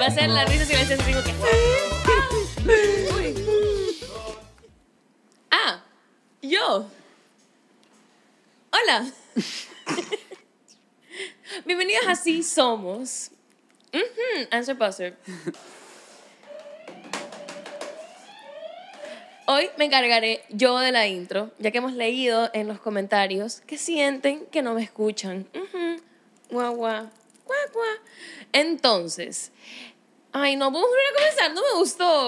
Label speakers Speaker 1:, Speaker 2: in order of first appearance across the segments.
Speaker 1: Va a ser la risa silenciosa así como que. Ah, yo. Hola. Bienvenidos a Así Somos. Ujú, Answer buzzer. Hoy me encargaré yo de la intro, ya que hemos leído en los comentarios que sienten que no me escuchan. Ujú. Guau, guau, guau, guau. Entonces, ay, no podemos volver a comenzar, no me gustó.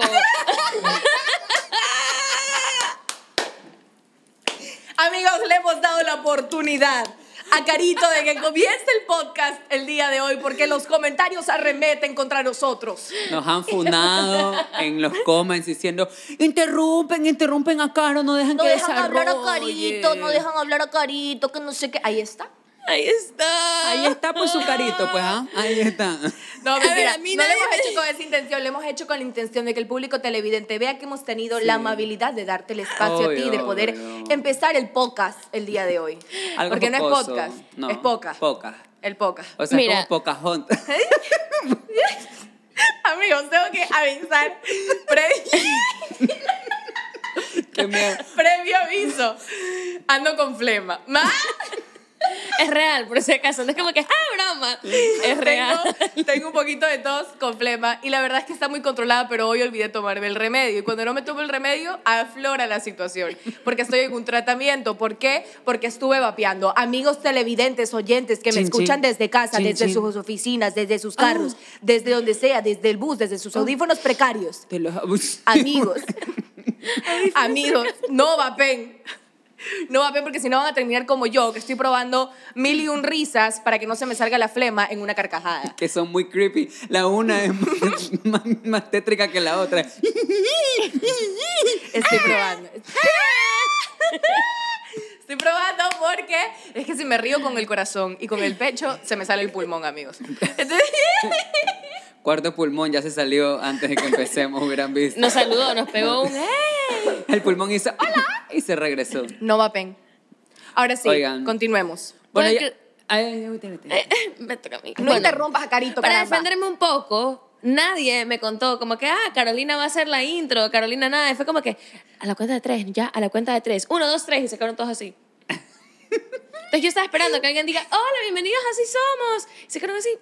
Speaker 2: Amigos, le hemos dado la oportunidad a Carito de que comience el podcast el día de hoy porque los comentarios arremeten contra nosotros.
Speaker 3: Nos han funado en los comments diciendo, interrumpen, interrumpen a Caro, no dejan
Speaker 2: No
Speaker 3: que
Speaker 2: dejan hablar a
Speaker 3: desarrolle".
Speaker 2: Carito, no dejan hablar a Carito, que no sé qué. Ahí está.
Speaker 1: Ahí está.
Speaker 3: Ahí está pues su carito, pues, ¿ah? Ahí está.
Speaker 2: No,
Speaker 1: A
Speaker 2: mentira,
Speaker 1: ver, a mí
Speaker 2: no lo
Speaker 1: nadie
Speaker 2: hemos
Speaker 1: me-
Speaker 2: hecho con esa intención, lo hemos hecho con la intención de que el público televidente vea que hemos tenido la amabilidad de darte el espacio a ti,
Speaker 3: Obvio,
Speaker 2: de poder
Speaker 3: obvio.
Speaker 2: empezar el podcast el día de hoy.
Speaker 3: Algo
Speaker 2: Porque no es
Speaker 3: jocoso.
Speaker 2: podcast,
Speaker 3: No,
Speaker 2: es poca.
Speaker 3: Poca.
Speaker 2: El podcast.
Speaker 3: O sea,
Speaker 1: Mira.
Speaker 3: como Pocahontas.
Speaker 2: Amigos, tengo que avisar previo,
Speaker 3: Qué miedo.
Speaker 2: previo aviso. Ando con flema. Ma-
Speaker 1: Es real, por si acaso. No es como que, ah, broma. Es real.
Speaker 2: Tengo, tengo un poquito de tos con flema y la verdad es que está muy controlada, pero hoy olvidé tomarme el remedio. Y cuando no me tomo el remedio, aflora la situación. Porque estoy en un tratamiento. ¿Por qué? Porque estuve vapeando. Amigos televidentes, oyentes que me
Speaker 3: Chin,
Speaker 2: escuchan
Speaker 3: chin.
Speaker 2: desde casa,
Speaker 3: Chin,
Speaker 2: desde
Speaker 3: chin.
Speaker 2: sus oficinas, desde sus carros, desde donde sea, desde el bus, desde
Speaker 3: Oh.
Speaker 2: sus audífonos precarios.
Speaker 3: Te los abus-
Speaker 2: Amigos. Amigos, no vapen. No vapen porque si no van a terminar como yo, que estoy probando mil y un risas para que no se me salga la flema en una carcajada.
Speaker 3: que son muy creepy. La una es más, más tétrica que la otra.
Speaker 2: Estoy probando. Estoy probando porque es que si me río con el corazón y con el pecho, se me sale el pulmón, amigos. Entonces,
Speaker 3: Cuarto pulmón ya se salió antes de que empecemos, hubieran visto.
Speaker 1: Nos saludó, nos pegó un. eh, "Hey".
Speaker 3: El pulmón hizo ¡Hola! y se regresó.
Speaker 2: no vapen. Ahora sí,
Speaker 3: Oigan.
Speaker 2: continuemos.
Speaker 3: Bueno,
Speaker 1: Bueno,
Speaker 3: ya-
Speaker 1: que-
Speaker 3: Ay, ay, ay, vete, vete.
Speaker 2: Eh.
Speaker 1: eh, Me toca a mí.
Speaker 2: No
Speaker 1: Bueno,
Speaker 2: interrumpas a Carito,
Speaker 1: Para
Speaker 2: caramba.
Speaker 1: defenderme un poco, nadie me contó como que, ah, Carolina va a hacer la intro, Carolina nada. Y fue como que, a la cuenta de tres, ya, a la cuenta de tres. Uno, dos, tres, y se quedaron todos así. Entonces yo estaba esperando que alguien diga, hola, bienvenidos, así somos. Y se quedaron así.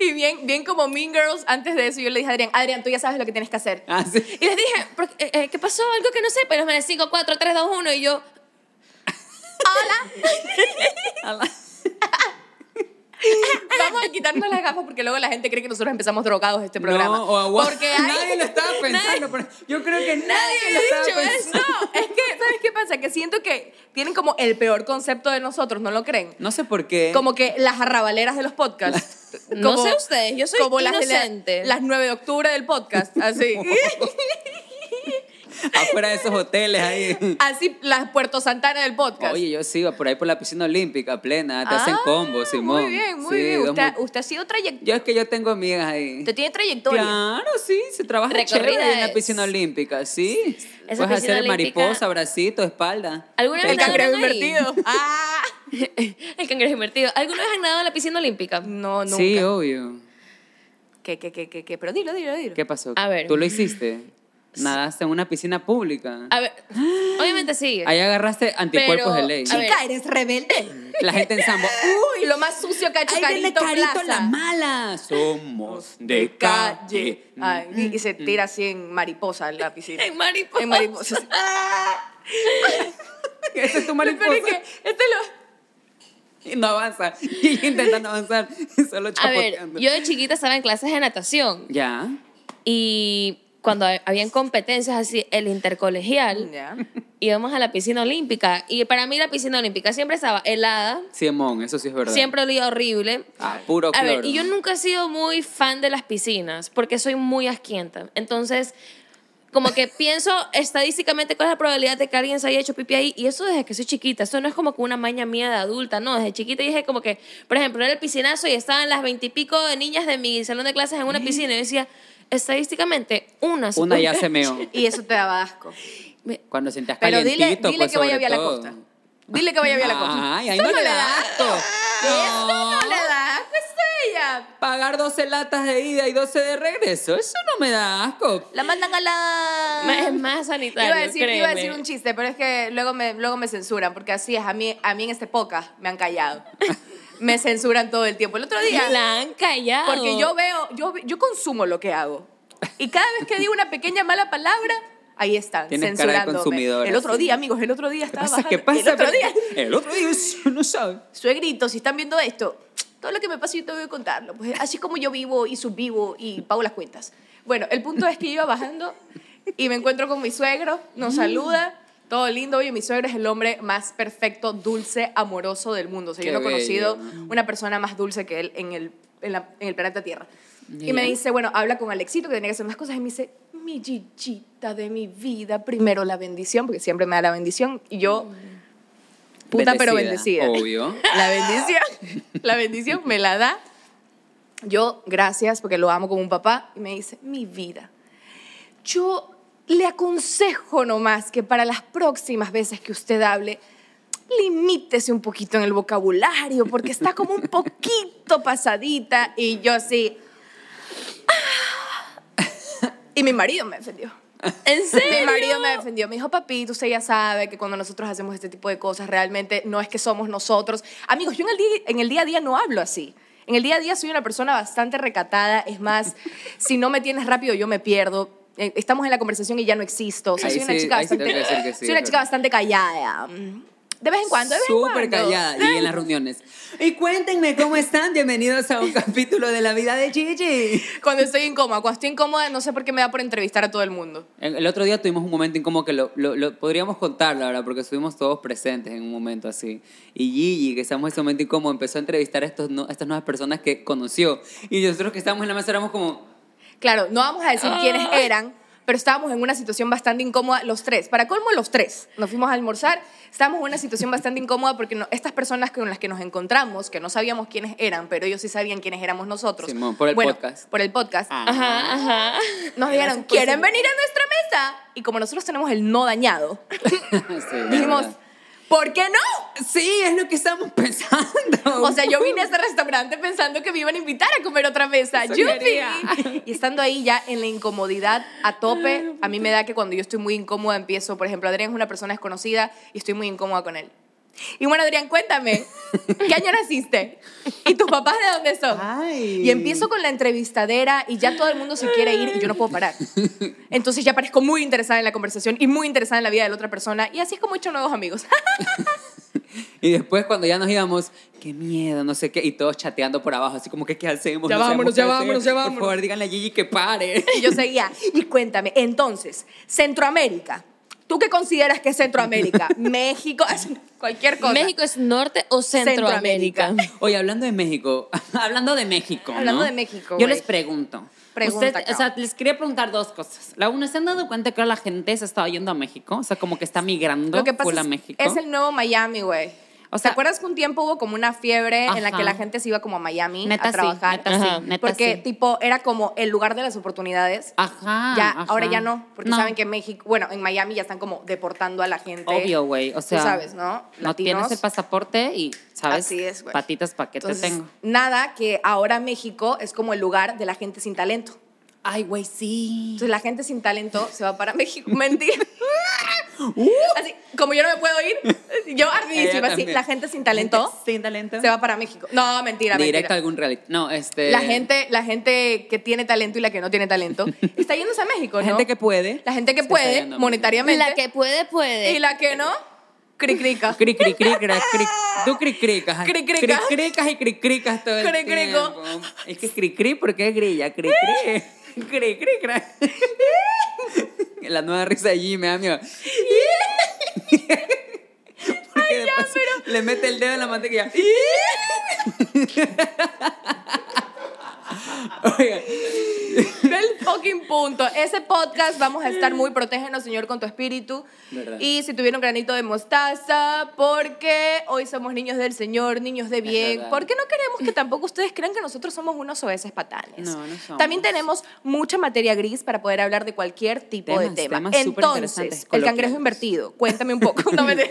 Speaker 2: Y bien, bien como Mean Girls, antes de eso yo le dije a Adrián, Adrián, tú ya sabes lo que tienes que hacer.
Speaker 3: Ah, sí.
Speaker 1: Y les dije, "Pero, eh, eh, ¿qué pasó? Algo que no sé. Pero me decían 5, 4, 3, 2, 1. Y yo,
Speaker 2: Vamos a quitarnos las gafas porque luego la gente cree que nosotros empezamos drogados este programa.
Speaker 3: No, o agua-
Speaker 2: Porque hay-
Speaker 3: nadie lo estaba pensando. pero yo creo que nadie,
Speaker 2: Nadie
Speaker 3: lo
Speaker 2: había
Speaker 3: estaba
Speaker 2: dicho
Speaker 3: pensando.
Speaker 2: eso. Es que, ¿sabes qué pasa? Que siento que tienen como el peor concepto de nosotros, ¿no lo creen?
Speaker 3: No sé por qué.
Speaker 2: Como que las arrabaleras de los podcasts.
Speaker 1: No
Speaker 2: Como-
Speaker 1: sé ustedes, yo soy
Speaker 2: las de la-
Speaker 1: inocente.
Speaker 2: Las, 9 de octubre del podcast, así.
Speaker 3: afuera de esos hoteles ahí.
Speaker 2: así las Puerto Santana del podcast.
Speaker 3: Oye, yo sigo por ahí por la piscina olímpica plena. Te hacen
Speaker 2: Ah,
Speaker 3: combo, Simón.
Speaker 2: Muy bien, muy
Speaker 3: Sí,
Speaker 2: bien.
Speaker 3: dos
Speaker 2: Usted,
Speaker 3: mu-
Speaker 2: usted ha sido trayectoria.
Speaker 3: Yo es que yo tengo amigas ahí.
Speaker 2: Usted tiene trayectoria.
Speaker 3: Claro, sí, se trabaja
Speaker 1: Recorrida
Speaker 3: chévere ahí en
Speaker 1: es.
Speaker 3: la piscina olímpica, sí.
Speaker 1: Esa
Speaker 3: Puedes
Speaker 1: piscina
Speaker 3: hacer
Speaker 1: olímpica-
Speaker 3: mariposa, bracito, espalda.
Speaker 1: ¿alguna vez
Speaker 2: El
Speaker 1: nadaron
Speaker 2: cangrejo
Speaker 1: ahí?
Speaker 2: invertido. Ah.
Speaker 1: El cangrejo invertido. ¿Alguna vez han nadado en la piscina olímpica?
Speaker 2: No, nunca.
Speaker 3: Sí, obvio.
Speaker 2: ¿Qué, qué, qué, qué, qué? Pero dilo, dilo, dilo.
Speaker 3: ¿Qué pasó?
Speaker 1: A ver.
Speaker 3: ¿Tú lo hiciste? Nadaste en una piscina pública.
Speaker 1: A ver, obviamente sí.
Speaker 3: Ahí agarraste anticuerpos
Speaker 1: Pero,
Speaker 3: de ley.
Speaker 1: a ver.
Speaker 2: Chica, eres rebelde.
Speaker 3: La gente en Sambo.
Speaker 2: Uy, lo más sucio que ha hecho
Speaker 3: ¡Ahí viene
Speaker 2: Carito
Speaker 3: Carito
Speaker 2: Plaza.
Speaker 3: la mala! Somos de calle.
Speaker 2: Ay, y, y se tira así en mariposa en la piscina.
Speaker 1: En mariposa.
Speaker 2: En mariposa.
Speaker 3: Esa es tu
Speaker 2: Lo peor
Speaker 3: mariposa.
Speaker 2: es que este lo-
Speaker 3: Y no avanza. Y intentando avanzar. Solo
Speaker 1: A ver,
Speaker 3: chapoteando.
Speaker 1: yo de chiquita estaba en clases de natación
Speaker 3: Ya.
Speaker 1: y cuando ha- habían competencias así, el intercolegial,
Speaker 2: Ya.
Speaker 1: íbamos a la piscina olímpica y para mí la piscina olímpica siempre estaba helada,
Speaker 3: Simón, eso sí es verdad.
Speaker 1: siempre olía horrible.
Speaker 3: Ah, puro
Speaker 1: A ver,
Speaker 3: cloro.
Speaker 1: y yo nunca he sido muy fan de las piscinas porque soy muy asquienta. Entonces, como que pienso estadísticamente cuál es la probabilidad de que alguien se haya hecho pipí ahí. Y eso desde que soy chiquita. Eso no es como que una maña mía de adulta. No, desde chiquita dije como que, por ejemplo, era el piscinazo y estaban las veintipico de niñas de mi salón de clases en una piscina. Y yo decía, estadísticamente, una se
Speaker 3: ¿Eh? Una
Speaker 1: puede
Speaker 3: ya se
Speaker 1: caer.
Speaker 3: meó.
Speaker 2: Y eso te daba asco.
Speaker 3: Cuando sentías
Speaker 2: Pero
Speaker 3: calientito,
Speaker 2: dile, dile
Speaker 3: pues,
Speaker 2: que vaya
Speaker 3: sobre
Speaker 2: bien a la
Speaker 3: todo.
Speaker 2: costa. Dile que vaya bien a la costa.
Speaker 3: Ay, ahí
Speaker 2: Eso
Speaker 3: no le
Speaker 2: da
Speaker 3: da asco.
Speaker 2: Eso no le da asco. Eso ella.
Speaker 3: Pagar 12 latas de ida y 12 de regreso, eso no me da asco.
Speaker 2: La mandan a la...
Speaker 1: Ma- Es más sanitario,
Speaker 2: Iba a, decir, iba a
Speaker 1: créeme.
Speaker 2: decir un chiste, pero es que luego me, luego me censuran, porque así es, a mí, a mí en este podcast me han callado. me censuran todo el tiempo. El otro día,
Speaker 1: La han callado.
Speaker 2: porque yo veo, yo, ve- yo consumo lo que hago. Y cada vez que digo una pequeña mala palabra, ahí están,
Speaker 3: Tienes cara de
Speaker 2: censurándome.
Speaker 3: consumidora,
Speaker 2: el otro
Speaker 3: sí.
Speaker 2: día, amigos, el otro día
Speaker 3: ¿Qué
Speaker 2: estaba
Speaker 3: pasa? ¿Qué
Speaker 2: bajando- El
Speaker 3: pasa?
Speaker 2: otro día,
Speaker 3: El otro día eso no sabe.
Speaker 2: suegrito, si están viendo esto, todo lo que me pasa yo tengo que contarlo. Pues así es como yo vivo y subvivo y pago las cuentas. Bueno, el punto es que iba bajando y me encuentro con mi suegro,
Speaker 3: Mm.
Speaker 2: nos saluda, todo lindo. Oye, mi suegro es el hombre más perfecto, dulce, amoroso del mundo. O sea, yo
Speaker 3: Qué
Speaker 2: no he conocido
Speaker 3: bello, ¿no?
Speaker 2: una persona más dulce que él en el, en la- en el planeta Tierra. Y me
Speaker 3: Ya.
Speaker 2: dice, bueno, habla con Alexito, que tenía que hacer unas cosas. Y me dice, mi Gigita de mi vida, primero la bendición, porque siempre me da la bendición. Y yo, puta pero bendecida.
Speaker 3: Mm. Obvio.
Speaker 2: La bendición, la bendición me la da. Yo, gracias, porque lo amo como un papá, y me dice, mi vida, yo le aconsejo nomás que para las próximas veces que usted hable, limítese un poquito en el vocabulario, porque está como un poquito pasadita, y yo así... "Ah". Y mi marido me defendió.
Speaker 1: ¿En serio?
Speaker 2: Mi marido me defendió, me dijo, papito, usted ya sabe que cuando nosotros hacemos este tipo de cosas, realmente no es que somos nosotros. Amigos, yo en el día, en el día a día no hablo así. En el día a día soy una persona bastante recatada, es más, si no me tienes rápido yo me pierdo. Eh, Estamos en la conversación y ya no existo. O sea,
Speaker 3: Ahí
Speaker 2: soy una
Speaker 3: sí-
Speaker 2: chica
Speaker 3: ahí sí tengo
Speaker 2: bastante,
Speaker 3: que decir que sí,
Speaker 2: soy una
Speaker 3: es
Speaker 2: chica
Speaker 3: verdad.
Speaker 2: bastante callada. De vez en cuando, de vez en cuando.
Speaker 3: Súper callada. Y en las reuniones. Y cuéntenme cómo están. Bienvenidos a un capítulo de la vida de Gigi.
Speaker 2: Cuando estoy incómoda, cuando estoy incómoda no sé por qué me da por entrevistar a todo el mundo.
Speaker 3: El el otro día tuvimos un momento incómodo que lo, lo- lo podríamos contar, la verdad, porque estuvimos todos presentes en un momento así. Y Gigi, que estamos en ese momento incómodo, empezó a entrevistar a, estos, no- a estas nuevas personas que conoció. Y nosotros que estábamos en la mesa éramos como,
Speaker 2: Claro, no vamos a decir quiénes eran, pero estábamos en una situación bastante incómoda los tres. Para colmo, los tres. Nos fuimos a almorzar, estábamos en una situación bastante incómoda porque no- estas personas con las que nos encontramos, que no sabíamos quiénes eran, pero ellos sí sabían quiénes éramos nosotros.
Speaker 3: Simón, por el
Speaker 2: Bueno,
Speaker 3: podcast. Ah.
Speaker 2: Por el podcast.
Speaker 1: Ajá, ajá.
Speaker 2: Nos dijeron,
Speaker 3: por
Speaker 2: ¿quieren venir a nuestra mesa? Y como nosotros tenemos el no dañado,
Speaker 3: Sí, la
Speaker 2: dijimos,
Speaker 3: verdad.
Speaker 2: ¿por qué no?
Speaker 3: sí, es lo que estamos pensando.
Speaker 2: O sea, yo vine a este restaurante pensando que me iban a invitar a comer otra mesa.
Speaker 3: Eso
Speaker 2: Yupi.
Speaker 3: quería.
Speaker 2: Y estando ahí ya en la incomodidad a tope, a mí me da que cuando yo estoy muy incómoda empiezo, por ejemplo, Adrián es una persona desconocida y estoy muy incómoda con él. Y bueno, Adrián, cuéntame, ¿qué año naciste? ¿Y tus papás de dónde son?
Speaker 3: Ay.
Speaker 2: Y empiezo con la entrevistadera y ya todo el mundo se quiere ir y yo no puedo parar. Entonces ya parezco muy interesada en la conversación y muy interesada en la vida de la otra persona y así es como he hecho nuevos amigos.
Speaker 3: Y después cuando ya nos íbamos, qué miedo, no sé qué, y todos chateando por abajo, así como que qué hacemos.
Speaker 2: Ya
Speaker 3: No sabemos
Speaker 2: vámonos,
Speaker 3: qué
Speaker 2: ya
Speaker 3: hacer.
Speaker 2: vámonos, ya
Speaker 3: Por
Speaker 2: vámonos.
Speaker 3: favor, díganle a Gigi que pare.
Speaker 2: Y yo seguía. Y cuéntame, entonces, Centroamérica. ¿Tú qué consideras que es Centroamérica? México, cualquier cosa.
Speaker 1: México es norte o Centroamérica.
Speaker 2: Centroamérica.
Speaker 3: Oye, hablando de México, hablando de México, ¿no?
Speaker 2: Hablando de México,
Speaker 3: Yo
Speaker 2: güey.
Speaker 3: les pregunto.
Speaker 2: Pregunta,
Speaker 3: Usted- o sea, les quería preguntar dos cosas. La una, ¿se han dado cuenta que ahora la gente se está yendo a México? O sea, como que está migrando
Speaker 2: Lo que pasa
Speaker 3: full a
Speaker 2: es,
Speaker 3: México.
Speaker 2: es el nuevo Miami, güey.
Speaker 3: O
Speaker 2: O
Speaker 3: sea-
Speaker 2: ¿Te acuerdas que un tiempo hubo como una fiebre en la
Speaker 3: Ajá.
Speaker 2: que la gente se iba como a Miami
Speaker 3: Neta
Speaker 2: a
Speaker 3: sí,
Speaker 2: trabajar?
Speaker 3: neta sí,
Speaker 2: Ajá.
Speaker 3: neta
Speaker 2: porque
Speaker 3: sí.
Speaker 2: tipo era como el lugar de las oportunidades.
Speaker 3: Ajá.
Speaker 2: ya,
Speaker 3: ajá.
Speaker 2: ahora ya no, porque saben que México, bueno, en Miami ya están como deportando a la gente.
Speaker 3: Obvio, güey. O
Speaker 2: Tú
Speaker 3: sea,
Speaker 2: sabes, ¿no?
Speaker 3: No
Speaker 2: Latinos.
Speaker 3: tienes el pasaporte y, ¿sabes?
Speaker 2: Así es, güey.
Speaker 3: Patitas pa' qué te
Speaker 2: Entonces,
Speaker 3: tengo.
Speaker 2: Nada que ahora México es como el lugar de la gente sin talento.
Speaker 3: Ay, güey, sí.
Speaker 2: Entonces la gente sin talento se va para México. Mentira. Así, como yo no me puedo ir, yo
Speaker 3: Uh. Ella
Speaker 2: ardidísima, así,
Speaker 3: también.
Speaker 2: la gente sin talento
Speaker 3: Sin talento.
Speaker 2: se va para México. No, mentira,
Speaker 3: Directo
Speaker 2: mentira.
Speaker 3: a algún reality. No, este.
Speaker 2: La gente, la gente que tiene talento y la que no tiene talento está yéndose a México,
Speaker 3: La
Speaker 2: ¿no?
Speaker 3: gente que puede.
Speaker 2: La gente que
Speaker 3: se está
Speaker 2: puede,
Speaker 3: yendo a México.
Speaker 2: monetariamente.
Speaker 1: La que puede, puede.
Speaker 2: y la que no, cricrica.
Speaker 3: Cri, cri, cri, cra, cri. Tú cricricas.
Speaker 2: Cricricas.
Speaker 3: Cricricas y cricricas todo el
Speaker 2: Cricrico.
Speaker 3: tiempo. Es que cricri porque es grilla. Cricri. Cri, cri, cra. La nueva risa de Jimmy, ah, amigo. Porque después le mete el dedo en la mantequilla. Oigan,
Speaker 2: Del fucking punto. Ese podcast vamos a estar muy protégenos, Señor, con tu espíritu.
Speaker 3: Verdad.
Speaker 2: Y si tuvieron granito de mostaza, porque hoy somos niños del Señor, niños de bien,
Speaker 3: verdad.
Speaker 2: porque no queremos que tampoco ustedes crean que nosotros somos unos obeses patales.
Speaker 3: No, no somos.
Speaker 2: También tenemos mucha materia gris para poder hablar de cualquier tipo de
Speaker 3: Temas,
Speaker 2: tema.
Speaker 3: temas
Speaker 2: Entonces,
Speaker 3: superinteresantes,
Speaker 2: el
Speaker 3: coloquiales.
Speaker 2: cangrejo invertido, cuéntame un poco. No, mentira.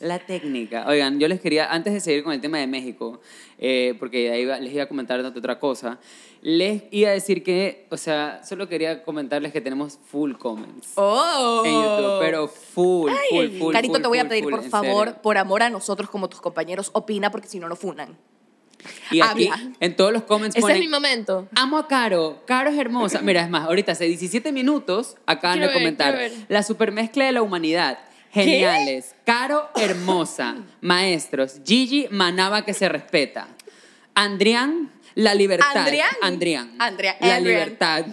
Speaker 3: La técnica. Oigan, yo les quería, antes de seguir con el tema de México, eh, porque de ahí iba- les iba a comentar tanto otra cosa, les iba a decir que, o sea, solo quería comentarles que tenemos full comments
Speaker 2: ¡Oh!
Speaker 3: en YouTube, pero full, full, full.
Speaker 2: Carito,
Speaker 3: full,
Speaker 2: te voy a
Speaker 3: full,
Speaker 2: pedir,
Speaker 3: full,
Speaker 2: por
Speaker 3: en
Speaker 2: favor,
Speaker 3: serio.
Speaker 2: por amor a nosotros como tus compañeros, opina porque si no, no funan.
Speaker 3: Y aquí,
Speaker 2: habla.
Speaker 3: en todos los comments
Speaker 1: Ese es
Speaker 3: ponen,
Speaker 1: mi momento.
Speaker 3: Amo a Caro. Caro es hermosa. Mira, es más, ahorita hace 17 minutos acaban
Speaker 1: Quiero
Speaker 3: de
Speaker 1: ver,
Speaker 3: comentar.
Speaker 1: quiero ver.
Speaker 3: La supermezcla de la humanidad. Geniales. Caro, hermosa. Maestros. Gigi, manaba que se respeta. Andrián, la libertad.
Speaker 2: Andrián.
Speaker 3: Andrián.
Speaker 2: Andrea-
Speaker 3: La
Speaker 2: Andrián.
Speaker 3: libertad.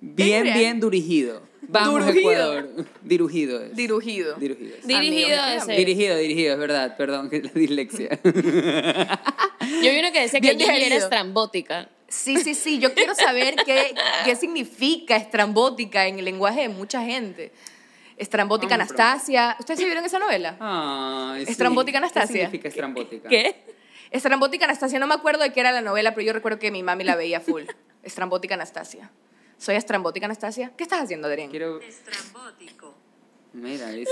Speaker 3: Bien,
Speaker 2: Andrián.
Speaker 3: bien dirigido. Vamos,
Speaker 2: Dirigido.
Speaker 3: Ecuador. Dirigido. es.
Speaker 2: Dirugido.
Speaker 3: Dirigido. es.
Speaker 2: Di-
Speaker 1: Dirigido
Speaker 2: Amigo,
Speaker 1: a ese.
Speaker 3: Dirigido, dirigido, es verdad, perdón, que la dislexia.
Speaker 1: Yo vi uno que decía que
Speaker 2: Bien
Speaker 1: Gigi era
Speaker 2: digerido.
Speaker 1: estrambótica.
Speaker 2: Sí, sí, sí. Yo quiero saber qué, qué significa estrambótica en el lenguaje de mucha gente. Estrambótica
Speaker 3: Vamos, pero-
Speaker 2: Anastasia. ¿Ustedes se vieron esa novela?
Speaker 3: Ay, sí.
Speaker 2: Estrambótica, Anastasia.
Speaker 3: ¿Qué significa estrambótica?
Speaker 2: Estrambótica Anastasia, no me acuerdo de qué era la novela, pero yo recuerdo que mi mami la veía full. Estrambótica Anastasia. Soy estrambótica Anastasia. ¿Qué estás haciendo, Adrián?
Speaker 3: Quiero... Mira, dice.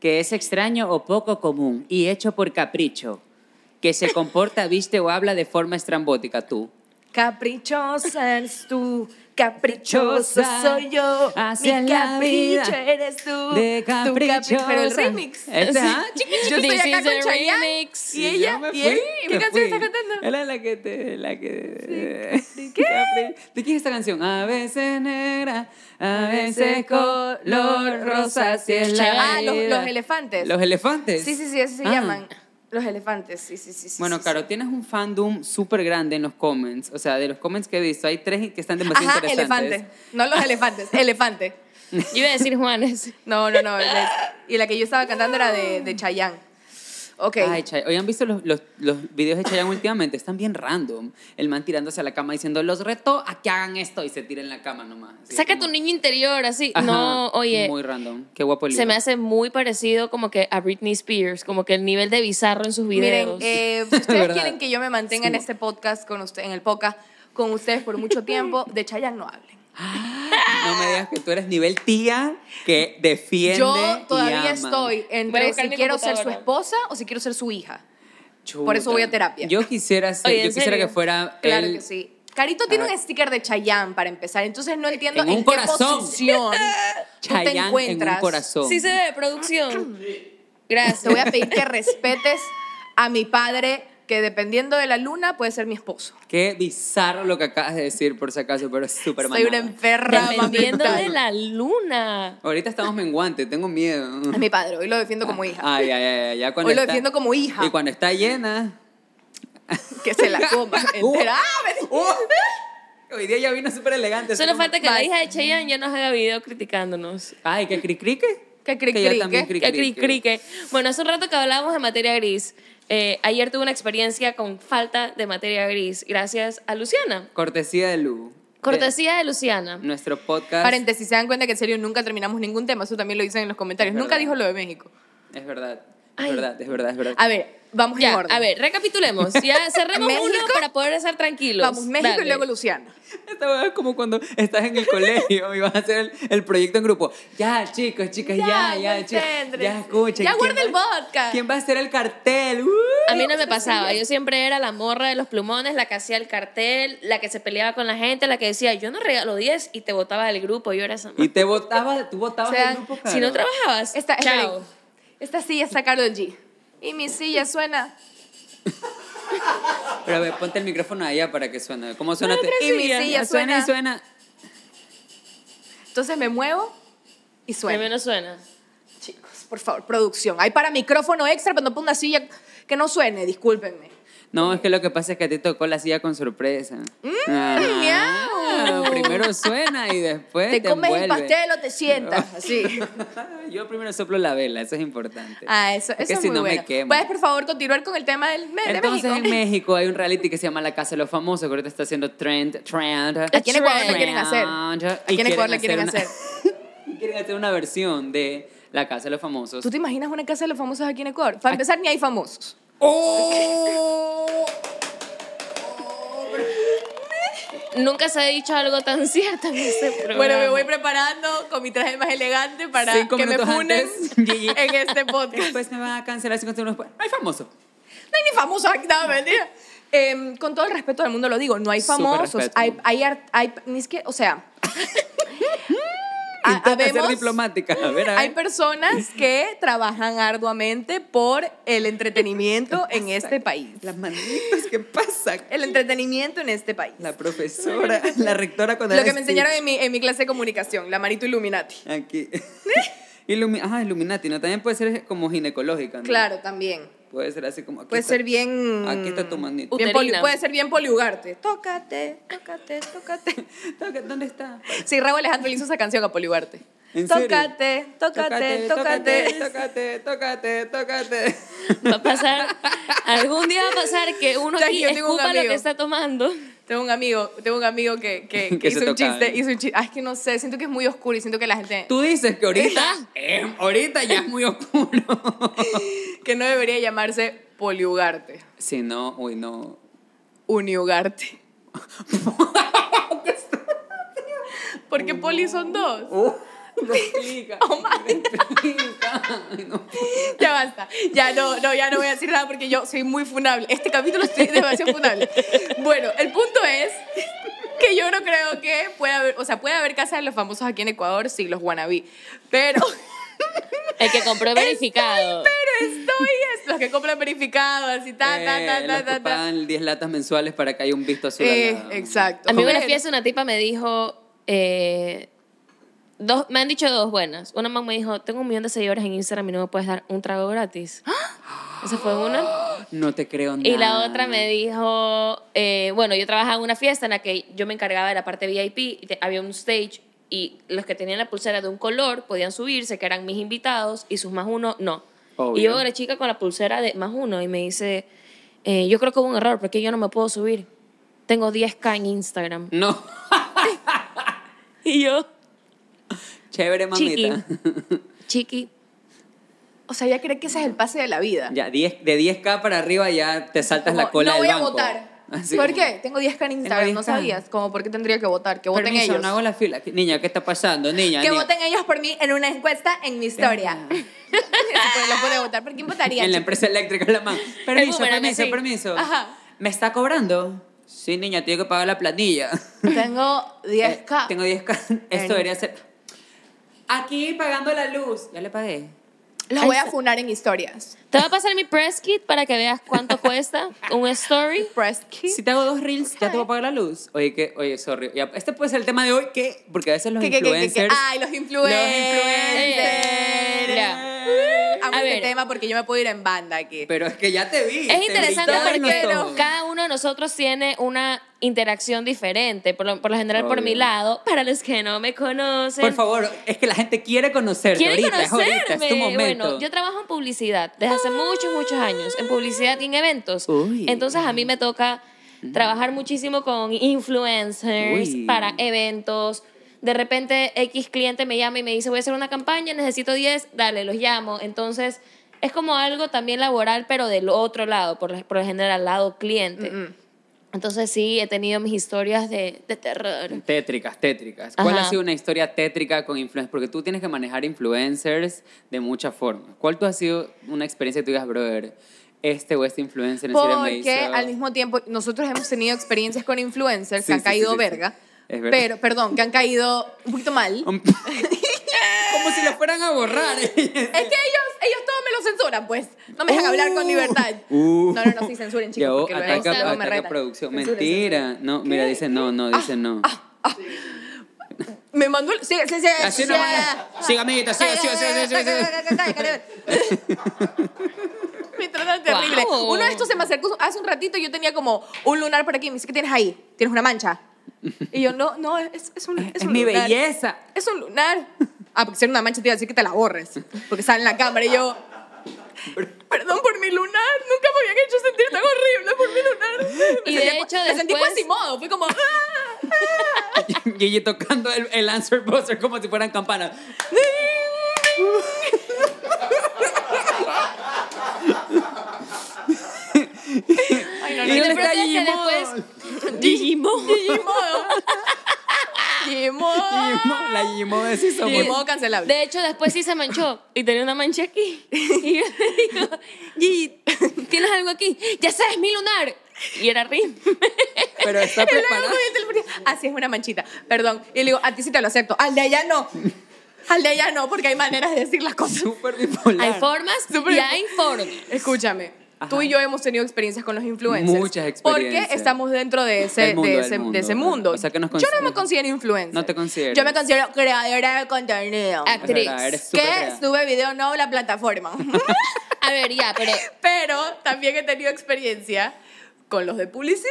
Speaker 3: Que es extraño o poco común y hecho por capricho. Que se comporta, viste o habla de forma estrambótica, tú.
Speaker 2: Caprichosa eres tú, caprichosa soy yo. Mi
Speaker 3: Hacia la
Speaker 2: capricho
Speaker 3: vida
Speaker 2: eres tú.
Speaker 3: de
Speaker 2: tu capri-
Speaker 3: caprichosa.
Speaker 2: Pero el remix.
Speaker 3: Ese, ah,
Speaker 2: Yo estoy
Speaker 1: This
Speaker 2: acá
Speaker 1: is
Speaker 2: con
Speaker 1: a
Speaker 2: Chayanne.
Speaker 1: remix.
Speaker 2: Y ella, y él, y mi canción está cantando.
Speaker 3: Era la que te. La que, ¿Qué? ¿De quién es esta canción? A veces negra, a veces color rosa, si es la
Speaker 2: Ah, los-
Speaker 3: vida.
Speaker 2: los elefantes.
Speaker 3: Los elefantes.
Speaker 2: Sí, sí, sí, así se
Speaker 3: Ah.
Speaker 2: llaman. Los elefantes, sí, sí, sí. sí,
Speaker 3: Bueno,
Speaker 2: sí, sí.
Speaker 3: Caro, tienes un fandom súper grande en los comments. O sea, de los comments que he visto, hay tres que están demasiado
Speaker 2: Ajá,
Speaker 3: interesantes.
Speaker 2: elefante. No los elefantes, elefante.
Speaker 1: Yo iba a decir Juanes.
Speaker 2: No, no, no. el de- y la que yo estaba cantando era de, de Chayanne. Ok.
Speaker 3: Ay, Chay. Hoy han visto los, los- los videos de Chayanne últimamente. Están bien random. El man tirándose a la cama diciendo, los reto a que hagan esto. Y se tira en la cama nomás. Así
Speaker 1: Saca
Speaker 3: como-
Speaker 1: tu niño interior, así.
Speaker 3: Ajá,
Speaker 1: no, oye.
Speaker 3: Muy random. Qué guapo el
Speaker 1: Se me
Speaker 3: libro.
Speaker 1: hace muy parecido como que a Britney Spears, como que el nivel de bizarro en sus
Speaker 2: Miren,
Speaker 1: videos.
Speaker 2: eh, si ustedes
Speaker 3: ¿Verdad?
Speaker 2: quieren que yo me mantenga en
Speaker 3: Sí.
Speaker 2: este podcast con usted, en el podcast con ustedes por mucho tiempo, de Chayanne no hablen.
Speaker 3: No me digas que tú eres nivel tía que defiende
Speaker 2: Yo
Speaker 3: y ama.
Speaker 2: todavía estoy
Speaker 1: Voy a
Speaker 2: entre
Speaker 1: buscar
Speaker 2: si
Speaker 1: mi
Speaker 2: quiero ser su
Speaker 1: computadora.
Speaker 2: esposa o si quiero ser su hija.
Speaker 3: Chuta.
Speaker 2: Por eso voy a terapia.
Speaker 3: Yo quisiera ser,
Speaker 1: Oye, ¿en
Speaker 3: yo quisiera
Speaker 1: serio?
Speaker 3: que fuera
Speaker 2: Claro
Speaker 3: él-
Speaker 2: que sí. Carito tiene
Speaker 3: A ver.
Speaker 2: un sticker de Chayanne para empezar, entonces no entiendo
Speaker 3: En
Speaker 2: en,
Speaker 3: un
Speaker 2: qué
Speaker 3: corazón.
Speaker 2: posición tú te
Speaker 3: Chayanne en un
Speaker 2: encuentras.
Speaker 3: corazón.
Speaker 1: sí se ve, producción. Gracias.
Speaker 2: Te voy a pedir que respetes a mi padre, que dependiendo de la luna puede ser mi esposo.
Speaker 3: Qué bizarro lo que acabas de decir, por si acaso, pero es súper
Speaker 2: Soy una
Speaker 3: manada.
Speaker 2: enferma.
Speaker 1: Dependiendo
Speaker 2: mental.
Speaker 1: de la luna.
Speaker 3: Ahorita estamos menguantes, tengo miedo.
Speaker 2: A mi padre, hoy lo defiendo como hija.
Speaker 3: Ay, ay, ay, ay, ya cuando
Speaker 2: Hoy lo
Speaker 3: está-
Speaker 2: defiendo como hija.
Speaker 3: Y cuando está llena.
Speaker 2: Que se la coma.
Speaker 3: Uh.
Speaker 2: entera. ¡Ah, mentira!
Speaker 3: Hoy día ya vino súper elegante.
Speaker 1: Solo
Speaker 3: así como-
Speaker 1: falta que la hija de Cheyenne ya nos haga video criticándonos.
Speaker 3: Ay, que cricrique.
Speaker 2: Que cri-
Speaker 3: ya
Speaker 2: crique.
Speaker 3: también
Speaker 1: Que cri-
Speaker 3: crique.
Speaker 1: crique. Bueno, hace un rato que hablábamos de materia gris. Eh, ayer tuve una experiencia con falta de materia gris, gracias a Luciana.
Speaker 3: Cortesía de Lu.
Speaker 1: Cortesía de Luciana.
Speaker 3: De Nuestro podcast.
Speaker 2: Paréntesis, se dan cuenta que en serio nunca terminamos ningún tema. Eso también lo dicen en los comentarios.
Speaker 3: Es
Speaker 2: Nunca
Speaker 3: verdad.
Speaker 2: dijo lo de México.
Speaker 3: Es verdad. Es
Speaker 1: Ay.
Speaker 3: verdad, es verdad, es verdad.
Speaker 2: A ver, vamos en
Speaker 1: Ya,
Speaker 2: orden.
Speaker 1: a ver, recapitulemos. Ya cerremos uno
Speaker 2: México.
Speaker 1: para poder estar tranquilos.
Speaker 2: Vamos, México
Speaker 1: Dale.
Speaker 2: y luego Luciana.
Speaker 3: Esta hueá es como cuando estás en el colegio y vas a hacer el, el proyecto en grupo. Ya, chicos, chicas, ya, ya, chicos. Ya escuchen.
Speaker 2: Ya
Speaker 3: ¿quién
Speaker 2: guarda el
Speaker 3: va-
Speaker 2: vodka.
Speaker 3: ¿Quién va a hacer el cartel? ¡Uh!
Speaker 1: A mí no me pasaba, yo siempre era la morra de los plumones, la que hacía el cartel, la que se peleaba con la gente, la que decía, yo no regalo 10 y te votaba del grupo, yo era esa
Speaker 3: Y te votaba, tú votabas
Speaker 2: O sea,
Speaker 3: el grupo,
Speaker 1: Si no
Speaker 3: Caro.
Speaker 1: trabajabas,
Speaker 2: Esta,
Speaker 1: chao.
Speaker 2: esperen. Esta silla está Carol G. Y mi silla suena.
Speaker 3: Pero a ver, ponte el micrófono allá para que suene. ¿Cómo suena?
Speaker 2: otra
Speaker 3: Y mi
Speaker 2: silla.
Speaker 3: silla suena y suena.
Speaker 2: Entonces me muevo y
Speaker 1: Que
Speaker 2: suena.
Speaker 1: menos suena.
Speaker 2: Chicos, por favor, producción. Hay para micrófono extra, pero no pongo una silla que no suene, discúlpenme.
Speaker 3: No, es que lo que pasa es que a ti tocó la silla con sorpresa. Ah,
Speaker 2: Mm, miau.
Speaker 3: primero suena y después te,
Speaker 2: Te comes el
Speaker 3: envuelve.
Speaker 2: pastel o te sientas, así.
Speaker 3: Yo primero soplo la vela, eso es importante.
Speaker 2: Ah, eso,
Speaker 3: Porque
Speaker 2: eso es
Speaker 3: si
Speaker 2: muy
Speaker 3: no
Speaker 2: bueno.
Speaker 3: me quemo.
Speaker 2: ¿Puedes, por favor, continuar con el tema del mes de
Speaker 3: Entonces
Speaker 2: México?
Speaker 3: en México hay un reality que se llama La Casa de los Famosos, que ahorita está haciendo trend, trend.
Speaker 2: Aquí en Ecuador la quieren
Speaker 3: trend.
Speaker 2: hacer.
Speaker 3: Y
Speaker 2: Aquí en Ecuador la quieren
Speaker 3: una-
Speaker 2: hacer.
Speaker 3: quieren hacer una versión de La Casa de los Famosos.
Speaker 2: ¿Tú te imaginas una casa de los famosos aquí en Ecuador? Para empezar, ni hay famosos.
Speaker 3: ¡Oh!
Speaker 1: Nunca se ha dicho algo tan cierto en este programa.
Speaker 2: Bueno, me voy preparando con mi traje más elegante para
Speaker 3: Cinco
Speaker 2: que me
Speaker 3: minutos
Speaker 2: funen
Speaker 3: antes, Gigi.
Speaker 2: en este podcast.
Speaker 3: Después me van a cancelar cinco segundos después. No hay famoso.
Speaker 2: No hay ni famosos aquí, nada, mentira. Em, con todo el respeto del mundo lo digo, no hay
Speaker 3: Súper
Speaker 2: famosos.
Speaker 3: respeto.
Speaker 2: Hay, hay, art- hay- ni es que, o sea. ha-
Speaker 3: Intenta ser
Speaker 2: Ah, habemos-
Speaker 3: diplomática. ¿eh? A ver, a ver.
Speaker 2: Hay personas que trabajan arduamente por el entretenimiento en este país.
Speaker 3: Las manitas, ¿qué pasa?
Speaker 2: El entretenimiento en este país.
Speaker 3: La profesora, la rectora con
Speaker 2: Lo que me enseñaron en mi, en mi clase de comunicación, la Marito Illuminati.
Speaker 3: Aquí. Ilumi- Ajá, Illuminati, ¿no? También puede ser como ginecológica, ¿no?
Speaker 2: Claro, también.
Speaker 3: Puede ser así como... aquí
Speaker 2: Puede
Speaker 3: está-
Speaker 2: ser bien.
Speaker 3: Aquí está tu manito.
Speaker 2: bien
Speaker 1: Uterina.
Speaker 2: poli- puede ser bien poliugarte. Tócate, tócate, tócate.
Speaker 3: Toca, ¿Dónde está?
Speaker 2: Sí, Raúl Alejandro le hizo esa canción a Poliugarte.
Speaker 3: ¿En serio?
Speaker 2: tócate, tócate, tócate,
Speaker 3: Tócate, tócate, tócate.
Speaker 1: Va a pasar, algún día va a pasar que uno
Speaker 2: Ya,
Speaker 1: aquí
Speaker 2: yo tengo un
Speaker 1: escupa lo
Speaker 2: amigo.
Speaker 1: que está tomando.
Speaker 2: Tengo un amigo, tengo un amigo que, que- que
Speaker 3: Que se
Speaker 2: hizo, un
Speaker 3: tocaba.
Speaker 2: chiste, hizo un chiste. Ah, es que no sé, siento que es muy oscuro y siento que la gente.
Speaker 3: Tú dices que
Speaker 1: Ah,
Speaker 3: ahorita, eh, ahorita ya es muy oscuro.
Speaker 2: Que no debería llamarse poliugarte,
Speaker 3: Si no, uy, no.
Speaker 2: uniugarte. Porque poli son dos.
Speaker 3: Uh, no explica. Eh,
Speaker 2: Oh my
Speaker 3: No explica. Ay, no.
Speaker 2: Ya basta. Ya no, no, ya no voy a decir nada porque yo soy muy funable. Este capítulo estoy demasiado funable. Bueno, el punto es que yo no creo que pueda haber, o sea, puede haber casas de los famosos aquí en Ecuador, sí, los wannabe. Pero,
Speaker 1: El que compró verificado.
Speaker 2: pero estoy, es los que compran verificados y ta, ta, ta,
Speaker 3: Eh,
Speaker 2: ta,
Speaker 3: los
Speaker 2: ta,
Speaker 3: que
Speaker 2: ta.
Speaker 3: pagan 10 latas mensuales para que haya un visto azul. al
Speaker 2: Eh,
Speaker 3: lado.
Speaker 2: exacto.
Speaker 1: A mí en una
Speaker 2: Pero-
Speaker 1: fiesta una tipa me dijo, eh, dos, me han dicho dos buenas. Una mamá me dijo, tengo un millón de seguidores en Instagram y no me puedes dar un trago gratis. Esa fue una.
Speaker 3: No te creo nada.
Speaker 1: Y la otra me dijo, eh, bueno, yo trabajaba en una fiesta en la que yo me encargaba de la parte VIP, y te- había un stage y los que tenían la pulsera de un color podían subirse, que eran mis invitados, y sus más uno no.
Speaker 3: Obvio.
Speaker 1: Y yo era chica con la pulsera de más uno y me dice, eh, yo creo que hubo un error porque yo no me puedo subir. Tengo 10k en Instagram.
Speaker 3: No.
Speaker 1: Y yo,
Speaker 3: Chévere, mamita.
Speaker 1: chiqui,
Speaker 2: O sea, ella cree que ese es el pase de la vida.
Speaker 3: Ya, 10, de 10K para arriba ya te saltas
Speaker 2: Como,
Speaker 3: la cola
Speaker 2: no
Speaker 3: del
Speaker 2: voy a
Speaker 3: banco.
Speaker 2: votar.
Speaker 3: Así
Speaker 2: ¿Por
Speaker 3: como,
Speaker 2: qué? Tengo 10 en Instagram, no
Speaker 3: 10K.
Speaker 2: sabías. Como, ¿por qué tendría que votar? Que voten
Speaker 3: Permiso,
Speaker 2: ellos.
Speaker 3: no hago la fila. Niña, ¿qué está pasando? Niña,
Speaker 2: Que
Speaker 3: niña.
Speaker 2: voten ellos por mí en una encuesta en mi historia.
Speaker 3: Niña.
Speaker 2: Pues los puede votar. ¿Por quién votaría?
Speaker 3: En la
Speaker 2: chico?
Speaker 3: empresa eléctrica la mano. Permiso,
Speaker 1: boomerang,
Speaker 3: permiso,
Speaker 1: así.
Speaker 3: permiso.
Speaker 2: Ajá.
Speaker 3: ¿Me está cobrando? Sí, niña, tengo que pagar la planilla.
Speaker 2: Tengo 10K.
Speaker 3: Eh, Tengo 10K.
Speaker 2: En-
Speaker 3: Esto debería ser... Aquí pagando la luz. Ya le pagué.
Speaker 2: Los voy a funar en historias.
Speaker 1: te voy a pasar mi press kit para que veas cuánto cuesta un story.
Speaker 2: Press key.
Speaker 3: Si te hago dos reels, ya te voy a pagar la luz. Oye, que, oye, sorry. Ya, este puede ser el tema de hoy, que Porque a veces los
Speaker 2: Que, que, que, que,
Speaker 3: influencers...
Speaker 2: que. Ay, los influencers.
Speaker 1: Eh, ya.
Speaker 2: Amo
Speaker 1: A
Speaker 2: este
Speaker 1: ver.
Speaker 2: tema porque yo me puedo ir en banda aquí.
Speaker 3: Pero es que ya te vi. te
Speaker 1: Es
Speaker 3: vi
Speaker 1: interesante
Speaker 3: todo en los
Speaker 1: porque
Speaker 3: ojos.
Speaker 1: cada uno de nosotros tiene una interacción diferente, por lo, por lo general por
Speaker 3: Obvio.
Speaker 1: mi lado, para los que no me conocen.
Speaker 3: Por favor, es que la gente quiere conocerte
Speaker 1: Quieren
Speaker 3: ahorita, es
Speaker 1: conocerme.
Speaker 3: ahorita, es tu momento.
Speaker 1: Bueno, yo trabajo en publicidad desde hace muchos, muchos años, en publicidad y en eventos.
Speaker 3: Uy.
Speaker 1: Entonces a mí me toca trabajar muchísimo con influencers
Speaker 3: Uy.
Speaker 1: para eventos. De repente X cliente me llama y me dice, voy a hacer una campaña, necesito 10, dale, los llamo. Entonces es como algo también laboral, pero del otro lado, por, lo- por el general, lado cliente. Entonces sí, he tenido mis historias de, de terror.
Speaker 3: Tétricas, tétricas. ¿Cuál
Speaker 1: Ajá.
Speaker 3: ha sido una historia tétrica con influencers? Porque tú tienes que manejar influencers de muchas formas. ¿Cuál tú has sido una experiencia que tú digas, brother, este o este influencer en serio me hizo...
Speaker 2: Porque al mismo tiempo nosotros hemos tenido experiencias con influencers
Speaker 3: Sí,
Speaker 2: que han
Speaker 3: sí,
Speaker 2: caído
Speaker 3: sí, sí, sí.
Speaker 2: verga.
Speaker 3: Es verdad. Um.
Speaker 2: Pero, perdón, que han caído un poquito mal.
Speaker 3: Un- Como si lo fueran a borrar.
Speaker 2: Es que ellos, ellos todos me lo censuran, pues. No me dejan hablar con libertad.
Speaker 3: Uh.
Speaker 2: No, no, no, sí, censuren, chicos.
Speaker 3: Yo,
Speaker 2: porque luego-
Speaker 3: ataca,
Speaker 2: luego me
Speaker 3: ataca
Speaker 2: retan.
Speaker 3: producción.
Speaker 2: Censuren,
Speaker 3: Mentira. No, mira, dice no, no,
Speaker 2: Ah,
Speaker 3: dice no.
Speaker 2: censuren. Me mandó el... Sí, sí, sí.
Speaker 3: Así
Speaker 2: sí,
Speaker 3: no
Speaker 2: sí.
Speaker 3: va. Siga, amiguita, siga, siga, siga, siga, siga.
Speaker 2: Me tratan terrible.
Speaker 1: Wow.
Speaker 2: Uno de estos se me acercó hace un ratito y yo tenía como un lunar por aquí. Me dice, ¿qué tienes ahí? ¿Tienes una mancha? Y yo, no, no, es, es un
Speaker 3: Es
Speaker 2: un
Speaker 3: mi
Speaker 2: lunar.
Speaker 3: belleza.
Speaker 2: Es un lunar. Ah, porque si era una mancha te iba a decir que te la borres. Porque sale en la cámara y yo... Perdón por mi lunar, nunca me habían hecho sentir tan horrible por mi lunar.
Speaker 1: Y
Speaker 2: Me
Speaker 1: de
Speaker 2: sentí-
Speaker 1: hecho,
Speaker 2: me sentí
Speaker 1: después-
Speaker 2: cuasi modo, fue como... "Ah, ah".
Speaker 3: Gigi tocando el, el answer buzzer como si fueran campanas.
Speaker 2: Ay,
Speaker 1: Y
Speaker 2: no, no,
Speaker 1: el
Speaker 3: dónde
Speaker 1: problema es
Speaker 3: está
Speaker 1: que
Speaker 3: Gigi
Speaker 1: después Digimon.
Speaker 2: Digimodo. Digimodo.
Speaker 3: Gimo, la Gimo de sí somos.
Speaker 2: Digimodo cancelable.
Speaker 1: De hecho, después sí se manchó y tenía una mancha aquí. Y yo le digo, Gigi, ¿tienes algo aquí? Ya sabes, mi lunar. Y era Rim.
Speaker 3: Pero está
Speaker 2: Y luego
Speaker 3: preparada.
Speaker 2: con el teléfono, Así es una manchita. Perdón. Y le digo, a ti sí te lo acepto. Al de allá no. Al de allá no, porque hay maneras de decir las cosas.
Speaker 3: Súper bipolar.
Speaker 1: Hay formas
Speaker 2: Súper
Speaker 1: y
Speaker 2: bien.
Speaker 1: hay formas.
Speaker 2: Escúchame. Tú y yo hemos tenido experiencias con los influencers.
Speaker 3: Muchas experiencias.
Speaker 2: Porque estamos dentro de ese,
Speaker 3: Del mundo,
Speaker 2: de
Speaker 3: del
Speaker 2: ese,
Speaker 3: mundo.
Speaker 2: de ese mundo.
Speaker 3: O sea, que nos
Speaker 2: yo no
Speaker 3: consider-
Speaker 2: me considero influencer.
Speaker 3: No te consideras.
Speaker 2: Yo me considero creadora de contenido.
Speaker 1: Actriz.
Speaker 3: Es verdad, eres
Speaker 2: Que
Speaker 3: súper creada.
Speaker 2: sube video no a la plataforma.
Speaker 1: A ver, ya, pero.
Speaker 2: Pero también he tenido experiencia con los de publicidad.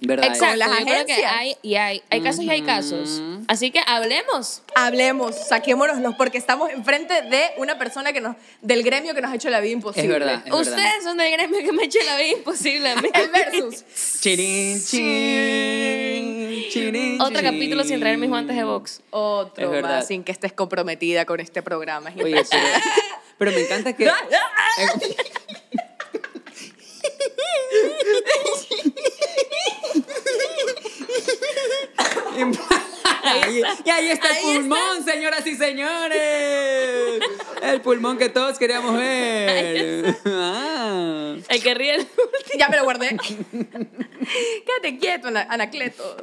Speaker 3: ¿Verdad?
Speaker 1: Exacto.
Speaker 2: las
Speaker 1: yo creo que
Speaker 2: agencias.
Speaker 1: hay, y hay, hay casos y hay casos. Así que hablemos.
Speaker 2: Hablemos, saquémonoslos, porque estamos enfrente de una persona que nos, del gremio que nos ha hecho la vida imposible.
Speaker 3: Es verdad.
Speaker 1: Ustedes son del gremio que me eche la vida imposible a mí.
Speaker 2: El versus.
Speaker 3: Chirin, chin, chirin,
Speaker 1: Otro
Speaker 3: chin.
Speaker 1: capítulo sin traer mis guantes de box.
Speaker 2: Otro
Speaker 3: Es verdad.
Speaker 2: más sin que estés comprometida con este programa. Es
Speaker 3: Oye, pero, pero me encanta que. Ahí- Eh, y ahí está el pulmón, señoras y señores. El pulmón que todos queríamos ver. Ah.
Speaker 1: El que ríe. el-
Speaker 2: Ya me lo guardé. Quédate quieto, Ana- Anacleto.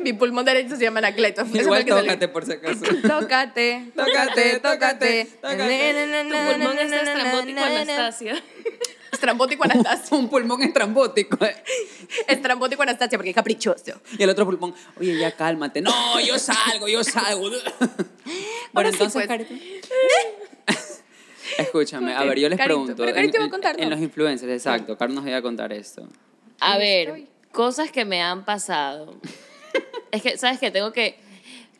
Speaker 2: Mi pulmón derecho se llama Anacleto. Ese fue el
Speaker 3: Igual
Speaker 2: que salió.
Speaker 3: tócate por si acaso.
Speaker 2: Tócate, tócate, tócate.
Speaker 3: Tócate.
Speaker 1: Tu pulmón es estrambótico, Anastasia.
Speaker 2: Estrambótico Anastasia.
Speaker 3: Un pulmón estrambótico. eh.
Speaker 2: Estrambótico Anastasia, porque es caprichoso.
Speaker 3: Y el otro pulmón, oye, ya cálmate. No, yo salgo, yo salgo.
Speaker 2: Ahora
Speaker 3: Bueno,
Speaker 2: sí,
Speaker 3: entonces,
Speaker 2: pues.
Speaker 3: Carito. Escúchame, a ver, yo les
Speaker 2: Carito,
Speaker 3: pregunto.
Speaker 2: pero Carito
Speaker 3: en,
Speaker 2: va a contar,
Speaker 3: en- en
Speaker 2: ¿no?
Speaker 3: los influencers, exacto. Carlos nos iba a contar esto.
Speaker 1: A ver, cosas que me han pasado. es que, ¿sabes qué? Tengo que.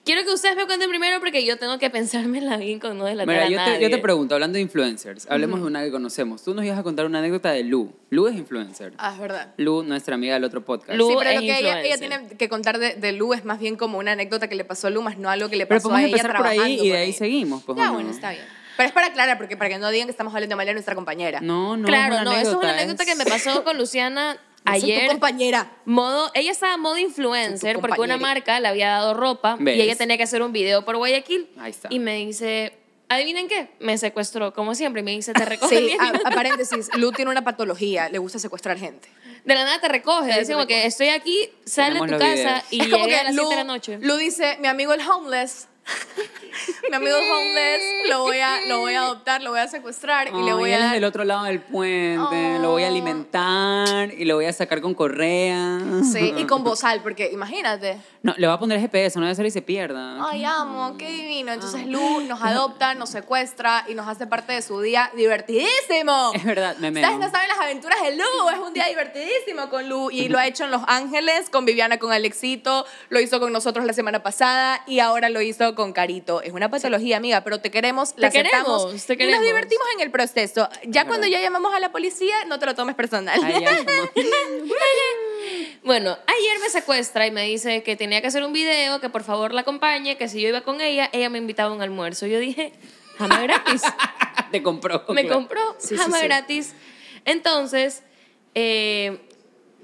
Speaker 1: Quiero que ustedes me cuenten primero porque yo tengo que pensármela bien con no delatar
Speaker 3: Mira,
Speaker 1: a
Speaker 3: yo
Speaker 1: nadie.
Speaker 3: te, yo te pregunto, hablando de influencers, hablemos de una que conocemos. Tú nos ibas a contar una anécdota de Lu. Lu es influencer.
Speaker 2: Ah, es verdad.
Speaker 3: Lu, nuestra amiga del otro podcast.
Speaker 1: Lu
Speaker 2: sí, pero
Speaker 1: es
Speaker 2: lo que ella, ella
Speaker 1: influencer.
Speaker 2: tiene que contar de, de Lu es más bien como una anécdota que le pasó a Lu, más no algo que le
Speaker 3: Pero
Speaker 2: pasó a
Speaker 3: podemos
Speaker 2: ella
Speaker 3: empezar por
Speaker 2: trabajando.
Speaker 3: ahí y de
Speaker 2: con
Speaker 3: ahí
Speaker 2: ella.
Speaker 3: seguimos. pues,
Speaker 2: Ya,
Speaker 3: ¿o
Speaker 2: bueno,
Speaker 3: no?
Speaker 2: está bien. Pero es para aclarar, porque para que no digan que estamos hablando mal de nuestra compañera.
Speaker 3: No, no.
Speaker 1: claro,
Speaker 3: una
Speaker 1: no, eso es una
Speaker 3: anécdota,
Speaker 1: anécdota que me
Speaker 3: es-
Speaker 1: pasó con Luciana
Speaker 2: Yo soy tu
Speaker 1: ayer.
Speaker 2: compañera.
Speaker 1: Modo, ella estaba modo influencer
Speaker 2: Tu
Speaker 1: porque una
Speaker 2: compañeri.
Speaker 1: marca le había dado ropa
Speaker 3: ¿Ves?
Speaker 1: y ella tenía que hacer un video por Guayaquil.
Speaker 3: Ahí está.
Speaker 1: Y me dice, ¿adivinen qué? Me secuestró, como siempre, y me dice, te recoge.
Speaker 2: Sí,
Speaker 3: ah.
Speaker 2: a, a paréntesis, Lu tiene una patología, le gusta secuestrar gente.
Speaker 1: De la nada te recoge.
Speaker 2: Te
Speaker 1: Dice como
Speaker 2: recoge.
Speaker 1: que estoy aquí, sale de
Speaker 3: Tenemos
Speaker 1: tu
Speaker 3: los
Speaker 1: casa y
Speaker 2: es como
Speaker 1: llegué
Speaker 2: que
Speaker 1: a las
Speaker 2: Lu,
Speaker 1: 7 de la noche.
Speaker 2: Lu dice, mi amigo el homeless. mi amigo el homeless, lo voy a, lo voy a adoptar, lo voy a secuestrar y le voy
Speaker 3: Ay,
Speaker 2: a
Speaker 3: Oh, él es
Speaker 2: dar...
Speaker 3: del otro lado del puente, lo voy a
Speaker 2: Oh.
Speaker 3: alimentar y lo voy a sacar con correa.
Speaker 2: Sí, y con bozal, porque imagínate.
Speaker 3: No, le voy a poner GPS, no debe ser y se pierda.
Speaker 2: Ay, amo, qué divino. Entonces
Speaker 3: Ah.
Speaker 2: Lu nos adopta, nos secuestra y nos hace parte de su día divertidísimo.
Speaker 3: Es verdad, me meo.
Speaker 2: Ustedes no saben las aventuras de Lu, es un día divertidísimo con Lu y lo ha hecho en Los Ángeles, con Viviana, con Alexito, lo hizo con nosotros la semana pasada y ahora lo hizo con Carito. Es una patología, amiga, pero te queremos, la
Speaker 1: Te
Speaker 2: aceptamos
Speaker 1: queremos, te
Speaker 2: y
Speaker 1: queremos.
Speaker 2: nos divertimos en el proceso. Ya
Speaker 3: Es
Speaker 2: cuando
Speaker 3: verdad.
Speaker 2: ya llamamos a la policía, no te lo tomes personal.
Speaker 3: Ay, ay, como-
Speaker 1: Bueno, ayer me secuestra y me dice que tenía que hacer un video, que por favor la acompañe, que si yo iba con ella, ella me invitaba a un almuerzo. Yo dije, jamás gratis.
Speaker 3: Te compró.
Speaker 1: Me
Speaker 3: claro.
Speaker 1: compró
Speaker 2: Sí, sí,
Speaker 1: jamás
Speaker 2: sí.
Speaker 1: gratis. Entonces, eh,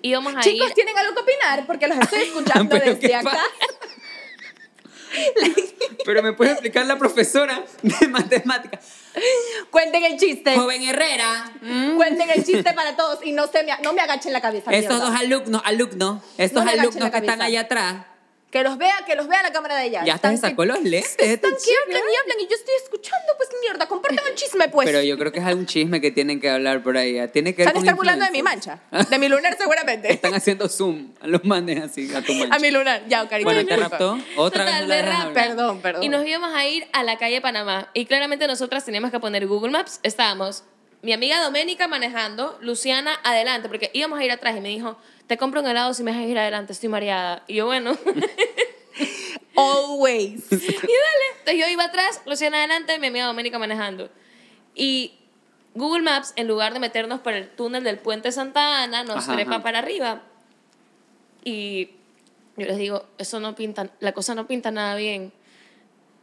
Speaker 1: íbamos a
Speaker 2: Chicos,
Speaker 1: ir...
Speaker 2: tienen algo que opinar porque los estoy escuchando
Speaker 3: Pero
Speaker 2: desde
Speaker 3: qué
Speaker 2: acá.
Speaker 3: pasa. Pero me puede explicar la profesora de matemáticas.
Speaker 2: Cuenten el chiste.
Speaker 3: Joven Herrera,
Speaker 2: Mm, Cuenten el chiste para todos y no, se me, no me agachen la cabeza.
Speaker 3: estos
Speaker 2: mierda.
Speaker 3: dos alumnos, alumnos, estos
Speaker 2: No me agachen
Speaker 3: alumnos
Speaker 2: la
Speaker 3: que están
Speaker 2: cabeza.
Speaker 3: allá atrás,
Speaker 2: Que los vea, que los vea la cámara de ella.
Speaker 3: ya hasta se sacó los lentes. este esta
Speaker 2: Están que
Speaker 3: chica.
Speaker 2: hablan y hablan y yo estoy escuchando, pues mierda, compartan el chisme, pues.
Speaker 3: Pero yo creo que es algún chisme que tienen que hablar por ahí. Tiene que ver
Speaker 2: Van a
Speaker 3: con
Speaker 2: estar burlando de mi
Speaker 3: influencers.
Speaker 2: mancha, de mi lunar seguramente.
Speaker 3: Están haciendo zoom a los manes así, a tu mancha.
Speaker 2: A mi lunar, ya, carito.
Speaker 3: Bueno, te
Speaker 2: disculpa.
Speaker 3: raptó. Otra
Speaker 1: Total,
Speaker 3: vez no la
Speaker 1: me
Speaker 3: dejas
Speaker 1: rapta.
Speaker 3: hablar.
Speaker 2: Perdón, perdón.
Speaker 1: Y nos íbamos a ir a la calle Panamá. Y claramente nosotras teníamos que poner Google Maps. Estábamos, mi amiga Doménica manejando, Luciana adelante, porque íbamos a ir atrás. Y me dijo, te compro un helado si me dejas ir adelante, estoy mareada. Y yo, bueno.
Speaker 2: Always.
Speaker 1: Entonces yo iba atrás, Luciana adelante, mi amiga Doménica manejando. Y Google Maps, en lugar de meternos por el túnel del puente Santa Ana, nos
Speaker 3: Ajá,
Speaker 1: trepa
Speaker 3: ajá.
Speaker 1: para arriba. Y yo les digo, eso no pinta, la cosa no pinta nada bien.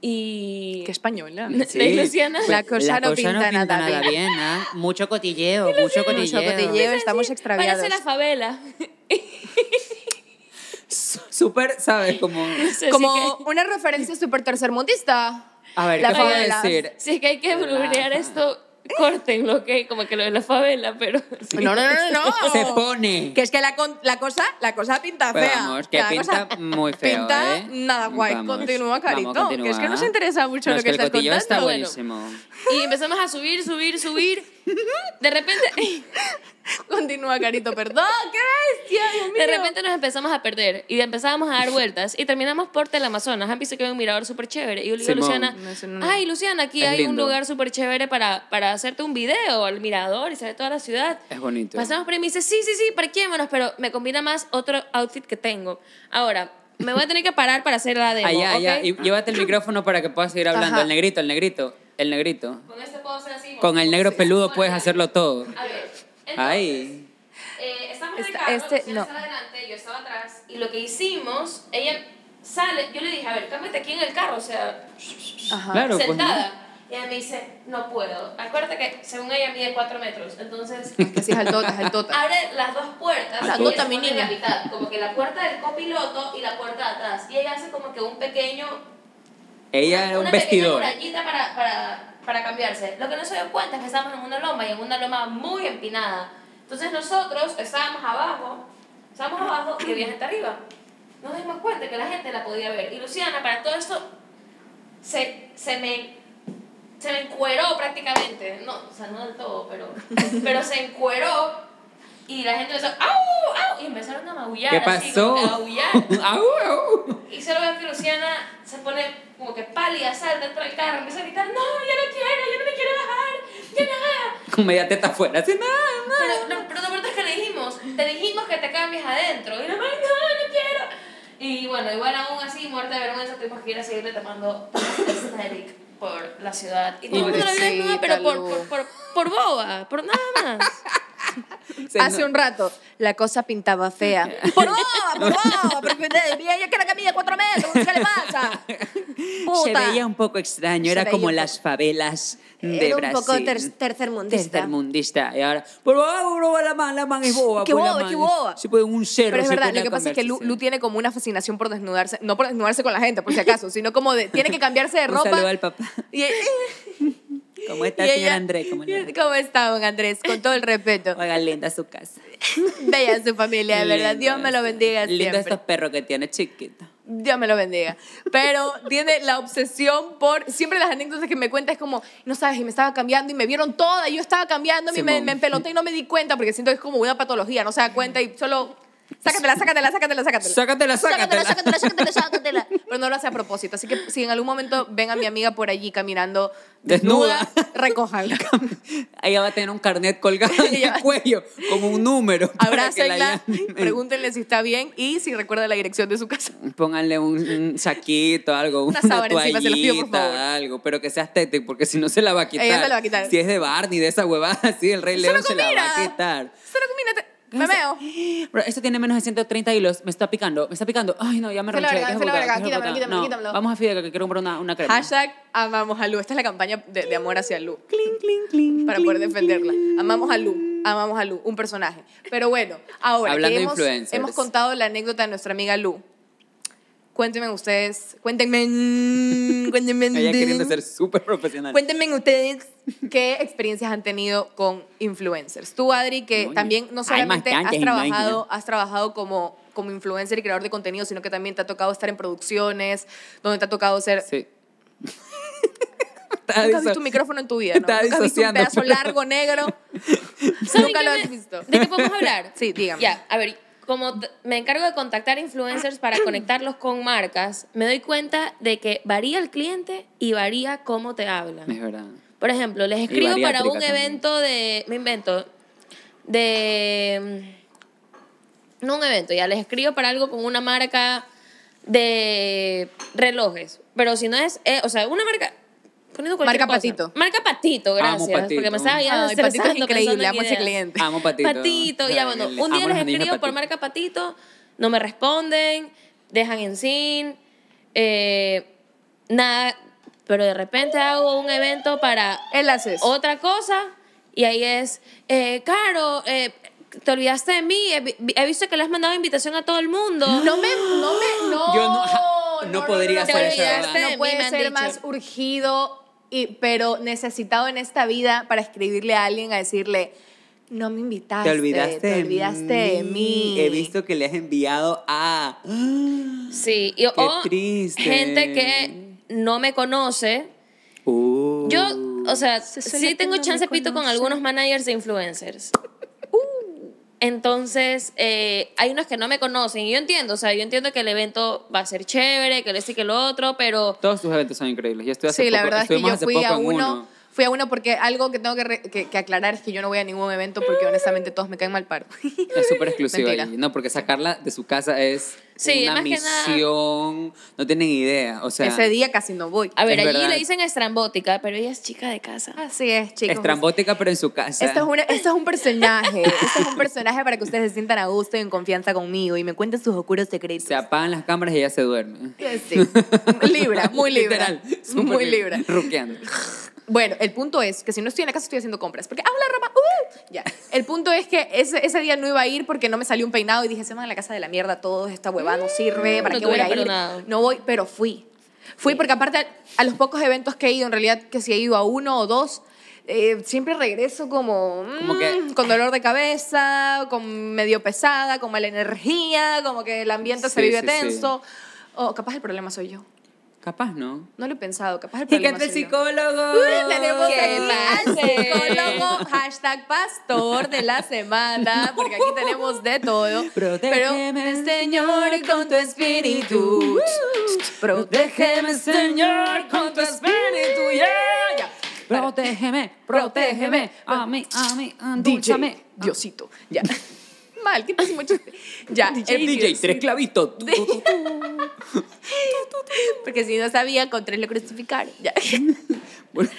Speaker 1: Y...
Speaker 2: Qué española.
Speaker 1: Sí. de Luciana.
Speaker 2: La cosa no pinta nada bien.
Speaker 3: ¿ah? Mucho cotilleo, mucho
Speaker 2: Mucho cotilleo, estamos
Speaker 1: Parece
Speaker 2: extraviados.
Speaker 1: la favela.
Speaker 3: su- súper, ¿sabes? Como,
Speaker 1: Así
Speaker 4: Como
Speaker 1: que-
Speaker 4: una referencia súper tercermundista.
Speaker 2: Ah,
Speaker 3: a ver,
Speaker 4: La
Speaker 3: ¿qué puedo
Speaker 4: favela.
Speaker 3: decir?
Speaker 1: si es que hay que blurear esto, córtenlo, ¿ok? Como que lo de la favela, pero...
Speaker 4: No, no, no, no, no.
Speaker 3: Se pone.
Speaker 4: Que es que la, con- la cosa, la cosa pinta
Speaker 3: Pero
Speaker 4: fea.
Speaker 3: vamos, que
Speaker 4: La
Speaker 3: pinta
Speaker 4: cosa
Speaker 3: muy feo,
Speaker 4: Pinta
Speaker 3: ¿eh?
Speaker 4: nada guay.
Speaker 3: Vamos,
Speaker 4: continúa,
Speaker 3: vamos,
Speaker 4: carito. que es que
Speaker 3: continúa.
Speaker 4: nos interesa mucho
Speaker 3: No,
Speaker 4: lo
Speaker 3: es
Speaker 4: que,
Speaker 3: el
Speaker 4: estás
Speaker 3: cotillo
Speaker 4: contando.
Speaker 3: está
Speaker 1: bueno.
Speaker 3: buenísimo.
Speaker 1: Y empezamos a subir, subir, subir. De repente,
Speaker 4: Continúa, carito, perdón. ¡Qué bestia, Dios mío!
Speaker 1: de repente nos empezamos a perder y empezábamos a dar vueltas y terminamos por del Amazonas. Han visto que hay un mirador súper chévere. Y yo le digo a
Speaker 3: Simón.
Speaker 1: Luciana,
Speaker 4: No, eso no-
Speaker 1: ay, Luciana, aquí
Speaker 3: Es
Speaker 1: hay un
Speaker 3: lindo.
Speaker 1: lugar súper chévere para, para hacerte un video al mirador y se ve toda la ciudad.
Speaker 3: Es bonito.
Speaker 1: Pasamos por ahí y me dice, sí, sí, sí, parquémonos, pero me combina más otro outfit que tengo. Ahora, me voy a tener que parar para hacer la demo,
Speaker 3: Allá,
Speaker 1: ¿ok?
Speaker 3: allá. Y llévate el micrófono para que puedas seguir hablando.
Speaker 4: Ajá.
Speaker 3: El negrito, el negrito, el negrito.
Speaker 1: Con este puedo hacer así.
Speaker 3: Con el negro peludo puedes hacerlo todo.
Speaker 1: A ver, entonces,
Speaker 3: Ay.
Speaker 1: eh, estamos en el
Speaker 4: Esta-
Speaker 1: carro,
Speaker 4: este,
Speaker 1: Luciana
Speaker 4: no.
Speaker 1: estaba adelante, yo estaba atrás, y lo que hicimos, ella sale, yo le dije, a ver, cámbiate aquí en el carro, o sea,
Speaker 4: Ajá.
Speaker 3: Claro, pues, ¿no?
Speaker 1: sentada. Y ella me dice, no puedo. Acuérdate que según ella mide 4 metros, entonces
Speaker 4: Que sí, es altota, es altota.
Speaker 1: abre las dos puertas
Speaker 4: La
Speaker 1: y ella
Speaker 4: tuta,
Speaker 1: se
Speaker 4: mi
Speaker 1: pone
Speaker 4: niña.
Speaker 1: en la mitad, como que la puerta del copiloto y la puerta de atrás. Y ella hace como que un pequeño,
Speaker 3: Ella
Speaker 1: una
Speaker 3: era un
Speaker 1: pequeña
Speaker 3: vestidor.
Speaker 1: murallita para, para, para cambiarse. Lo que no se dio cuenta es que estábamos en una loma y en una loma muy empinada. Entonces nosotros estábamos abajo, estábamos abajo y había gente arriba. Nos dimos cuenta que la gente la podía ver. Y Luciana, para todo esto, se, se me se me encueró prácticamente. No, o sea, no del todo, pero, pero se encueró y la gente empezó, ¡au! ¡au! Y empezaron a maullar.
Speaker 3: ¿Qué
Speaker 1: así, como
Speaker 3: pasó?
Speaker 1: que a maullar.
Speaker 3: Au, au.
Speaker 1: Y solo veo que Luciana se pone como que pálida, sale dentro del carro, empieza a gritar, ¡no, yo no quiero, yo no me quiero bajar! ¡Ya nada!
Speaker 3: Con media teta afuera, así nada, nada.
Speaker 1: Pero, no, pero lo peor es que le dijimos, te dijimos que te cambies adentro. Y la mamá, ¡no, no quiero! Y bueno, igual aún así, muerta de vergüenza, tuvimos que ir a seguirle tomando aesthetic por la ciudad. Y todo el mundo la vio desnuda, pero por, por, por, por boba, por nada más.
Speaker 3: O sea,
Speaker 4: Hace
Speaker 3: no-
Speaker 4: un rato, la cosa pintaba fea. ¡Por boba, por boba! Porque ustedes dirían, ella que la camilla de cuatro metros, ¿qué le pasa?
Speaker 3: Se
Speaker 4: Puta.
Speaker 3: veía un poco extraño,
Speaker 4: Se
Speaker 3: era
Speaker 4: veía
Speaker 3: como
Speaker 4: un
Speaker 3: las favelas de
Speaker 5: Era un
Speaker 3: Brasil.
Speaker 5: poco ter- tercermundista.
Speaker 3: Tercermundista. Y ahora, por favor, bro, la man, la man es boba.
Speaker 4: Qué
Speaker 3: pues, la
Speaker 4: boba,
Speaker 3: man
Speaker 4: qué
Speaker 3: es-
Speaker 4: boba.
Speaker 3: Se puede un cero.
Speaker 4: Pero es
Speaker 3: se
Speaker 4: verdad,
Speaker 3: pone
Speaker 4: lo
Speaker 3: a
Speaker 4: que pasa es que Lu,
Speaker 3: conversación.
Speaker 4: Lu tiene como una fascinación por desnudarse, no por desnudarse con la gente, por si acaso, sino como de, tiene que cambiarse de
Speaker 3: Un
Speaker 4: ropa.
Speaker 3: saludo al papá.
Speaker 4: Y,
Speaker 3: ¿Cómo está,
Speaker 4: y
Speaker 3: señor
Speaker 4: ella-
Speaker 3: André? ¿Cómo le va?
Speaker 4: ¿Cómo está, don Andrés? Con todo el respeto.
Speaker 3: Oiga, linda su casa.
Speaker 4: Bella su familia, de verdad.
Speaker 3: Lindo
Speaker 4: Dios me lo
Speaker 3: eso.
Speaker 4: bendiga
Speaker 3: Lindo
Speaker 4: siempre.
Speaker 3: estos perros que tiene chiquito.
Speaker 4: Dios me lo bendiga. Pero tiene la obsesión por. Siempre las anécdotas que me cuenta es como, no sabes, y me estaba cambiando y me vieron toda, y yo estaba cambiando y me,
Speaker 3: Simón.
Speaker 4: me empeloté y no me di cuenta porque siento que es como una patología, no se da cuenta y solo. Sácatela, sácatela, sácatela, sácatela.
Speaker 3: Sácatela,
Speaker 5: Sácatela,
Speaker 3: sácatela.
Speaker 5: sácatela, sácatela, sácatela.
Speaker 4: Pero no lo hace a propósito. Así que si en algún momento ven a mi amiga por allí caminando
Speaker 3: Desnuda.
Speaker 4: desnuda, recójanla.
Speaker 3: Ella va a tener un carnet colgado en
Speaker 4: Ella-
Speaker 3: el cuello, como un número. para que la
Speaker 4: Abrácenla,
Speaker 3: llamen.
Speaker 4: pregúntenle si está bien y si recuerda la dirección de su casa.
Speaker 3: Pónganle un, un saquito, algo,
Speaker 4: Una
Speaker 3: una,
Speaker 4: sábana encima,
Speaker 3: toallita,
Speaker 4: se los pido, por favor.
Speaker 3: algo, pero que sea estético, porque si no se la va a quitar.
Speaker 4: Ella se la va a quitar.
Speaker 3: Si es de Barney, de esa huevada, sí, el Rey
Speaker 4: Solo
Speaker 3: León se la va a
Speaker 4: comida.
Speaker 3: quitar.
Speaker 4: Solo combínate. Me veo.
Speaker 3: Pero esto tiene menos de 130 hilos, me está picando, me está picando. Ay, no, ya me
Speaker 4: Se la
Speaker 3: ronché.
Speaker 4: verga,
Speaker 3: qué
Speaker 4: se la
Speaker 3: jugada,
Speaker 4: verga,
Speaker 3: qué jugada.
Speaker 4: quítamelo, quítamelo,
Speaker 3: No,
Speaker 4: quítamelo.
Speaker 3: Vamos a Fideca, que quiero comprar una, una crema.
Speaker 4: Hashtag amamos a Lu. Esta es la campaña de, de amor hacia Lu. para poder defenderla. Amamos a Lu. Amamos a Lu, un personaje. Pero bueno, ahora
Speaker 3: Hablando
Speaker 4: que
Speaker 3: de
Speaker 4: hemos,
Speaker 3: influencers.
Speaker 4: hemos contado la anécdota de nuestra amiga Lu. Cuéntenme ustedes, cuéntenme, cuéntenme.
Speaker 3: Ella queriendo ser súper profesional.
Speaker 4: Cuéntenme ustedes qué experiencias han tenido con influencers. Tú, Adri, que
Speaker 3: Coño.
Speaker 4: también no
Speaker 3: Hay
Speaker 4: solamente has
Speaker 3: bastantes,
Speaker 4: trabajado,
Speaker 3: imagina.
Speaker 4: has trabajado como, como influencer y creador de contenido, sino que también te ha tocado estar en producciones, donde te ha tocado ser...
Speaker 3: Sí.
Speaker 4: Nunca
Speaker 3: Estaba
Speaker 4: has visto
Speaker 3: diso-
Speaker 4: un micrófono en tu vida, ¿no?
Speaker 3: Estaba
Speaker 4: Nunca has visto un
Speaker 3: disociando,
Speaker 4: pedazo
Speaker 3: pero-
Speaker 4: largo, negro.
Speaker 1: ¿Saben
Speaker 4: Nunca
Speaker 1: qué
Speaker 4: lo
Speaker 1: me-
Speaker 4: has visto.
Speaker 1: ¿De qué podemos hablar?
Speaker 4: Sí, dígame.
Speaker 1: Ya, a ver, como t- me encargo de contactar influencers para conectarlos con marcas, me doy cuenta de que varía el cliente y varía cómo te
Speaker 3: Es
Speaker 1: hablan.
Speaker 3: verdad.
Speaker 1: Por ejemplo, les escribo para
Speaker 3: bariátrica
Speaker 1: un
Speaker 3: también.
Speaker 1: evento de. Me invento. De. mm, No un evento, ya les escribo para algo con una marca de relojes. Pero si no es. eh, o sea, una marca. Poniendo cualquier
Speaker 4: Marca
Speaker 1: cosa.
Speaker 4: Patito.
Speaker 1: Marca Patito, gracias. Porque
Speaker 3: Patito.
Speaker 1: me estaba ya
Speaker 4: Ay, Patito es
Speaker 1: estresando pensando
Speaker 4: increíble,
Speaker 1: en
Speaker 4: amo ese
Speaker 1: ideas.
Speaker 4: cliente.
Speaker 3: Amo Patito.
Speaker 1: Patito, ya bueno, un
Speaker 3: Amo
Speaker 1: día
Speaker 3: los
Speaker 1: les
Speaker 3: anillos de
Speaker 1: escribo por
Speaker 3: Patito.
Speaker 1: marca Patito, no me responden, dejan en sin, eh, nada, pero de repente hago un evento para
Speaker 4: Él hace eso.
Speaker 1: otra cosa y ahí es, eh, Caro, eh, te olvidaste de mí, he, vi- he visto que le has mandado invitación a todo el mundo.
Speaker 4: No me, no me, no.
Speaker 3: Yo no- no podría
Speaker 1: hacer eso, ¿verdad?
Speaker 4: No puede
Speaker 1: Me han
Speaker 4: ser
Speaker 1: dicho.
Speaker 4: más urgido, y, pero necesitado en esta vida para escribirle a alguien a decirle, no me invitaste.
Speaker 3: Te olvidaste,
Speaker 4: Te olvidaste de mí.
Speaker 3: He visto que le has enviado a.
Speaker 1: Sí, y, o
Speaker 3: triste.
Speaker 1: gente que no me conoce.
Speaker 3: Uh.
Speaker 1: Yo, o sea,
Speaker 4: Se suele
Speaker 1: sí
Speaker 4: que
Speaker 1: tengo
Speaker 4: no me
Speaker 1: chance pito con
Speaker 4: conoce.
Speaker 1: algunos managers e influencers. Uh. Entonces, eh, hay unos que no me conocen. Y yo entiendo, o sea, yo entiendo que el evento va a ser chévere, que lo este y que lo otro, pero
Speaker 3: Todos tus eventos son increíbles. Yo estuve hace
Speaker 4: Sí, la
Speaker 3: poco-
Speaker 4: verdad es que
Speaker 3: estuvimos
Speaker 4: yo
Speaker 3: hace
Speaker 4: fui
Speaker 3: poco
Speaker 4: a
Speaker 3: en
Speaker 4: uno. Fui a uno porque algo que tengo que, re- que- que aclarar es que yo no voy a ningún evento porque honestamente todos me caen mal paro.
Speaker 3: Es súper exclusivo.
Speaker 4: Mentira.
Speaker 3: allí. No, porque sacarla de su casa es
Speaker 1: Sí,
Speaker 3: una
Speaker 1: más que nada-
Speaker 3: misión. No tienen idea. O sea,
Speaker 4: Ese día casi no voy.
Speaker 1: a ver,
Speaker 3: Es
Speaker 1: allí
Speaker 3: verdad.
Speaker 1: le dicen estrambótica, pero ella es chica de casa.
Speaker 4: Así es, chicos.
Speaker 3: estrambótica, pero en su casa.
Speaker 4: Esto Este es, una- esto es un personaje. esto es un personaje para que ustedes se sientan a gusto y en confianza conmigo y me cuenten sus oscuros secretos.
Speaker 3: Se apagan las cámaras y ella se duerme.
Speaker 4: Sí. Libra, muy libra.
Speaker 3: Literal.
Speaker 4: muy
Speaker 3: súper
Speaker 4: libra.
Speaker 3: Ruqueando.
Speaker 4: Bueno, el punto es que si no estoy en la casa estoy haciendo compras. Porque, ¡ah, la rama! ¡Uh! Ya. El punto es que ese, ese día no iba a ir porque no me salió un peinado y dije, se van a la casa de la mierda, todo esta huevada no sirve, ¿para
Speaker 1: No
Speaker 4: qué
Speaker 1: te
Speaker 4: voy a ir?
Speaker 1: hubieras perdonado.
Speaker 4: No voy, pero fui. Fui porque aparte a, a los pocos eventos que he ido, en realidad que si he ido a uno o dos, eh, siempre regreso como,
Speaker 3: Como que-
Speaker 4: mm, con dolor de cabeza, con medio pesada, con mala energía, como que el ambiente se
Speaker 3: Sí,
Speaker 4: vive
Speaker 3: sí, sí.
Speaker 4: tenso. O capaz el problema soy yo.
Speaker 3: Capaz, ¿no?
Speaker 4: No lo he pensado, capaz el
Speaker 3: Y
Speaker 4: problema
Speaker 3: canta el
Speaker 4: soy yo.
Speaker 3: psicólogo.
Speaker 4: Uy, tenemos
Speaker 1: ¿Qué
Speaker 4: aquí al
Speaker 1: pase?
Speaker 4: psicólogo hashtag pastor de la semana, porque aquí tenemos de todo.
Speaker 3: Protégeme,
Speaker 4: Pero, Señor, con tu espíritu. Protégeme, Señor, con tu espíritu. Yeah, ya. Para.
Speaker 3: Protégeme, protégeme. A mí, a mí,
Speaker 4: DJ,
Speaker 3: andúchame.
Speaker 4: Diosito. Ya. Mal, que puse mucho. Ya. el
Speaker 3: DJ, tres clavitos. Tu, tu, tu, tu.
Speaker 4: Porque si no sabía, con tres lo crucificaron. Ya.
Speaker 3: Bueno,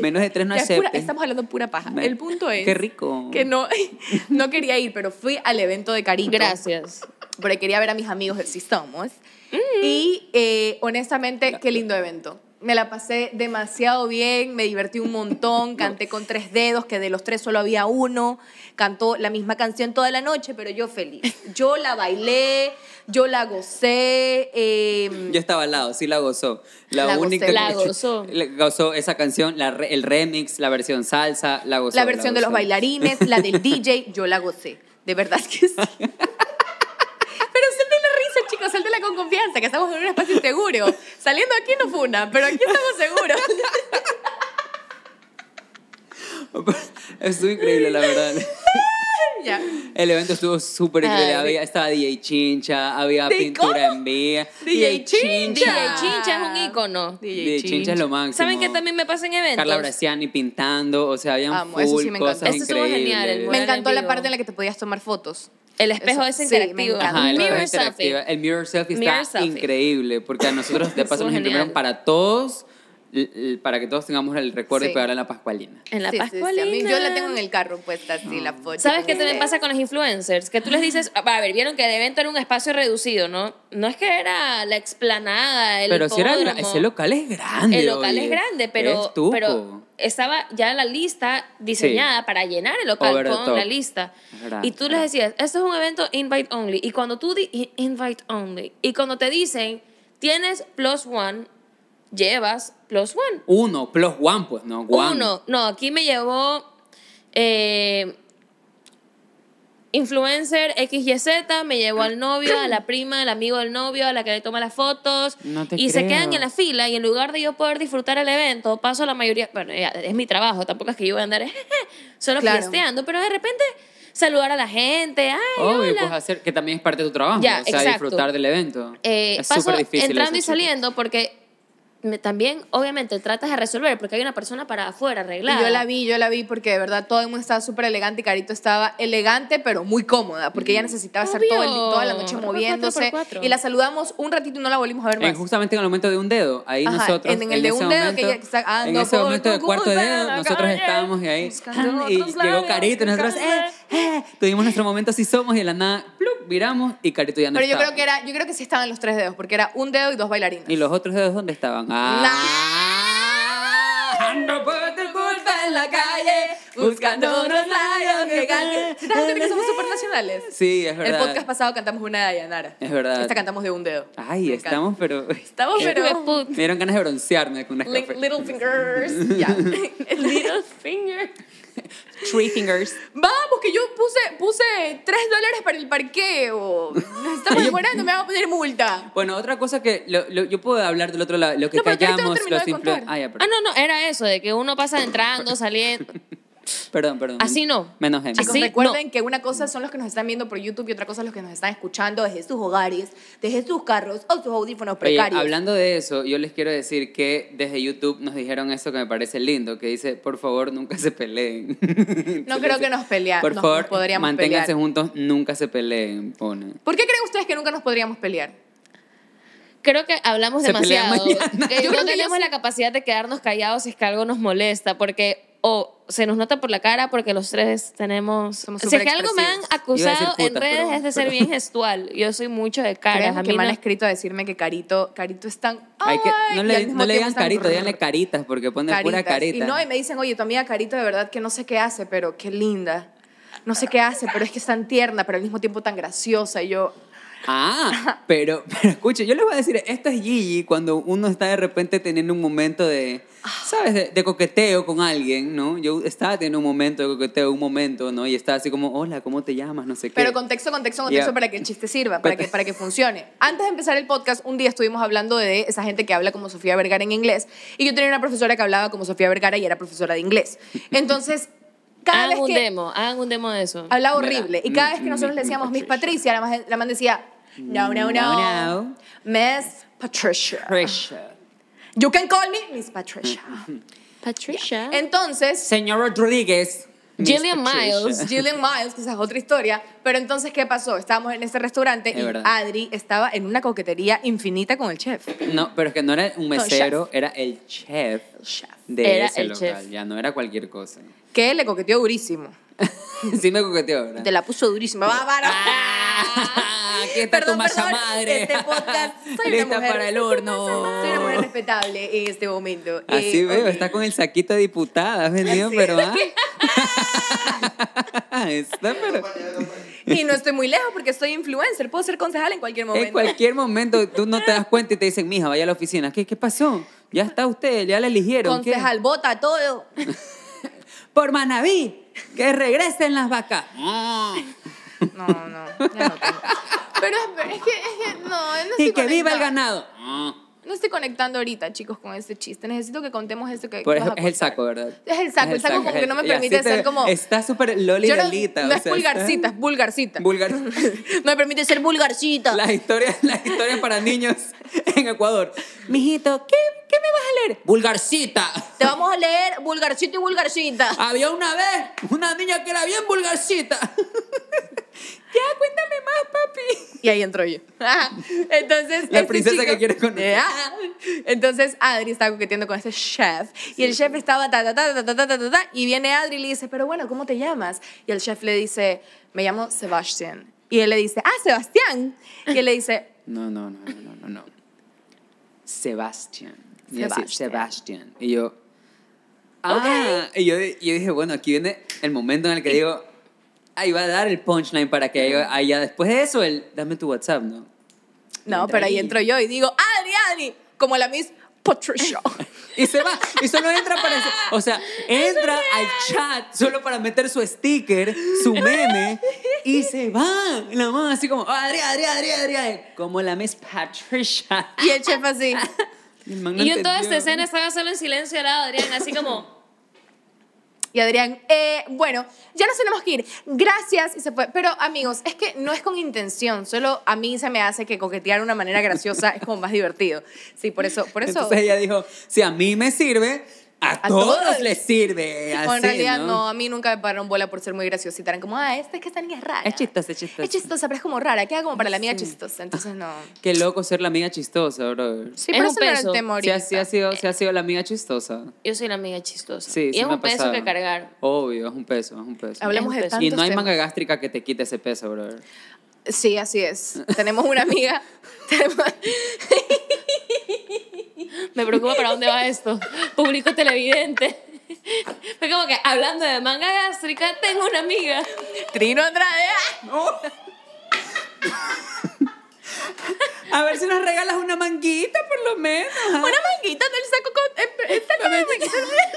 Speaker 3: Menos de tres no
Speaker 4: Ya es pura-
Speaker 3: aceptes.
Speaker 4: estamos hablando pura paja.
Speaker 3: Me-
Speaker 4: El punto es.
Speaker 3: Qué rico.
Speaker 4: Que no, no quería ir, pero fui al evento de Carito.
Speaker 1: Gracias.
Speaker 4: Porque quería ver a mis amigos del Si Somos. Y eh, honestamente, qué lindo evento. Me la pasé demasiado bien, me divertí un montón, canté con tres dedos, que de los tres solo había uno, cantó la misma canción toda la noche, pero yo feliz. Yo la bailé, yo la gocé. eh,
Speaker 3: Yo estaba al lado, sí la gozó. La,
Speaker 4: La gocé.
Speaker 3: única
Speaker 1: La
Speaker 3: que-
Speaker 1: gozó.
Speaker 3: la gozó esa canción, la re- el remix, la versión salsa, la gozó.
Speaker 4: la versión de los
Speaker 3: gozó.
Speaker 4: bailarines, la del DJ, yo la gocé. De verdad que sí. Pero suelten la risa, chicos, suéltela con confianza, que estamos en un espacio seguro. Saliendo aquí no fue una, pero aquí estamos seguros.
Speaker 3: Estuvo increíble, la verdad.
Speaker 4: ya.
Speaker 3: El evento estuvo súper
Speaker 1: Ay.
Speaker 3: increíble. Había, estaba DJ Chincha, había
Speaker 4: ¿De
Speaker 3: pintura
Speaker 4: cómo?
Speaker 3: en vía.
Speaker 4: DJ
Speaker 1: DJ
Speaker 4: Chincha.
Speaker 1: Chincha es un ícono.
Speaker 3: DJ Chincha es lo máximo.
Speaker 1: ¿Saben qué también me pasa en eventos?
Speaker 3: Carla Braciani pintando, o sea, habían
Speaker 4: Amo, eso
Speaker 3: full
Speaker 4: sí me encanta.
Speaker 3: cosas
Speaker 1: Eso estuvo
Speaker 3: increíbles.
Speaker 1: genial, el
Speaker 4: Me
Speaker 1: Bueno,
Speaker 4: encantó
Speaker 1: en
Speaker 4: la
Speaker 1: vivo.
Speaker 4: parte en la que te podías tomar fotos.
Speaker 1: El espejo
Speaker 4: Eso-
Speaker 1: es
Speaker 4: sí, me
Speaker 1: interactivo.
Speaker 4: encanta.
Speaker 3: Ajá, el
Speaker 1: Mirror
Speaker 3: mirror selfie.
Speaker 1: selfie.
Speaker 3: El mirror selfie está
Speaker 1: Mirror selfie.
Speaker 3: increíble porque a nosotros de paso
Speaker 1: Estuvo
Speaker 3: nos
Speaker 1: genial.
Speaker 3: imprimieron para todos, l- l- para que todos tengamos el recuerdo
Speaker 4: Sí.
Speaker 3: y pegar en la Pascualina.
Speaker 1: En la
Speaker 4: Sí, sí, sí, a mí-
Speaker 1: Pascualina.
Speaker 4: Yo la tengo en el carro puesta así, la
Speaker 3: Pues,
Speaker 4: foto.
Speaker 1: ¿Sabes qué también pasa con los influencers? Que tú les dices, "Ah, a ver, vieron que el evento era un espacio reducido, ¿no? No es que era la explanada, el
Speaker 3: pero si era gra-
Speaker 1: hipódromo.
Speaker 3: ese local es grande.
Speaker 1: El local
Speaker 3: oye.
Speaker 1: es grande,
Speaker 3: Es
Speaker 1: pero,
Speaker 3: tuco.
Speaker 1: pero estaba ya la lista diseñada para llenar el local
Speaker 3: Over the
Speaker 1: con
Speaker 3: top.
Speaker 1: la lista.
Speaker 3: Es verdad,
Speaker 1: y tú
Speaker 3: es
Speaker 1: les
Speaker 3: verdad.
Speaker 1: decías, esto es un evento invite only. Y cuando tú di i- invite only, y cuando te dicen, tienes plus one, llevas plus one.
Speaker 3: Uno, plus one, pues, ¿no? One.
Speaker 1: Uno, no, aquí me llevó eh, influencer XYZ, me llevó al novio, a la prima, al amigo del novio, a la que le toma las fotos.
Speaker 3: No te
Speaker 1: y se
Speaker 3: creo.
Speaker 1: quedan en la fila y en lugar de yo poder disfrutar el evento, paso la mayoría, bueno, ya, es mi trabajo, tampoco es que yo voy a andar solo
Speaker 4: Claro.
Speaker 1: fiesteando, pero de repente saludar a la gente, ay,
Speaker 3: Obvio,
Speaker 1: hola.
Speaker 3: pues hacer, que también es parte de tu trabajo,
Speaker 1: Ya,
Speaker 3: o sea,
Speaker 1: exacto.
Speaker 3: disfrutar del evento.
Speaker 1: Eh,
Speaker 3: es
Speaker 1: paso
Speaker 3: súper difícil.
Speaker 1: entrando y
Speaker 3: eso, chicos.
Speaker 1: saliendo porque me- también, obviamente, tratas de resolver porque hay una persona para afuera arreglada.
Speaker 4: Y yo la vi, yo la vi porque de verdad todo el mundo estaba súper elegante y Carito estaba elegante pero muy cómoda porque ella necesitaba estar todo el-
Speaker 1: Mm, Obvio.
Speaker 4: toda la noche
Speaker 1: Ropa
Speaker 4: moviéndose
Speaker 1: 4x4.
Speaker 4: y la saludamos un ratito y no la volvimos a ver
Speaker 3: En-
Speaker 4: más.
Speaker 3: Eh, justamente en el momento de un dedo, ahí
Speaker 4: Ajá,
Speaker 3: nosotros.
Speaker 4: en el de
Speaker 3: ese
Speaker 4: un dedo que
Speaker 3: momento-
Speaker 4: ella está- ah,
Speaker 3: En
Speaker 4: no,
Speaker 3: ese
Speaker 4: por
Speaker 3: momento de
Speaker 4: tu
Speaker 3: cuarto
Speaker 4: culpa,
Speaker 3: dedo,
Speaker 4: la
Speaker 3: nosotros
Speaker 4: calle,
Speaker 3: estábamos y ahí.
Speaker 4: buscando
Speaker 3: Y
Speaker 4: otros
Speaker 3: llegó
Speaker 4: labios,
Speaker 3: Carito y nosotros, eh, eh, Tuvimos nuestro momento así somos y de la nada, plup, viramos y Carito ya no
Speaker 4: pero yo
Speaker 3: estaba.
Speaker 4: creo que era, yo creo que sí estaban los tres dedos porque era un dedo y dos bailarinas.
Speaker 3: ¿Y los otros dedos dónde estaban? Ah.
Speaker 4: Nah.
Speaker 3: Ando por tu culpa en la calle, buscando unos labios que
Speaker 4: Legal. ¿Se te das cuenta que somos supernacionales?
Speaker 3: Sí, es
Speaker 4: El
Speaker 3: verdad.
Speaker 4: podcast pasado cantamos una de Dayanara.
Speaker 3: Es verdad.
Speaker 4: Esta cantamos de un dedo.
Speaker 3: Ay,
Speaker 4: Me encanta.
Speaker 3: estamos, pero.
Speaker 4: Estamos,
Speaker 1: Hijo de
Speaker 4: pero.
Speaker 1: puta.
Speaker 3: Me dieron ganas de broncearme con unas
Speaker 4: Li-
Speaker 3: café.
Speaker 4: Little fingers. Ya.
Speaker 1: Little finger.
Speaker 3: Three fingers.
Speaker 4: Vamos, que yo puse, puse 3 dólares para el parqueo. Nos Estamos demorando, me van a poner multa.
Speaker 3: Bueno, otra cosa que lo- lo- yo puedo hablar del otro lado, lo que
Speaker 4: No, pero todavía no
Speaker 3: callamos,
Speaker 4: terminó
Speaker 3: los
Speaker 4: de
Speaker 3: influ-
Speaker 4: contar.
Speaker 3: Ah, ya,
Speaker 1: Ah,
Speaker 3: perdón.
Speaker 1: no, no, era eso, de que uno pasa entrando, saliendo.
Speaker 3: Perdón, perdón.
Speaker 1: Así no.
Speaker 3: Menos enojé.
Speaker 4: Chicos,
Speaker 1: Así
Speaker 4: recuerden que una cosa son los que nos están viendo por YouTube y otra cosa los que nos están escuchando desde sus hogares, desde sus carros o sus audífonos
Speaker 3: Oye,
Speaker 4: precarios.
Speaker 3: hablando de eso, yo les quiero decir que desde YouTube nos dijeron eso que me parece lindo, que dice, por favor, nunca se peleen.
Speaker 4: No creo que nos pelea-
Speaker 3: Por
Speaker 4: nos-
Speaker 3: favor,
Speaker 4: nos podríamos
Speaker 3: manténganse
Speaker 4: pelear.
Speaker 3: juntos, nunca se peleen, pone.
Speaker 4: ¿Por qué creen ustedes que nunca nos podríamos pelear?
Speaker 1: Creo que hablamos
Speaker 3: Se pelea
Speaker 1: demasiado.
Speaker 3: mañana.
Speaker 1: Que
Speaker 4: Yo creo
Speaker 1: no
Speaker 4: que
Speaker 1: tenemos la capacidad de quedarnos callados si es que algo nos molesta, porque o se nos nota por la cara, porque los tres tenemos.
Speaker 4: Somos
Speaker 1: si es que algo me han
Speaker 4: superexpresivos.
Speaker 3: Iba a decir
Speaker 1: acusado en
Speaker 3: putas,
Speaker 1: redes
Speaker 3: pero-
Speaker 1: es de ser
Speaker 3: pero-
Speaker 1: bien gestual. Yo soy mucho de caras.
Speaker 4: Créanme
Speaker 1: A
Speaker 4: que
Speaker 1: mí
Speaker 4: me han
Speaker 1: no-
Speaker 4: escrito a decirme que Carito, Carito es tan...
Speaker 3: Hay que,
Speaker 4: ay,
Speaker 3: no
Speaker 4: y al
Speaker 3: le,
Speaker 4: mismo
Speaker 3: no le
Speaker 4: tiempo
Speaker 3: digan
Speaker 4: es tan-
Speaker 3: carito, díganle caritas, porque pone pura
Speaker 4: Caritas.
Speaker 3: carita.
Speaker 4: Y no, y me dicen, oye, tu amiga Carito de verdad que no sé qué hace, pero qué linda. No sé qué hace, pero es que es tan tierna, pero al mismo tiempo tan graciosa. Y yo,
Speaker 3: Ah, pero, pero escuche, yo les voy a decir, esto es Gigi cuando uno está de repente teniendo un momento de, ¿sabes? De, de coqueteo con alguien, ¿no? Yo estaba teniendo un momento de coqueteo, un momento, ¿no? Y estaba así como, hola, ¿cómo te llamas? No sé qué.
Speaker 4: Pero contexto, contexto, contexto
Speaker 3: Ya.
Speaker 4: para que el chiste sirva, para que, para que funcione. Antes de empezar el podcast, un día estuvimos hablando de esa gente que habla como Sofía Vergara en inglés. Y yo tenía una profesora que hablaba como Sofía Vergara y era profesora de inglés. Entonces, cada
Speaker 1: Hagan
Speaker 4: vez
Speaker 1: un
Speaker 4: que
Speaker 1: demo, hagan un demo de eso.
Speaker 4: hablaba
Speaker 3: Mira,
Speaker 4: horrible. Y cada vez que
Speaker 3: mi-
Speaker 4: nosotros le
Speaker 3: mi
Speaker 4: decíamos Miss
Speaker 3: Patricia".
Speaker 4: Patricia, la man, la man decía, no, no, no,
Speaker 3: No, no.
Speaker 4: Miss Patricia.
Speaker 3: Patricia.
Speaker 4: You can call me Miss Patricia.
Speaker 1: Patricia.
Speaker 4: Entonces,
Speaker 3: Señor Rodríguez. Miss
Speaker 1: Gillian
Speaker 3: Patricia.
Speaker 1: Miles.
Speaker 4: Gillian Miles, que esa es otra historia. Pero entonces, ¿qué pasó? Estábamos en ese restaurante
Speaker 3: Es
Speaker 4: y
Speaker 3: verdad.
Speaker 4: Adri estaba en una coquetería infinita con el chef.
Speaker 3: No, pero es que no era un mesero, era el chef
Speaker 4: chef.
Speaker 3: de
Speaker 1: Era
Speaker 3: ese
Speaker 1: el
Speaker 3: local.
Speaker 1: chef.
Speaker 3: Ya no era cualquier cosa.
Speaker 4: Que le coqueteó durísimo.
Speaker 3: sí me coqueteó, ¿verdad?
Speaker 4: Te la puso durísima. ¡Va, va,
Speaker 3: Ah,
Speaker 4: va!
Speaker 3: aquí está tu
Speaker 4: Perdón,
Speaker 3: masa
Speaker 4: perdón,
Speaker 3: madre.
Speaker 4: Este podcast. Soy
Speaker 3: Lista
Speaker 4: una mujer,
Speaker 3: para el
Speaker 4: soy una
Speaker 3: horno.
Speaker 4: masa madre. Soy una mujer respetable en este momento.
Speaker 3: Así
Speaker 4: Eh,
Speaker 3: veo,
Speaker 4: ok.
Speaker 3: está con el saquito de diputada, has venido, pero ah. está pero
Speaker 4: Y no estoy muy lejos porque soy influencer. Puedo ser concejal en cualquier momento.
Speaker 3: en cualquier momento tú no te das cuenta y te dicen, mija, vaya a la oficina. ¿Qué, qué pasó? Ya está usted, ya la eligieron. ¿qué?
Speaker 4: Concejal, vota todo.
Speaker 3: Por Manaví, que regresen las vacas. Ah.
Speaker 4: No, no, ya no tengo. Pero es, es que, es que, no, no estoy
Speaker 3: Y que viva el
Speaker 4: conectada.
Speaker 3: ganado. Ah.
Speaker 4: No estoy conectando ahorita, chicos, con este chiste. Necesito que contemos esto que
Speaker 3: Por
Speaker 4: vas a
Speaker 3: eso es el
Speaker 4: contar.
Speaker 3: saco, ¿verdad?
Speaker 4: Es el saco, el saco como
Speaker 3: es
Speaker 4: que no me
Speaker 3: y
Speaker 4: permite
Speaker 3: así
Speaker 4: ser como-
Speaker 3: Está súper loli
Speaker 4: Yo no,
Speaker 3: Dalita,
Speaker 4: no
Speaker 3: o
Speaker 4: es
Speaker 3: sea,
Speaker 4: vulgarcita, es vulgarcita.
Speaker 3: está- Vulgar.
Speaker 4: no me permite ser vulgarcita.
Speaker 3: Las historias, las historias para niños en Ecuador. Mijito, ¿qué, ¿qué me vas a leer? Vulgarcita.
Speaker 4: Te vamos a leer vulgarcita y vulgarcita.
Speaker 3: Había una vez una niña que era bien vulgarcita. ya, cuéntame más, papi.
Speaker 4: Y ahí entro yo. Entonces,
Speaker 3: La
Speaker 4: este
Speaker 3: princesa que quiere conocer.
Speaker 4: Ah. Entonces, Adri estaba coqueteando con este chef. Y el chef estaba ta, ta, ta, ta, ta, ta, ta, ta, ta, Y viene Adri y le dice, pero bueno, ¿cómo te llamas? Y el chef le dice, me llamo Sebastián. Y él le dice, ah, Sebastián. Y él le dice,
Speaker 3: No, no, no, no, no, no. Sebastián. Y así,
Speaker 4: Sebastián.
Speaker 3: Sebastián. Y yo. Ah, y yo, yo dije, bueno, aquí viene el momento en el que digo, ahí va a dar el punchline para que yo- ahí ya después de eso, el, dame tu WhatsApp, ¿no?
Speaker 4: no,
Speaker 3: Entra
Speaker 4: pero ahí
Speaker 3: ahí.
Speaker 4: entro yo y digo, Adri, Adri, como la Miss Patricia.
Speaker 3: Y se va, y solo entra para eso. O sea, entra al chat solo para meter su sticker, su meme, y se va. Y la mamá así como, Adri, Adri, Adri, Adri, Adri", como la Miss Patricia.
Speaker 4: Y el chef así.
Speaker 3: El man no
Speaker 1: Y yo en toda esta
Speaker 3: entendió.
Speaker 1: escena estaba solo en silencio al lado de Adrián, así como.
Speaker 4: Y Adrián, eh, bueno, ya nos tenemos que ir. Gracias. Y se fue. Pero amigos, es que no es con intención. Solo a mí se me hace que coquetear de una manera graciosa es como más divertido. Sí, por eso, por eso.
Speaker 3: Entonces ella dijo, si a mí me sirve, a,
Speaker 4: A
Speaker 3: todos,
Speaker 4: todos.
Speaker 3: les sirve.
Speaker 4: o
Speaker 3: Así,
Speaker 4: en realidad
Speaker 3: ¿no?
Speaker 4: ¿no? a mí nunca me pararon bola por ser muy graciosita. Eran como, ah, esta es que esta niña es rara.
Speaker 3: Es chistosa, es chistosa.
Speaker 4: Es chistosa, pero es como rara. Queda como para la amiga chistosa. Entonces no.
Speaker 3: Qué loco ser la amiga chistosa, brother.
Speaker 4: Sí,
Speaker 1: Es
Speaker 4: pero
Speaker 1: un
Speaker 4: eso no era el
Speaker 1: peso.
Speaker 4: tema
Speaker 3: Sí,
Speaker 4: ahorita.
Speaker 3: ha- sí ha sido, sí ha sido la amiga chistosa.
Speaker 1: Yo soy la amiga chistosa.
Speaker 3: Sí,
Speaker 1: y
Speaker 3: sí
Speaker 1: es
Speaker 3: me ha
Speaker 1: un peso
Speaker 3: pasado.
Speaker 1: que cargar.
Speaker 3: Obvio, es un peso, es un peso.
Speaker 4: Hablemos de
Speaker 1: Y no
Speaker 4: tantos
Speaker 3: Y no hay
Speaker 4: temas.
Speaker 3: manga gástrica que te quite ese peso, brother.
Speaker 4: Sí, así es. Tenemos una amiga. tenemos-
Speaker 1: Me preocupa para dónde va esto. Público televidente. Fue como que hablando de manga gástrica, tengo una amiga.
Speaker 4: Trino Andrade. ¡ah!
Speaker 3: A ver si nos regalas una manguita, por lo menos.
Speaker 4: Una manguita del saco con. eh, el saco de manguita.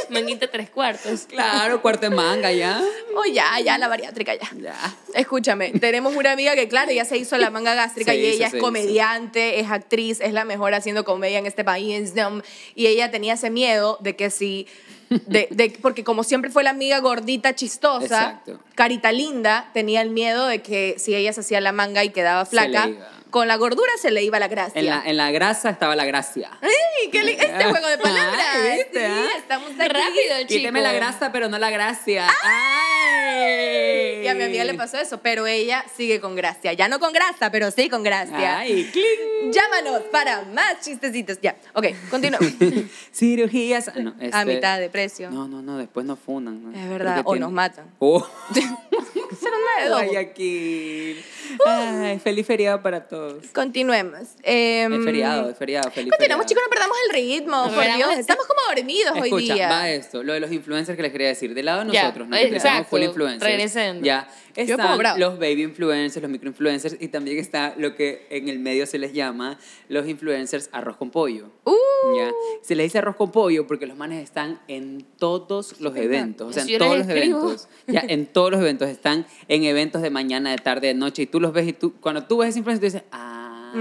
Speaker 1: Manguita tres cuartos.
Speaker 3: Claro, cuarto de manga ya.
Speaker 4: Oh, ya, ya, la bariátrica, ya.
Speaker 3: Ya.
Speaker 4: Escúchame, tenemos una amiga que, claro, ya se hizo la manga gástrica
Speaker 3: Se
Speaker 4: y
Speaker 3: hizo,
Speaker 4: ella
Speaker 3: se
Speaker 4: es
Speaker 3: hizo.
Speaker 4: comediante, es actriz, es la mejor haciendo comedia en este país. ¿no? Y ella tenía ese miedo de que si. De, de- porque como siempre fue la amiga gordita, chistosa,
Speaker 3: Exacto.
Speaker 4: carita linda, tenía el miedo de que si ella se hacía la manga y quedaba
Speaker 3: Se le
Speaker 4: flaca,
Speaker 3: iba.
Speaker 4: con la gordura se le iba la gracia.
Speaker 3: En la, en la grasa estaba la gracia.
Speaker 4: ¡Ay, qué li- este juego de palabras!
Speaker 3: Ay, ¿viste,
Speaker 4: Sí,
Speaker 3: ah?
Speaker 4: estamos aquí.
Speaker 1: Rápido, chico.
Speaker 3: Quíteme la grasa, pero no la gracia. ¡Ay!
Speaker 4: Y a mi amiga le pasó eso, pero ella sigue con gracia. Ya no con grasa, pero sí con gracia.
Speaker 3: ¡Ay, cling!
Speaker 4: Llámanos para más chistecitos. Ya, ok, continúa.
Speaker 3: Cirugías. Ah, no,
Speaker 4: A
Speaker 3: este-
Speaker 4: mitad de precio.
Speaker 3: No, no, no, después nos funan. ¿no?
Speaker 4: Es verdad,
Speaker 3: Porque
Speaker 4: o
Speaker 3: tiene-
Speaker 4: nos matan.
Speaker 3: Oh.
Speaker 4: Son una de dos. Uh.
Speaker 3: Guayaquil. Ay, feliz feriado para todos.
Speaker 4: Continuemos. Em,
Speaker 3: Es feriado, es feriado, feliz feriado.
Speaker 4: Continuamos, chicos, no perdamos el ritmo.
Speaker 1: No
Speaker 4: por
Speaker 1: perdamos
Speaker 4: Dios,
Speaker 1: este-
Speaker 4: estamos como dormidos hoy
Speaker 3: Escucha,
Speaker 4: día.
Speaker 3: va esto, lo de los influencers que les quería decir. Del lado de
Speaker 1: Ya,
Speaker 3: nosotros, ¿no? Que
Speaker 1: exacto,
Speaker 3: somos full influencers.
Speaker 1: regresando.
Speaker 3: Ya.
Speaker 4: Yo como
Speaker 3: Están
Speaker 4: bravo.
Speaker 3: los baby influencers, los micro influencers y también está lo que en el medio se les llama los influencers arroz con pollo.
Speaker 4: Uh,
Speaker 3: Ya. Se les dice arroz con pollo porque los manes están en todos los eventos. O sea,
Speaker 1: Si yo
Speaker 3: en
Speaker 1: les
Speaker 3: todos los
Speaker 1: escribo.
Speaker 3: eventos. Ya, en todos los eventos. Están en eventos de mañana, de tarde, de noche. Y tú los ves y tú, cuando tú ves ese influencer, tú dices, ah,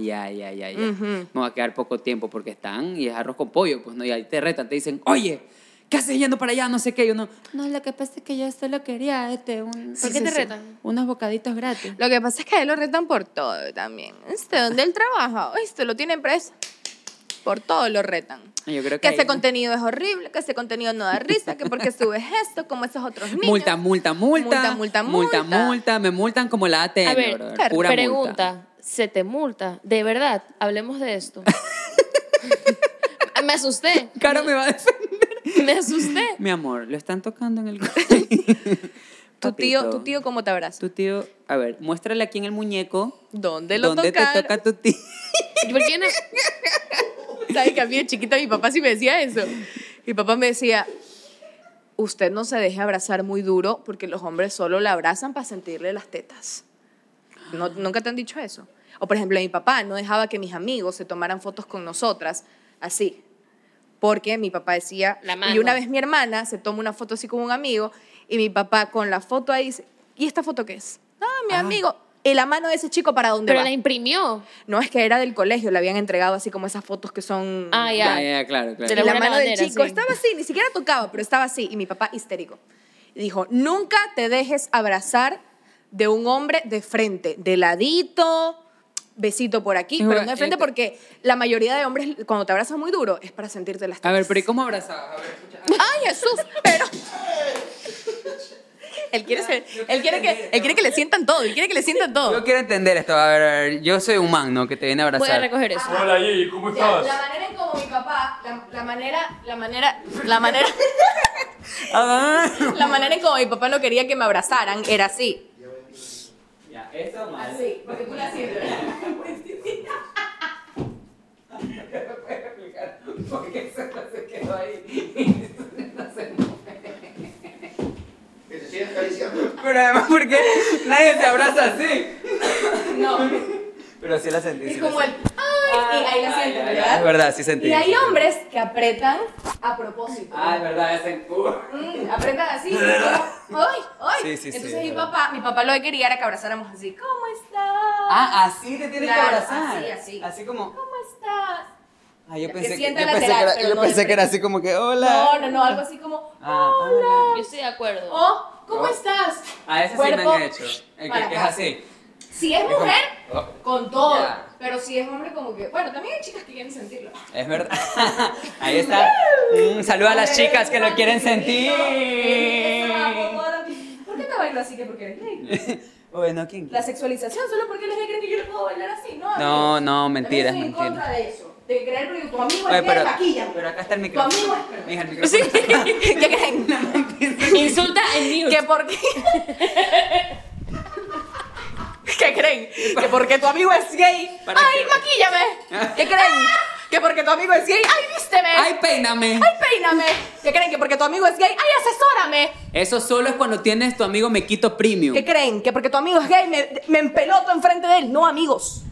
Speaker 3: ya, ya, ya, ya. Me va a quedar poco tiempo porque están y es arroz con pollo. Pues no, y ahí te retan, te dicen, oye. ¿Qué haces yendo para allá? No sé qué. Y uno, no, lo que pasa es que yo solo quería este, un-
Speaker 1: ¿Por qué te retan?
Speaker 3: unos bocaditos gratis.
Speaker 4: lo que pasa es que a él lo retan por todo también. Este, donde él trabaja, este, lo tiene preso. Por todo lo retan.
Speaker 3: Yo creo que
Speaker 4: que
Speaker 3: ahí-
Speaker 4: ese contenido es horrible, que ese contenido no da risa, que porque subes esto, como esos otros niños.
Speaker 3: Multa, multa, multa.
Speaker 4: Multa, multa,
Speaker 3: Multa,
Speaker 4: multa.
Speaker 3: multa. Me multan como la ATM,
Speaker 1: A ver,
Speaker 3: brother,
Speaker 4: claro,
Speaker 3: pura multa.
Speaker 1: Pregunta, ¿se te multa? De verdad, hablemos de esto. me asusté,
Speaker 3: Caro me va a defender.
Speaker 1: me asusté.
Speaker 3: Mi amor, lo están tocando en el.
Speaker 4: Tu tío, tu tío, ¿cómo te abraza?
Speaker 3: Tu tío. A ver, muéstrale aquí en el muñeco.
Speaker 4: ¿Dónde lo
Speaker 3: ¿Dónde te
Speaker 4: tocaron?
Speaker 3: toca tu tío?
Speaker 1: ¿Por qué no?
Speaker 4: ¿Sabes que a mí de chiquita mi papá sí me decía eso? Mi papá me decía, usted no se deje abrazar muy duro porque los hombres solo la abrazan para sentirle las tetas. No, ¿Nunca te han dicho eso? O por ejemplo, mi papá no dejaba que mis amigos se tomaran fotos con nosotras así. Porque mi papá decía,
Speaker 1: La
Speaker 4: y
Speaker 1: mano.
Speaker 4: una vez mi hermana se toma una foto así con un amigo y mi papá con la foto ahí dice, ¿y esta foto qué es? Ah, mi amigo. Y la mano de ese chico para dónde
Speaker 1: Pero
Speaker 4: va?
Speaker 1: la imprimió.
Speaker 4: No, es que era del colegio, le habían entregado así como esas fotos que son...
Speaker 1: Ah, ya.
Speaker 3: Ya, ya, claro, claro.
Speaker 1: Te
Speaker 4: Y
Speaker 1: lo-
Speaker 4: la
Speaker 1: Una
Speaker 4: mano del
Speaker 1: bandera,
Speaker 4: chico
Speaker 1: sí.
Speaker 4: estaba así, ni siquiera tocaba, pero estaba así. Y mi papá histérico. Y dijo, nunca te dejes abrazar de un hombre de frente, de ladito, besito por aquí,
Speaker 3: Es
Speaker 4: pero
Speaker 3: verdad,
Speaker 4: no de frente
Speaker 3: eh,
Speaker 4: porque la mayoría de hombres cuando te abrazan muy duro es para sentirte las
Speaker 3: A ver, pero ¿y cómo abrazabas? A ver, escucha. Ah,
Speaker 4: ¡Ay, Jesús! Pero... Él quiere, ser- él, quiere que, él quiere que le sientan todo, él quiere que le sientan
Speaker 3: Yo
Speaker 4: todo.
Speaker 3: quiero entender esto. A ver, a ver, yo soy un man, ¿no? Que te viene a
Speaker 1: Voy a
Speaker 3: abrazar.
Speaker 1: recoger eso.
Speaker 6: Hola Gigi, ¿cómo estás?
Speaker 4: manera en como mi papá, la, la manera, la manera, la manera...
Speaker 3: Ah.
Speaker 4: La manera en como mi papá no quería que me abrazaran era así. Así, porque tú la hacías.
Speaker 3: Pero además, ¿por qué nadie te abraza así?
Speaker 4: No,
Speaker 3: Pero sí la sentí.
Speaker 4: es
Speaker 3: sí la
Speaker 4: como el. ¡Ay! Y ahí la sienten,
Speaker 3: sentí. Es
Speaker 4: ¿verdad?
Speaker 3: verdad, sí sentí.
Speaker 4: Y hay hombres que apretan a propósito.
Speaker 3: Ah, es verdad, es en Cuba.
Speaker 4: Mm, apretan así. y luego, ¡Ay! ¡Ay!
Speaker 3: Sí, sí, sí,
Speaker 4: Entonces
Speaker 3: es
Speaker 4: mi
Speaker 3: verdad.
Speaker 4: papá, mi papá lo que quería era que abrazáramos así. ¿Cómo estás?
Speaker 3: Ah, así te tienes
Speaker 4: Claro,
Speaker 3: que abrazar.
Speaker 4: así, así.
Speaker 3: como.
Speaker 4: ¿Cómo estás?
Speaker 3: Ah, yo
Speaker 4: Que
Speaker 3: pensé, que, yo
Speaker 4: sienta
Speaker 3: pensé,
Speaker 4: lateral,
Speaker 3: que, era,
Speaker 4: pero
Speaker 3: yo
Speaker 4: no
Speaker 3: pensé
Speaker 4: de
Speaker 3: que era así como que hola.
Speaker 4: No, no, no, algo así como.
Speaker 3: Ah,
Speaker 4: ¡Hola!
Speaker 1: Yo estoy de acuerdo.
Speaker 3: Oh.
Speaker 4: O, ¿cómo estás?
Speaker 3: A ese sí me
Speaker 4: Cuerpo
Speaker 3: han hecho. El que,
Speaker 4: para
Speaker 3: que es
Speaker 4: acá.
Speaker 3: así.
Speaker 4: Si es
Speaker 3: como-
Speaker 4: mujer,
Speaker 3: Oh.
Speaker 4: con todo.
Speaker 3: Ya.
Speaker 4: Pero si es hombre, como que. Bueno, también hay chicas que quieren sentirlo.
Speaker 3: Es verdad. Ahí está. Mm, saluda a las chicas que lo quieren sentir.
Speaker 4: ¿Por qué te bailo así que porque eres gay?
Speaker 3: Bueno, ¿quién?
Speaker 4: La sexualización solo porque eres gay creen que yo le puedo bailar así, ¿no?
Speaker 3: No,
Speaker 4: amigos?
Speaker 3: no, mentira,
Speaker 4: También
Speaker 3: es
Speaker 4: estoy en
Speaker 3: mentira.
Speaker 4: contra de eso. De creer porque tu amigo
Speaker 3: Oye,
Speaker 4: es gay,
Speaker 3: pero,
Speaker 4: maquilla. pues.
Speaker 3: pero acá está el
Speaker 4: Tu amigo
Speaker 3: micrófono.
Speaker 4: es gay.
Speaker 3: Mija, el micrófono.
Speaker 4: Sí, ¿qué creen?
Speaker 1: Insulta en mute.
Speaker 4: ¿Que por qué? ¿Qué creen? ¿Que porque tu amigo es gay?
Speaker 3: ¿Para
Speaker 4: ¡Ay,
Speaker 3: qué?
Speaker 4: maquíllame! ¿Qué creen? ¿Que porque tu amigo es gay? ¡Ay, viste! vísteme.
Speaker 3: ¡Ay, peíname!
Speaker 4: Ay, peíname. ¿Qué creen? Que porque tu amigo es gay. Ay, asesórame.
Speaker 3: Eso solo es cuando tienes tu amigo me quito premium.
Speaker 4: ¿Qué creen? Que porque tu amigo es gay me, me empeloto enfrente de él. No, amigos.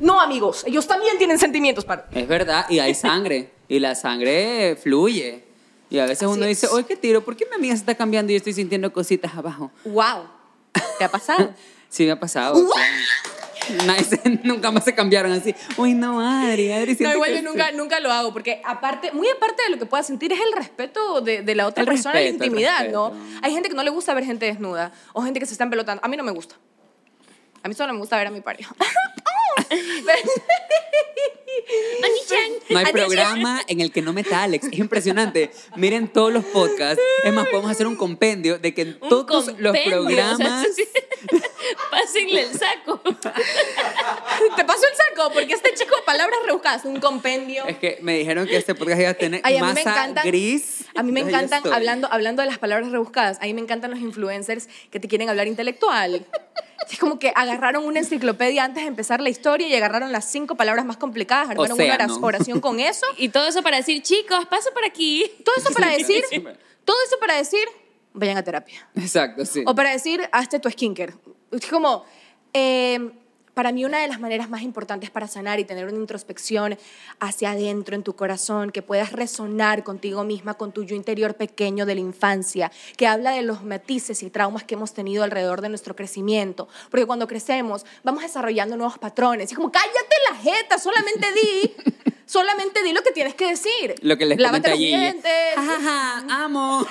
Speaker 4: No, amigos. Ellos también tienen sentimientos para.
Speaker 3: Es verdad, y hay sangre. y la sangre fluye. Y a veces uno dice, oye, qué tiro, ¿por qué mi amiga se está cambiando y yo estoy sintiendo cositas abajo?
Speaker 4: ¡Wow! ¿Te ha pasado?
Speaker 3: Sí, me ha pasado. o sea, nadie- nunca más se cambiaron así. Uy, no, Adri, Adri.
Speaker 4: No,
Speaker 3: siente
Speaker 4: igual
Speaker 3: que
Speaker 4: yo
Speaker 3: sí".
Speaker 4: nunca, nunca lo hago, porque aparte, muy aparte de lo que pueda sentir, es el respeto de, de la otra
Speaker 3: El
Speaker 4: persona y la
Speaker 3: respeto, el
Speaker 4: intimidad, ¿no?
Speaker 3: respeto.
Speaker 4: Hay gente que no le gusta ver gente desnuda, o gente que se está pelotando. A mí no me gusta. A mí solo me gusta ver a mi pareja.
Speaker 1: Oni-chan.
Speaker 3: No hay
Speaker 1: Adiós.
Speaker 3: programa en el que no meta a Alex. Es impresionante. Miren todos los podcasts. Es más, podemos hacer un compendio de que en
Speaker 1: Un
Speaker 3: todos
Speaker 1: compendio,
Speaker 3: los
Speaker 1: o sea,
Speaker 3: programas.
Speaker 1: sí. Pásenle el saco.
Speaker 4: Te paso el saco, porque este chico, palabras rebuscadas, un compendio.
Speaker 3: Es que me dijeron que este podcast iba a tener
Speaker 4: Ay, a mí me
Speaker 3: masa
Speaker 4: encantan,
Speaker 3: gris.
Speaker 4: A mí me
Speaker 3: Entonces, ya
Speaker 4: encantan,
Speaker 3: estoy.
Speaker 4: hablando, hablando de las palabras rebuscadas, a mí me encantan los influencers que te quieren hablar intelectual. Es como que agarraron una enciclopedia antes de empezar la historia y agarraron las cinco palabras más complicadas, armaron una
Speaker 3: sea,
Speaker 4: oras-
Speaker 3: ¿no?
Speaker 4: oración con eso.
Speaker 1: Y todo eso para decir, chicos, paso por aquí.
Speaker 4: Todo eso para decir,
Speaker 3: sí.
Speaker 4: todo eso para decir, vayan a terapia.
Speaker 3: Exacto, sí.
Speaker 4: O para decir, hazte tu skinker. Es como, eh, para mí una de las maneras más importantes para sanar y tener una introspección hacia adentro en tu corazón, que puedas resonar contigo misma, con tu yo interior pequeño de la infancia, que habla de los matices y traumas que hemos tenido alrededor de nuestro crecimiento. Porque cuando crecemos, vamos desarrollando nuevos patrones. Y como, cállate la jeta, solamente di. Solamente di lo que tienes que decir.
Speaker 3: Lo que les comenté
Speaker 4: Lávate los
Speaker 3: allí.
Speaker 4: dientes. Ah.
Speaker 3: Ja, ja, ja, amo.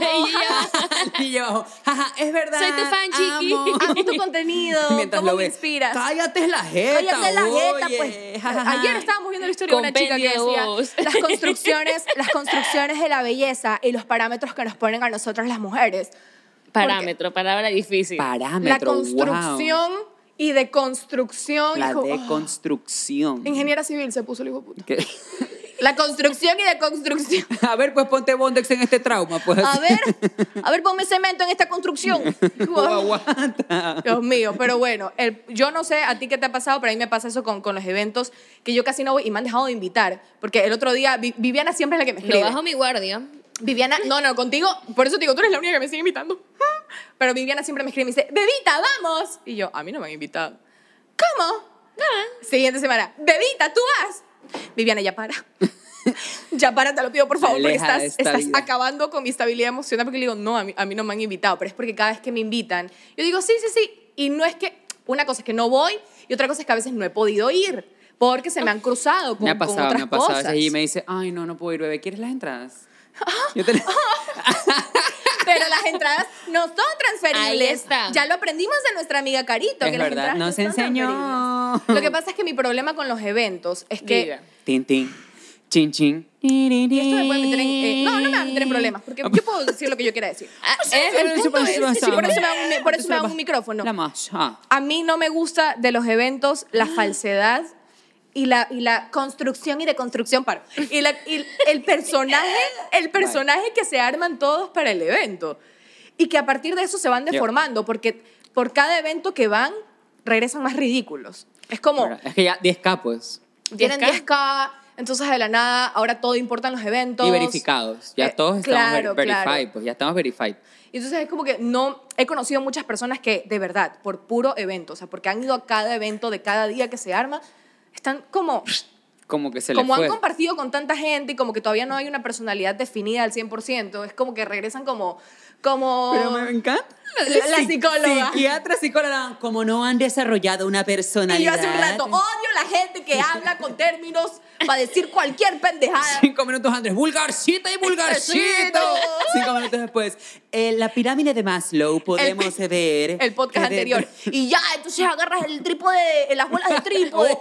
Speaker 1: Y ya.
Speaker 3: y yo abajo, ja, ja, es verdad.
Speaker 1: Soy tu fan, chiqui.
Speaker 3: amo.
Speaker 4: Amo tu contenido.
Speaker 3: Mientras
Speaker 4: ¿Cómo
Speaker 3: lo
Speaker 4: me
Speaker 3: ves.
Speaker 4: inspiras?
Speaker 3: Cállate la jeta.
Speaker 4: Cállate la jeta,
Speaker 3: oye.
Speaker 4: pues.
Speaker 3: Ja, ja, ja.
Speaker 4: Ayer estábamos viendo la historia de una chica que
Speaker 1: Compendio de
Speaker 4: decía
Speaker 1: voz.
Speaker 4: las construcciones, las construcciones de la belleza y los parámetros que nos ponen a nosotras las mujeres.
Speaker 1: Parámetro, palabra difícil.
Speaker 4: La
Speaker 3: Parámetro. Ah, wow.
Speaker 4: construcción y de construcción.
Speaker 3: La
Speaker 4: dijo, "Oh".
Speaker 3: deconstrucción.
Speaker 4: ingeniera civil se puso el hijo de puta.
Speaker 3: ¿Qué?
Speaker 4: La construcción y de construcción.
Speaker 3: A ver, pues ponte Bondex en este trauma, pues.
Speaker 4: A ver, a ver, ponme cemento en esta construcción.
Speaker 3: Tú aguanta.
Speaker 4: Dios mío, pero bueno, el- yo no sé a ti qué te ha pasado, pero a mí me pasa eso con, con los eventos que yo casi no voy y me han dejado de invitar. Porque el otro día, Vi- Viviana siempre es la que me
Speaker 1: Lo
Speaker 4: escribe.
Speaker 1: bajo mi guardia.
Speaker 4: Viviana, no, no, contigo, por eso te digo, tú eres la única que me sigue invitando. Pero Viviana siempre me escribe y me dice, Bebita, vamos. Y yo, a mí no me han invitado. ¿Cómo? Siguiente semana, Bebita, tú vas. Viviana, ya para. ya para, te lo pido por favor,
Speaker 3: Aleja
Speaker 4: porque
Speaker 3: de
Speaker 4: estás,
Speaker 3: esta
Speaker 4: estás
Speaker 3: vida.
Speaker 4: acabando con mi estabilidad emocional porque le digo, no, a mí, a mí no me han invitado, pero es porque cada vez que me invitan, yo digo, sí, sí, sí. Y no es que, una cosa es que no voy y otra cosa es que a veces no he podido ir porque se me han cruzado
Speaker 3: Ah.
Speaker 4: con,
Speaker 3: Me ha
Speaker 4: con
Speaker 3: pasado,
Speaker 4: otras
Speaker 3: me ha pasado.
Speaker 4: cosas. Ah,
Speaker 3: Y me dice, ay, no, no puedo ir, bebé, ¿quieres las entradas? Yo te
Speaker 4: Pero las entradas no son
Speaker 1: Ahí
Speaker 4: transferibles.
Speaker 1: está.
Speaker 4: Ya lo aprendimos de nuestra amiga Carito.
Speaker 3: Es
Speaker 4: que las
Speaker 3: verdad,
Speaker 4: entradas
Speaker 3: nos
Speaker 4: son
Speaker 3: enseñó.
Speaker 4: transferibles. Lo que pasa es que mi problema con los eventos es que...
Speaker 1: Diga.
Speaker 3: Tin, tin. Chin, chin.
Speaker 4: Y esto me puede meter en... eh, no, no me va a meter en problemas, porque yo puedo decir lo que yo quiera decir.
Speaker 1: Ah,
Speaker 3: Eh,
Speaker 1: eh,
Speaker 3: pero
Speaker 1: el
Speaker 3: eso
Speaker 1: punto
Speaker 3: por eso
Speaker 1: es-
Speaker 3: me
Speaker 4: sí, por
Speaker 3: llama.
Speaker 4: eso me dan un- por eso me dan un
Speaker 3: va-
Speaker 4: micrófono.
Speaker 3: La más. ah.
Speaker 4: A mí no me gusta de los eventos la falsedad y la, y la construcción y deconstrucción, paro. Y, la- y el personaje, el personaje que se arman todos para el evento. Y que a partir de eso se van
Speaker 3: Yo-
Speaker 4: deformando, porque por cada evento que van, regresan más ridículos. Es como,
Speaker 3: Bueno, Es que ya 10 capos.
Speaker 4: tienen
Speaker 1: 10K.
Speaker 4: 10K, entonces de la nada, ahora todo importan los eventos.
Speaker 3: Y verificados. Ya
Speaker 4: Eh,
Speaker 3: todos estamos ver-
Speaker 4: claro,
Speaker 3: verified,
Speaker 4: claro.
Speaker 3: pues ya estamos verified.
Speaker 4: Y entonces es como que no, he conocido muchas personas que de verdad, por puro evento, o sea, porque han ido a cada evento de cada día que se arma, están como,
Speaker 3: Como que se
Speaker 4: como
Speaker 3: le fue.
Speaker 4: han compartido con tanta gente y como que todavía no hay una personalidad definida al 100%, es como que regresan como, como...
Speaker 3: Pero me encanta.
Speaker 4: La- la
Speaker 3: Psi-
Speaker 4: psicóloga.
Speaker 3: Psiquiatra, psicóloga. Como no han desarrollado una personalidad.
Speaker 4: y yo hace un rato, odio la gente que habla con términos para decir cualquier pendejada.
Speaker 3: Cinco minutos antes, vulgarcita y vulgarcito. Cinco minutos después, eh, la pirámide de Maslow podemos
Speaker 4: El-
Speaker 3: ver.
Speaker 4: El podcast
Speaker 3: que dentro-
Speaker 4: anterior. Y ya, entonces agarras el trípode, las bolas de trípode.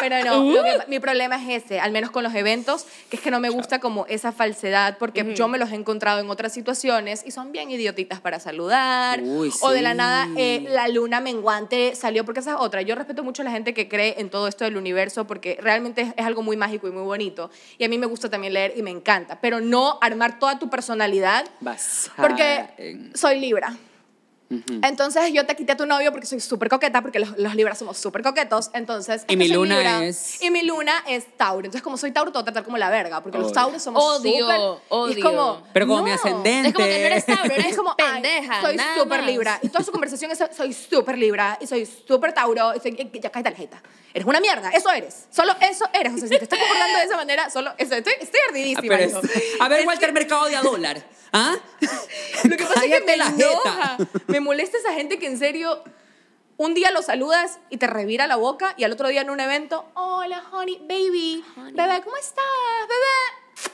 Speaker 4: Pero no, lo que- mi problema es ese, al menos con los eventos, que es que no me gusta como esa falsedad, porque yo me los he encontrado en otras situaciones y son bien idiotitas para saludar.
Speaker 3: Uy,
Speaker 4: o de la
Speaker 3: sí.
Speaker 4: nada, eh, la luna menguante salió, porque esa es otra. Yo respeto mucho a la gente que cree en todo esto del universo, porque realmente es, es algo muy mágico y muy bonito. Y a mí me gusta también leer y me encanta, pero no armar toda tu personalidad
Speaker 3: Basar
Speaker 4: porque
Speaker 3: Ah, en-
Speaker 4: soy Libra.
Speaker 3: Ujú.
Speaker 4: Entonces yo te quité a tu novio porque soy súper coqueta, porque los, los libras somos súper coquetos. Entonces. es que
Speaker 3: mi
Speaker 4: soy
Speaker 3: luna
Speaker 4: Libra,
Speaker 3: es-
Speaker 4: Y mi luna es Tauro. Entonces, como soy Tauro, te voy a tratar como la verga, porque los
Speaker 3: Odio.
Speaker 4: Tauros somos
Speaker 1: Odio,
Speaker 4: súper. Y
Speaker 1: odio.
Speaker 4: es como.
Speaker 3: Pero como
Speaker 4: no.
Speaker 3: mi ascendente.
Speaker 1: Es como que no eres Tauro,
Speaker 4: Pero
Speaker 1: eres
Speaker 4: es como, ay,
Speaker 1: pendeja.
Speaker 4: soy
Speaker 1: nada
Speaker 4: súper
Speaker 1: más.
Speaker 4: libra. Y toda su conversación es, soy súper libra, y soy súper tauro, y soy, ya cállate la jeta. Eres una mierda, eso eres. Solo eso eres. O sea, si te estás comportando de esa manera, solo eso. Estoy, estoy
Speaker 3: Ah,
Speaker 4: ardidísima.
Speaker 3: pero
Speaker 4: yo.
Speaker 3: es- a ver, Walter Mercado de a dólar. ¿Ah?
Speaker 4: Lo que pasa es que
Speaker 3: Cállate
Speaker 4: me
Speaker 3: la
Speaker 4: enoja.
Speaker 3: jeta.
Speaker 4: Me molesta esa gente que en serio un día lo saludas y te revira la boca y al otro día en un evento, hola honey, baby,
Speaker 1: Honey.
Speaker 4: bebé, ¿cómo estás? Bebé.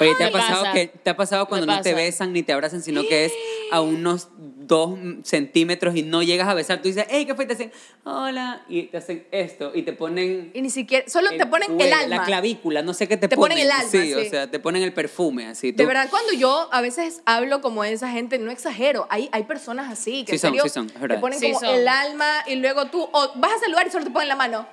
Speaker 3: Oye, ¿te
Speaker 1: Me
Speaker 3: ha pasado
Speaker 1: pasa.
Speaker 3: que te ha pasado cuando
Speaker 1: Me
Speaker 3: no te
Speaker 1: pasa.
Speaker 3: besan ni te abrazan, sino que es a unos dos centímetros y no llegas a besar? Tú dices, hey, ¿qué fue? Y te hacen, hola, y te hacen esto, y te ponen...
Speaker 4: Y ni siquiera, solo te
Speaker 3: el
Speaker 4: ponen el
Speaker 3: cuello,
Speaker 4: alma.
Speaker 3: La clavícula, no sé qué te,
Speaker 4: Te ponen el alma,
Speaker 3: Sí, o
Speaker 4: sí.
Speaker 3: sea, te ponen el perfume, así.
Speaker 4: De
Speaker 3: tú-
Speaker 4: verdad, cuando yo a veces hablo como esa gente, no exagero, hay, hay personas así que
Speaker 3: Sí
Speaker 4: en
Speaker 3: son,
Speaker 4: serio
Speaker 3: sí son, es
Speaker 4: te
Speaker 3: verdad.
Speaker 4: ponen
Speaker 1: Sí
Speaker 4: como
Speaker 1: son.
Speaker 4: el alma y luego tú o vas a saludar y solo te ponen la mano,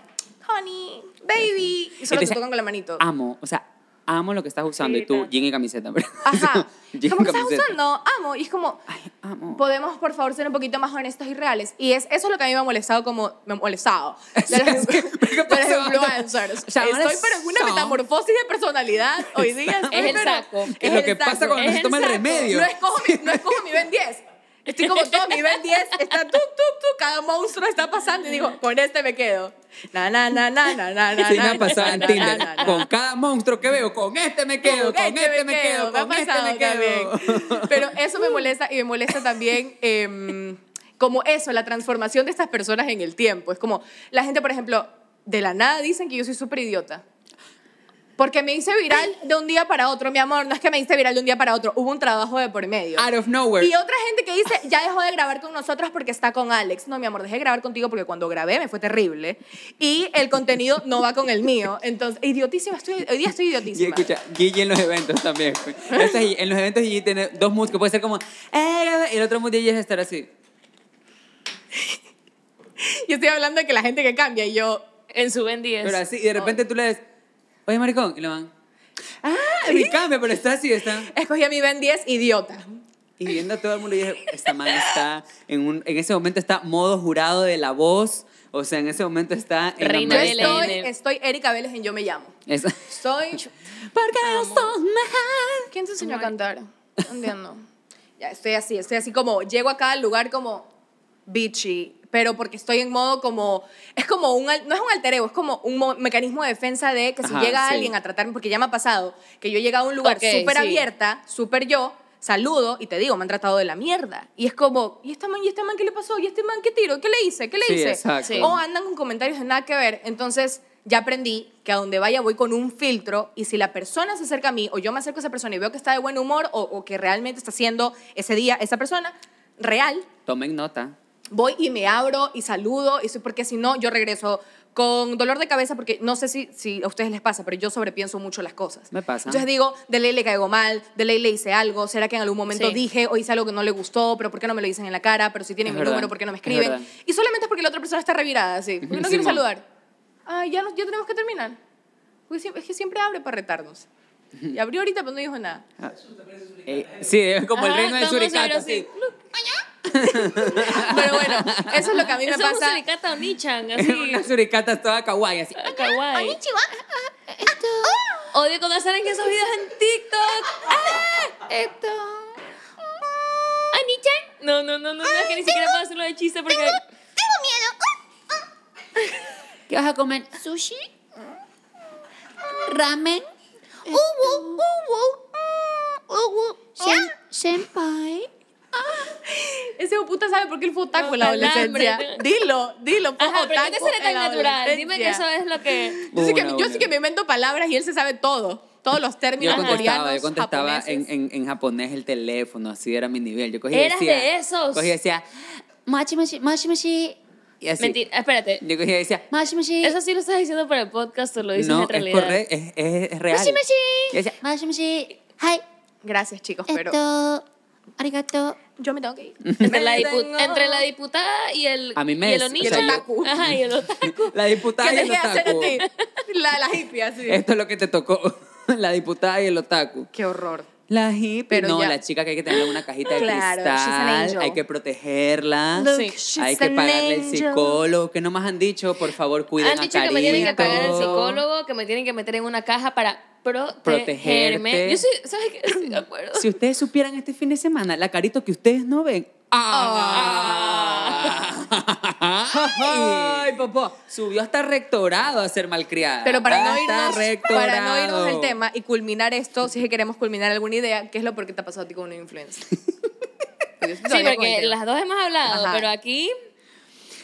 Speaker 4: honey, baby, y solo te
Speaker 3: Entonces, ah,
Speaker 4: tocan con la manito.
Speaker 3: Amo, o sea, amo lo que estás usando. y tú,
Speaker 1: Camiseta.
Speaker 3: jean y camiseta. pero-
Speaker 4: Ajá.
Speaker 3: Jean y
Speaker 4: ¿Cómo que estás
Speaker 3: camiseta.
Speaker 4: usando? Amo. Y es como,
Speaker 3: Ay, amo.
Speaker 4: podemos por favor ser un poquito más honestos y reales. Y es, eso es lo que a mí me ha molestado como, me ha molestado. De las,
Speaker 3: ¿Qué
Speaker 4: de las
Speaker 3: pasó?
Speaker 4: influencers.
Speaker 3: O sea, ahora
Speaker 4: Estoy pero en una
Speaker 3: son-
Speaker 4: metamorfosis de personalidad hoy día. estoy,
Speaker 1: Es el
Speaker 4: pero-
Speaker 1: saco.
Speaker 3: Es lo
Speaker 4: el
Speaker 3: que pasa
Speaker 4: saco.
Speaker 3: cuando
Speaker 1: Es
Speaker 3: no se
Speaker 1: el
Speaker 3: toma el
Speaker 1: saco.
Speaker 3: remedio.
Speaker 4: No escojo mi, no escojo mi Ben 10. Estoy como todo mi Ben 10. Está tú, tú, tú. Cada monstruo está pasando. Y digo, con este me quedo. Na, na, na, na, na, na, na.
Speaker 3: Sí, me
Speaker 4: na,
Speaker 3: ha pasado
Speaker 4: na,
Speaker 3: en
Speaker 4: na,
Speaker 3: Tinder.
Speaker 4: na, na, na.
Speaker 3: Con cada monstruo que veo, con este me quedo, con este me quedo,
Speaker 4: me ha
Speaker 3: con este
Speaker 4: pasado
Speaker 3: me quedo.
Speaker 4: también. Pero eso me molesta y me molesta también em, como eso, la transformación de estas personas en el tiempo. Es como, la gente, por ejemplo, de la nada dicen que yo soy súper idiota. Porque me hice viral de un día para otro, mi amor. No es que me hice viral de un día para otro. Hubo un trabajo de por medio.
Speaker 3: Out of nowhere.
Speaker 4: Y otra gente que dice, ya dejó de grabar con nosotros porque está con Alex. No, mi amor, dejé de grabar contigo porque cuando grabé me fue terrible. Y el contenido no va con el mío. Entonces, idiotísima, estoy, hoy día estoy
Speaker 3: Y
Speaker 4: idiotísima.
Speaker 3: escucha, Gigi en los eventos también. Eso es- en los eventos Gigi tiene dos moods que puede ser como, "Eh", y el otro mood de ella es estar así.
Speaker 4: Yo estoy hablando de que la gente que cambia y yo...
Speaker 1: En su Ben 10.
Speaker 3: Pero así, y de repente tú le des, oye, maricón, y lo van. Ah, y cambia, pero está así, está.
Speaker 4: Escogí a mi Ben 10, idiota.
Speaker 3: Y viendo a todo el mundo, y dije, esta man está, en, un, en ese momento está modo jurado de la voz. O sea, en ese momento está en
Speaker 1: Reina
Speaker 3: la
Speaker 4: Yo
Speaker 1: de
Speaker 3: maestra-
Speaker 4: estoy,
Speaker 1: LN.
Speaker 4: estoy Erika Vélez en Yo Me Llamo.
Speaker 3: Esa-
Speaker 4: Soy... Porque yo soy mejor. ¿Quién te enseñó a cantar? No Entiendo. Ya, estoy así, estoy así como... Llego a cada lugar como bitchy, pero porque estoy en modo como... Es como un... al- No es un alter ego, es como un mo- mecanismo de defensa de que si
Speaker 3: Ajá,
Speaker 4: llega
Speaker 3: sí.
Speaker 4: alguien a tratarme, porque ya me ha pasado, que yo he llegado a un lugar
Speaker 1: Ok,
Speaker 4: súper
Speaker 1: sí.
Speaker 4: abierta, súper yo, saludo y te digo, me han tratado de la mierda. Y es como, ¿y este man, y este man qué le pasó? ¿Y este man qué tiro? ¿Qué le hice? ¿Qué le
Speaker 3: Sí,
Speaker 4: hice?
Speaker 3: exacto.
Speaker 1: Sí.
Speaker 4: O andan con comentarios de nada que ver. Entonces, ya aprendí que a donde vaya voy con un filtro y si la persona se acerca a mí o yo me acerco a esa persona y veo que está de buen humor o, o que realmente está siendo ese día esa persona real,
Speaker 3: Tomen nota.
Speaker 4: voy y me abro y saludo y soy- porque si no yo regreso con dolor de cabeza porque no sé si, si a ustedes les pasa, pero yo sobrepienso mucho las cosas.
Speaker 3: Me pasa.
Speaker 4: Entonces digo, de ley le caigo mal, de ley le hice algo, será que en algún momento
Speaker 1: Sí.
Speaker 4: dije o hice algo que no le gustó, pero ¿por qué no me lo dicen en la cara? Pero si tienen
Speaker 3: Es
Speaker 4: mi
Speaker 3: verdad,
Speaker 4: número, ¿por qué no me
Speaker 3: es
Speaker 4: escriben?
Speaker 3: verdad.
Speaker 4: y solamente es porque la otra persona está revirada, así. Porque no quiere
Speaker 3: Simón.
Speaker 4: saludar. Ah, ya, nos, ya tenemos que terminar. Porque sie- es que siempre abre para retarnos. Y abrió ahorita, pero no dijo nada.
Speaker 3: Eh, sí, es como el
Speaker 1: Ajá,
Speaker 3: reino del
Speaker 1: estamos
Speaker 3: suricato.
Speaker 1: ahora sí.
Speaker 3: sí.
Speaker 4: Pero bueno, eso es lo que a mí me
Speaker 1: Eso es un
Speaker 4: pasa.
Speaker 1: suricata o nichan,
Speaker 3: Unas
Speaker 1: así. Ah,
Speaker 3: suricatas todas kawaii, así.
Speaker 1: Kawaii.
Speaker 5: Konnichiwa.
Speaker 4: Ah,
Speaker 1: Odio cuando salen esos videos en TikTok. ¡Ah!
Speaker 5: Esto.
Speaker 1: ¿Anichan? No, no, no, no, no, es que ni siquiera puedo hacerlo de chiste porque...
Speaker 5: Tengo miedo.
Speaker 3: ¿Qué vas a comer?
Speaker 5: Sushi. Ramen. Uwu, uwu. mm, Uwu. Sen- Senpai.
Speaker 4: Ese hijo puta sabe por qué él fue otaku en la
Speaker 1: Ojalá,
Speaker 4: adolescencia.
Speaker 1: hombre.
Speaker 4: Dilo, dilo, fue
Speaker 1: Ajá, pero ¿qué te
Speaker 4: otaku
Speaker 1: sale
Speaker 4: en
Speaker 1: tan
Speaker 4: la
Speaker 1: natural? Dime que eso
Speaker 4: adolescencia.
Speaker 1: es lo que...
Speaker 4: Yo sí que,
Speaker 3: Una,
Speaker 4: yo
Speaker 3: una.
Speaker 4: sí que me invento palabras y él se sabe todo. Todos los
Speaker 3: Yo
Speaker 4: términos
Speaker 3: contestaba,
Speaker 4: coreanos,
Speaker 3: yo contestaba en,
Speaker 4: japoneses.
Speaker 3: en, en japonés el teléfono, así era mi nivel. Yo cogía y
Speaker 1: Eras
Speaker 3: decía.
Speaker 1: de esos.
Speaker 3: Cogía y decía.
Speaker 5: Machi machi, machi machi.
Speaker 3: Y así.
Speaker 1: Mentira, espérate.
Speaker 3: Yo cogía y decía.
Speaker 5: Machi machi.
Speaker 1: Eso sí lo estás diciendo para el podcast o lo dices
Speaker 3: No,
Speaker 1: en
Speaker 3: es
Speaker 1: realidad.
Speaker 3: correcto, es, es, es real.
Speaker 5: Machi machi.
Speaker 3: Yo decía,
Speaker 5: Machi machi. Hi.
Speaker 4: Gracias, chicos, pero...
Speaker 5: Esto. Arigato.
Speaker 4: Yo me tengo que ir.
Speaker 1: Entre la,
Speaker 4: Me
Speaker 1: dipu-
Speaker 4: tengo-
Speaker 1: entre la diputada y el,
Speaker 3: A mí me
Speaker 1: y el
Speaker 3: des-
Speaker 1: Onichan.
Speaker 4: o sea, yo- otaku.
Speaker 1: Ajá, y el otaku.
Speaker 3: La
Speaker 4: ¿Qué
Speaker 3: diputada y
Speaker 4: te
Speaker 3: el
Speaker 4: queda hacer
Speaker 3: otaku.
Speaker 4: a ti? La, la hippie, así.
Speaker 3: Esto es lo que te tocó. La diputada y el otaku.
Speaker 4: Qué horror.
Speaker 3: La hippie.
Speaker 4: Pero
Speaker 3: no,
Speaker 4: ya.
Speaker 3: la chica que hay que tener una cajita de
Speaker 4: Claro, she's an
Speaker 3: cristal,
Speaker 4: angel.
Speaker 3: hay que protegerla,
Speaker 4: Look,
Speaker 3: sí.
Speaker 4: she's
Speaker 3: hay que
Speaker 4: an
Speaker 3: pagarle al
Speaker 4: angel.
Speaker 3: psicólogo. Que no más han dicho, por favor, cuiden
Speaker 1: Han
Speaker 3: a
Speaker 1: dicho que me tienen que
Speaker 3: Carito.
Speaker 1: pagar el psicólogo, que me tienen que meter en una caja para protegerme.
Speaker 3: Protegerte.
Speaker 1: Yo sí, ¿sabes qué? Sí, de acuerdo.
Speaker 3: Si ustedes supieran este fin de semana, la carito que ustedes no ven.
Speaker 4: Ah.
Speaker 3: Ay, papá. Subió hasta rectorado a ser malcriada.
Speaker 4: Pero para no,
Speaker 3: Hasta
Speaker 4: irnos,
Speaker 3: rectorado.
Speaker 4: para no irnos del tema y culminar esto, si es que queremos culminar alguna idea, ¿qué es lo por qué te ha pasado a ti con una influencer? Porque yo estoy
Speaker 1: Sí,
Speaker 4: todavía con el
Speaker 1: porque
Speaker 4: tema.
Speaker 1: las dos hemos hablado,
Speaker 4: Ajá.
Speaker 1: pero aquí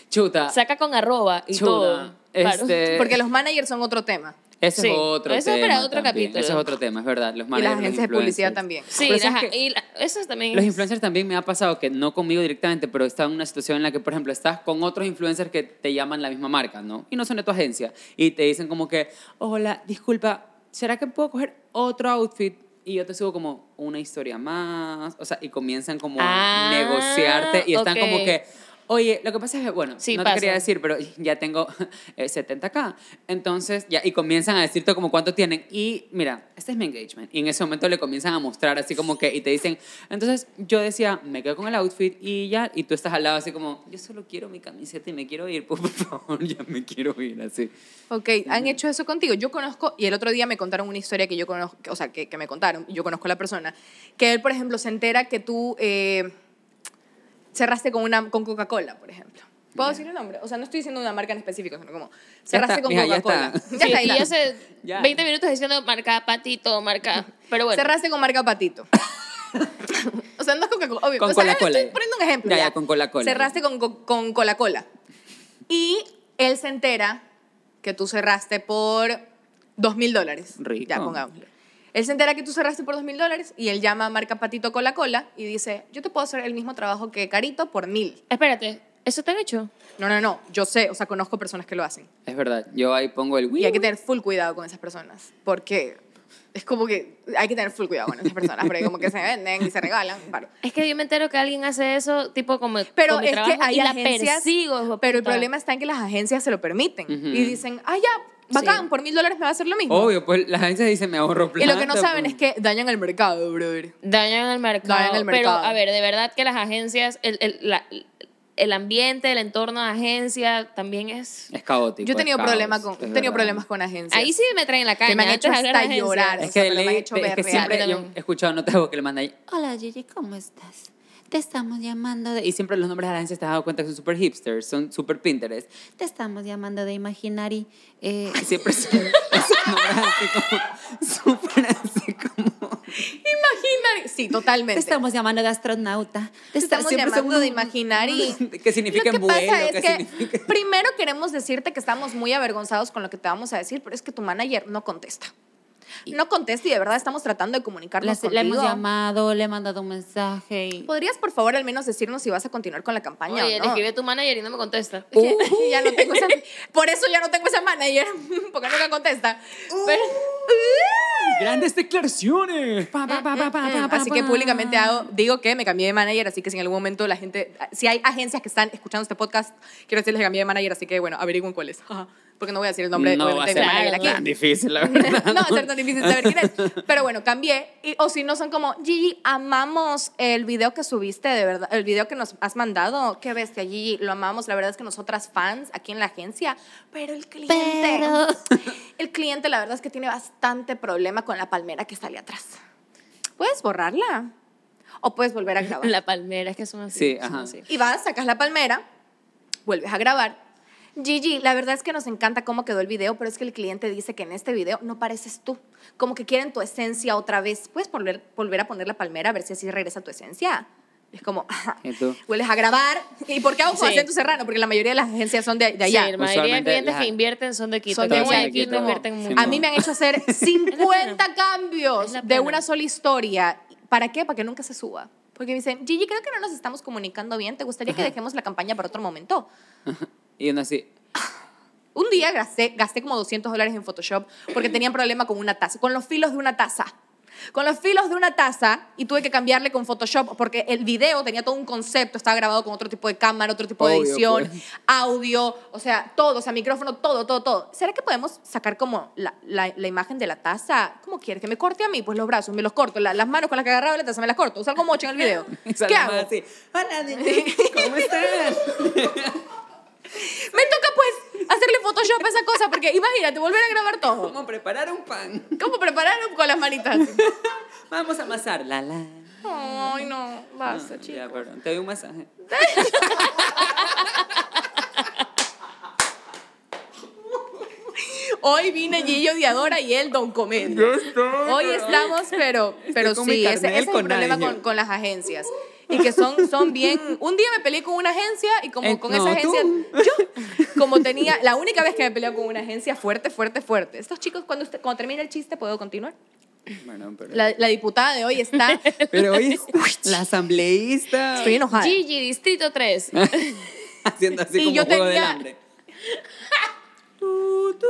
Speaker 3: Chuta.
Speaker 1: saca con arroba y
Speaker 3: Chuda,
Speaker 1: todo. Claro.
Speaker 3: Ah. este-
Speaker 4: Porque los managers son otro tema.
Speaker 3: Ese
Speaker 1: Sí,
Speaker 3: es otro
Speaker 1: eso es
Speaker 3: tema.
Speaker 1: para otro
Speaker 3: también.
Speaker 1: capítulo.
Speaker 3: Ese es otro tema, es verdad. Los
Speaker 4: Y
Speaker 3: managers,
Speaker 4: las
Speaker 3: los
Speaker 4: agencias de
Speaker 3: influencers.
Speaker 4: publicidad también.
Speaker 1: Sí,
Speaker 3: Pero ¿sabes
Speaker 1: ajá,
Speaker 3: qué?
Speaker 1: y la- eso también
Speaker 3: Los
Speaker 1: es-
Speaker 3: influencers también me ha pasado que no conmigo directamente, pero estaba en una situación en la que, por ejemplo, estás con otros influencers que te llaman la misma marca, ¿no? Y no son de tu agencia. Y te dicen como que, hola, disculpa, ¿será que puedo coger otro outfit? Y yo te subo como una historia más. O sea, y comienzan como
Speaker 1: Ah,
Speaker 3: a negociarte y están
Speaker 1: ok.
Speaker 3: como que... Oye, lo que pasa es que, bueno,
Speaker 1: Sí,
Speaker 3: no
Speaker 1: pasa.
Speaker 3: te quería decir, pero ya tengo eh, 70k. Entonces, ya, y comienzan a decirte como cuánto tienen. Y mira, este es mi engagement. Y en ese momento le comienzan a mostrar así como que, y te dicen, entonces yo decía, me quedo con el outfit y ya, y tú estás al lado así como, yo solo quiero mi camiseta y me quiero ir, por favor, ya me quiero ir, así.
Speaker 4: Ok, han hecho eso contigo. Yo conozco, y el otro día me contaron una historia que yo conozco, o sea, que, que me contaron, y yo conozco a la persona, que él, por ejemplo, se entera que tú eh, cerraste con, una- con Coca-Cola, por ejemplo. ¿Puedo decir el nombre? O sea, no estoy diciendo una marca en específico, sino como cerraste
Speaker 3: está,
Speaker 4: con
Speaker 3: mija, ya
Speaker 4: Coca-Cola.
Speaker 3: está.
Speaker 4: Ya
Speaker 1: Sí,
Speaker 4: está,
Speaker 1: y
Speaker 4: ya está.
Speaker 1: hace
Speaker 3: Ya.
Speaker 1: 20 minutos diciendo marca patito, marca. Pero bueno.
Speaker 4: Cerraste con marca Patito. o sea, no es Coca-Cola, obvio.
Speaker 3: Con
Speaker 4: O sea,
Speaker 3: Coca-Cola.
Speaker 4: Estoy poniendo un ejemplo.
Speaker 3: Ya, ya, con Coca-Cola.
Speaker 4: Cerraste con, co- con Coca-Cola. Y él se entera que tú cerraste por dos mil dólares.
Speaker 3: Rico.
Speaker 4: Ya, pongámoslo. Él se entera que tú cerraste por dos mil dólares y él llama a marca Patito Coca-Cola y dice, yo te puedo hacer el mismo trabajo que Carito por mil.
Speaker 1: Espérate, ¿eso te han hecho?
Speaker 4: No, no, no. Yo sé, o sea, conozco personas que lo hacen.
Speaker 3: Es verdad, yo ahí pongo el
Speaker 4: Y
Speaker 3: Wii.
Speaker 4: hay que tener full cuidado con esas personas, porque es como que hay que tener full cuidado con esas personas, porque como que se venden y se regalan. paro.
Speaker 1: Es que yo me entero que alguien hace eso, tipo como.
Speaker 4: Pero
Speaker 1: con mi
Speaker 4: es que
Speaker 1: trabajo,
Speaker 4: hay
Speaker 1: y la
Speaker 4: agencias,
Speaker 1: persigo, hijo de
Speaker 4: pero el
Speaker 1: puta.
Speaker 4: problema está en que las agencias se lo permiten
Speaker 3: Ujú.
Speaker 4: y dicen, ah, ya, bacán,
Speaker 1: Sí.
Speaker 4: por mil dólares me va a hacer lo mismo.
Speaker 3: Obvio, pues las agencias dicen, me ahorro
Speaker 4: y
Speaker 3: plata.
Speaker 4: lo que no saben
Speaker 3: pues.
Speaker 4: es que dañan el mercado, brother.
Speaker 1: Dañan el mercado.
Speaker 4: Dañan el mercado.
Speaker 1: Pero, a ver, de verdad que las agencias, el, el, la- el ambiente, el entorno de agencia también es.
Speaker 3: Es caótico.
Speaker 4: Yo he tenido,
Speaker 1: pues,
Speaker 3: es caos,
Speaker 4: problemas con,
Speaker 3: es
Speaker 4: he tenido
Speaker 3: verdad.
Speaker 4: problemas con agencias.
Speaker 1: Ahí sí me traen la caña.
Speaker 4: Que me han
Speaker 1: antes
Speaker 4: hecho
Speaker 1: de hablar de
Speaker 4: hasta
Speaker 1: agencias.
Speaker 4: llorar.
Speaker 3: Es
Speaker 4: O sea,
Speaker 3: que,
Speaker 4: me lo han
Speaker 3: leí-
Speaker 4: hecho
Speaker 3: es que
Speaker 4: berrear.
Speaker 3: siempre yo
Speaker 1: También.
Speaker 3: he escuchado notas de que le mandan
Speaker 5: Hola Gigi, ¿cómo estás? Te estamos llamando de
Speaker 3: Y siempre los nombres de la agencia te has dado cuenta que son super hipsters, son super Pinterest.
Speaker 5: te estamos llamando de Imaginary eh,
Speaker 3: Y siempre son esos nombres así como, super así como.
Speaker 4: Imagina. Sí,
Speaker 5: te
Speaker 4: totalmente.
Speaker 5: estamos llamando de astronauta
Speaker 4: Te
Speaker 5: te esta-
Speaker 4: estamos
Speaker 5: siempre son
Speaker 4: llamando de
Speaker 5: unos-
Speaker 4: Imaginary.
Speaker 3: Que significa
Speaker 4: Lo que
Speaker 3: vuelo,
Speaker 4: pasa es
Speaker 3: que,
Speaker 4: que
Speaker 3: significa.
Speaker 4: primero queremos decirte que estamos muy avergonzados con lo que te vamos a decir, pero es que tu manager no contesta. No contesta y de verdad estamos tratando de comunicarnos
Speaker 5: Las-
Speaker 4: contigo.
Speaker 5: le hemos llamado le he mandado un mensaje y
Speaker 4: ¿Podrías, por favor, al menos decirnos si vas a continuar con la campaña
Speaker 1: Oye,
Speaker 4: o
Speaker 1: le
Speaker 4: no?
Speaker 1: escribí a tu manager y no me contesta.
Speaker 4: Que ya no tengo esa- por eso ya no tengo esa manager, porque nunca contesta.
Speaker 3: Uh,
Speaker 4: Pero-
Speaker 3: Grandes declaraciones. Pa, pa, pa, pa, pa, pa, pa,
Speaker 4: eh, así que
Speaker 3: pa.
Speaker 4: públicamente hago, digo que me cambié de manager, así que si en algún momento la gente, si hay agencias que están escuchando este podcast, quiero decirles que cambié de manager, así que bueno, averigüen cuál es. Ajá. Porque no voy a decir el nombre
Speaker 3: No va a
Speaker 4: obviamente, de
Speaker 3: ser
Speaker 4: mi manager aquí.
Speaker 3: tan difícil, la verdad.
Speaker 4: no va a ser tan difícil saber quién es. Pero bueno, cambié. Y- o si no, son como, Gigi, amamos el video que subiste, de verdad, el video que nos has mandado. Qué bestia, Gigi, lo amamos. La verdad es que nosotras fans aquí en la agencia, pero el cliente.
Speaker 5: Pero-
Speaker 4: El cliente, la verdad es que tiene bastante problema con la palmera que sale atrás. ¿Puedes borrarla? O puedes volver a grabar.
Speaker 1: La palmera, es que son así.
Speaker 3: Sí,
Speaker 1: son
Speaker 3: ajá.
Speaker 1: así.
Speaker 4: Y vas, sacas la palmera, vuelves a grabar. Gigi, la verdad es que nos encanta cómo quedó el video, pero es que el cliente dice que en este video no pareces tú. Como que quieren tu esencia otra vez. ¿Puedes volver, volver a poner la palmera a ver si así regresa tu esencia? Es como, ajá,
Speaker 3: ¿Y tú?
Speaker 4: vuelves a grabar. ¿Y por qué hago con
Speaker 1: Sí.
Speaker 4: acento serrano? Porque la mayoría de las agencias son de, de allá.
Speaker 1: Sí, la mayoría de
Speaker 3: Usualmente
Speaker 1: clientes
Speaker 3: las-
Speaker 1: que invierten son de Quito.
Speaker 4: pues Son
Speaker 1: que
Speaker 4: de
Speaker 1: aquí
Speaker 4: Guayaquil,
Speaker 1: aquí no
Speaker 4: ¿no?
Speaker 1: invierten mucho.
Speaker 4: A mí me han hecho hacer
Speaker 1: Es
Speaker 4: 50
Speaker 1: la
Speaker 4: cambios
Speaker 1: Es la
Speaker 4: de
Speaker 1: pena.
Speaker 4: una sola historia. ¿Para qué? Para que nunca se suba. Porque me dicen, Gigi, creo que no nos estamos comunicando bien. ¿Te gustaría que dejemos la campaña para otro momento?
Speaker 3: Y uno así.
Speaker 4: Un día gasté, gasté como 200 dólares en Photoshop porque tenían problema con una taza, con los filos de una taza. con los filos de una taza y tuve que cambiarle con Photoshop porque el video tenía todo un concepto, estaba grabado con otro tipo de cámara, otro tipo de
Speaker 3: Obvio,
Speaker 4: edición,
Speaker 3: pues.
Speaker 4: audio, o sea, todo, o sea, micrófono, todo, todo, todo. ¿Será que podemos sacar como la, la- la imagen de la taza? ¿Cómo quieres? ¿Que me corte a mí? Pues los brazos, me los corto, la- las manos con las que agarraba la taza, me las corto, salgo mocho en el video.
Speaker 3: Y
Speaker 4: ¿Qué
Speaker 3: sale más
Speaker 4: hago?
Speaker 3: así, Hola, niños, ¿cómo están?
Speaker 4: Me toca pues hacerle Photoshop a esa cosa porque imagínate, volver a grabar todo.
Speaker 3: ¿Cómo preparar un pan?
Speaker 4: ¿Cómo prepararon con las manitas?
Speaker 3: Vamos a amasar. La, la.
Speaker 4: Ay, no, basta,
Speaker 3: Ah,
Speaker 4: chico.
Speaker 3: Ya, perdón. Te doy un masaje.
Speaker 4: Hoy vine Gillo Diadora y él Don Comedia. Hoy estamos, pero, pero
Speaker 3: con mi
Speaker 4: sí, ese, ese
Speaker 3: carnel
Speaker 4: es el
Speaker 3: Este con
Speaker 4: problema
Speaker 3: año.
Speaker 4: con, con las agencias. Y que son, son bien... Un día me peleé con una agencia y como
Speaker 3: Eh,
Speaker 4: con
Speaker 3: no,
Speaker 4: esa agencia...
Speaker 3: tú.
Speaker 4: Yo, como tenía... La única vez que me peleé con una agencia fuerte, fuerte, fuerte. Estos chicos, cuando, usted, cuando termine el chiste, ¿puedo continuar?
Speaker 3: Bueno, pero...
Speaker 4: La, la diputada de hoy está...
Speaker 3: Pero hoy es la asambleísta
Speaker 4: Estoy enojada.
Speaker 1: Gigi, Distrito 3.
Speaker 3: haciendo así
Speaker 4: Y
Speaker 3: como
Speaker 4: yo
Speaker 3: juego del
Speaker 4: tenía-
Speaker 3: hambre. Tu, tu,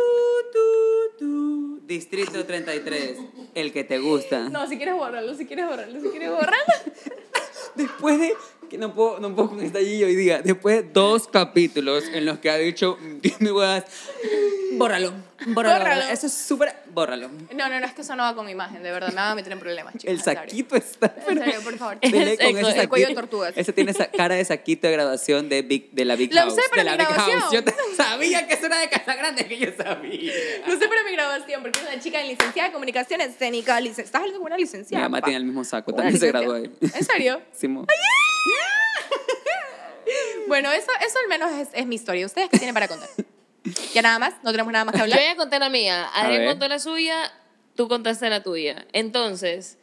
Speaker 3: tu, tu. Distrito 33, el que te gusta.
Speaker 4: No, si quieres borrarlo, si quieres borrarlo, si quieres borrarlo.
Speaker 3: Después de. Que no puedo, no puedo con esta Gigi hoy día. Después de dos capítulos en los que ha dicho. "Tiene huevas", Bórralo, bórralo.
Speaker 4: Bórralo.
Speaker 3: Eso es súper. Bórralo.
Speaker 4: No, no, no, es que eso no va con mi imagen, de verdad, me va a meter en problemas, chicos.
Speaker 3: El
Speaker 4: en serio.
Speaker 3: saquito está.
Speaker 4: En serio, por favor.
Speaker 1: El
Speaker 3: Pelé con
Speaker 1: saco,
Speaker 3: ese
Speaker 1: el
Speaker 3: saquito.
Speaker 4: cuello de tortuga.
Speaker 3: Ese tiene esa cara de saquito de graduación de, Big- de la Big
Speaker 4: Lo
Speaker 3: House.
Speaker 4: usé para
Speaker 3: de la
Speaker 4: mi
Speaker 3: Big House. Yo
Speaker 4: graduación.
Speaker 3: te- sabía que eso era de Casa Grande, que yo sabía.
Speaker 4: No sé para mi grabación, porque es una chica en licenciada de comunicación escénica. licen- Estás hablando con una
Speaker 3: Mi
Speaker 4: licenciada.
Speaker 3: mamá
Speaker 4: papá?
Speaker 3: tiene el mismo saco,
Speaker 4: Una
Speaker 3: también se
Speaker 4: licenciada.
Speaker 3: graduó ahí.
Speaker 4: ¿En serio?
Speaker 3: Simón.
Speaker 4: Bueno, eso, eso al menos es, es mi historia. ¿Ustedes qué tienen para contar? Ya nada más, no tenemos nada más que
Speaker 1: Yo
Speaker 4: hablar.
Speaker 1: ya conté la mía. Adrián
Speaker 3: ver.
Speaker 1: contó la suya, tú contaste la tuya. Entonces,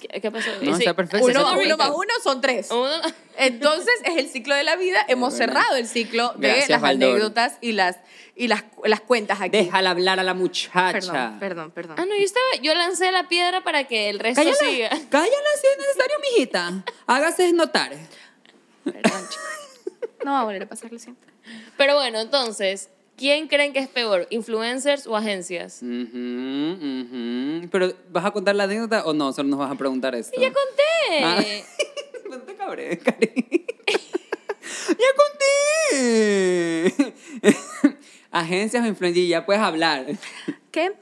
Speaker 1: ¿qué, qué pasó?
Speaker 3: No, está perfecto,
Speaker 1: uno-
Speaker 4: Uno,
Speaker 3: está
Speaker 4: más uno
Speaker 3: perfecto.
Speaker 4: más uno son tres.
Speaker 1: uno-
Speaker 4: Entonces es el ciclo de la vida. Hemos
Speaker 3: verdad.
Speaker 4: cerrado el ciclo de
Speaker 3: Gracias,
Speaker 4: las
Speaker 3: Valdor.
Speaker 4: anécdotas y las, y las, las cuentas aquí.
Speaker 3: Déjala hablar a la muchacha.
Speaker 4: Perdón, perdón, perdón.
Speaker 1: Ah, no, yo estaba, yo lancé la piedra para que el resto
Speaker 3: Cállala,
Speaker 1: siga.
Speaker 3: cállala si es necesario, mijita. Hágase notar.
Speaker 4: Perdón, chicos. No va a volver a pasar, lo siento.
Speaker 1: Pero bueno, entonces, ¿quién creen que es peor, influencers o agencias?
Speaker 3: Ujú, ujú. Pero, ¿vas a contar la anécdota o no? Solo nos vas a preguntar esto.
Speaker 1: Ya conté.
Speaker 3: Ah. No te cabré, Cari. ¡Ya conté! Agencias o influencer, ya puedes hablar.
Speaker 4: ¿Qué?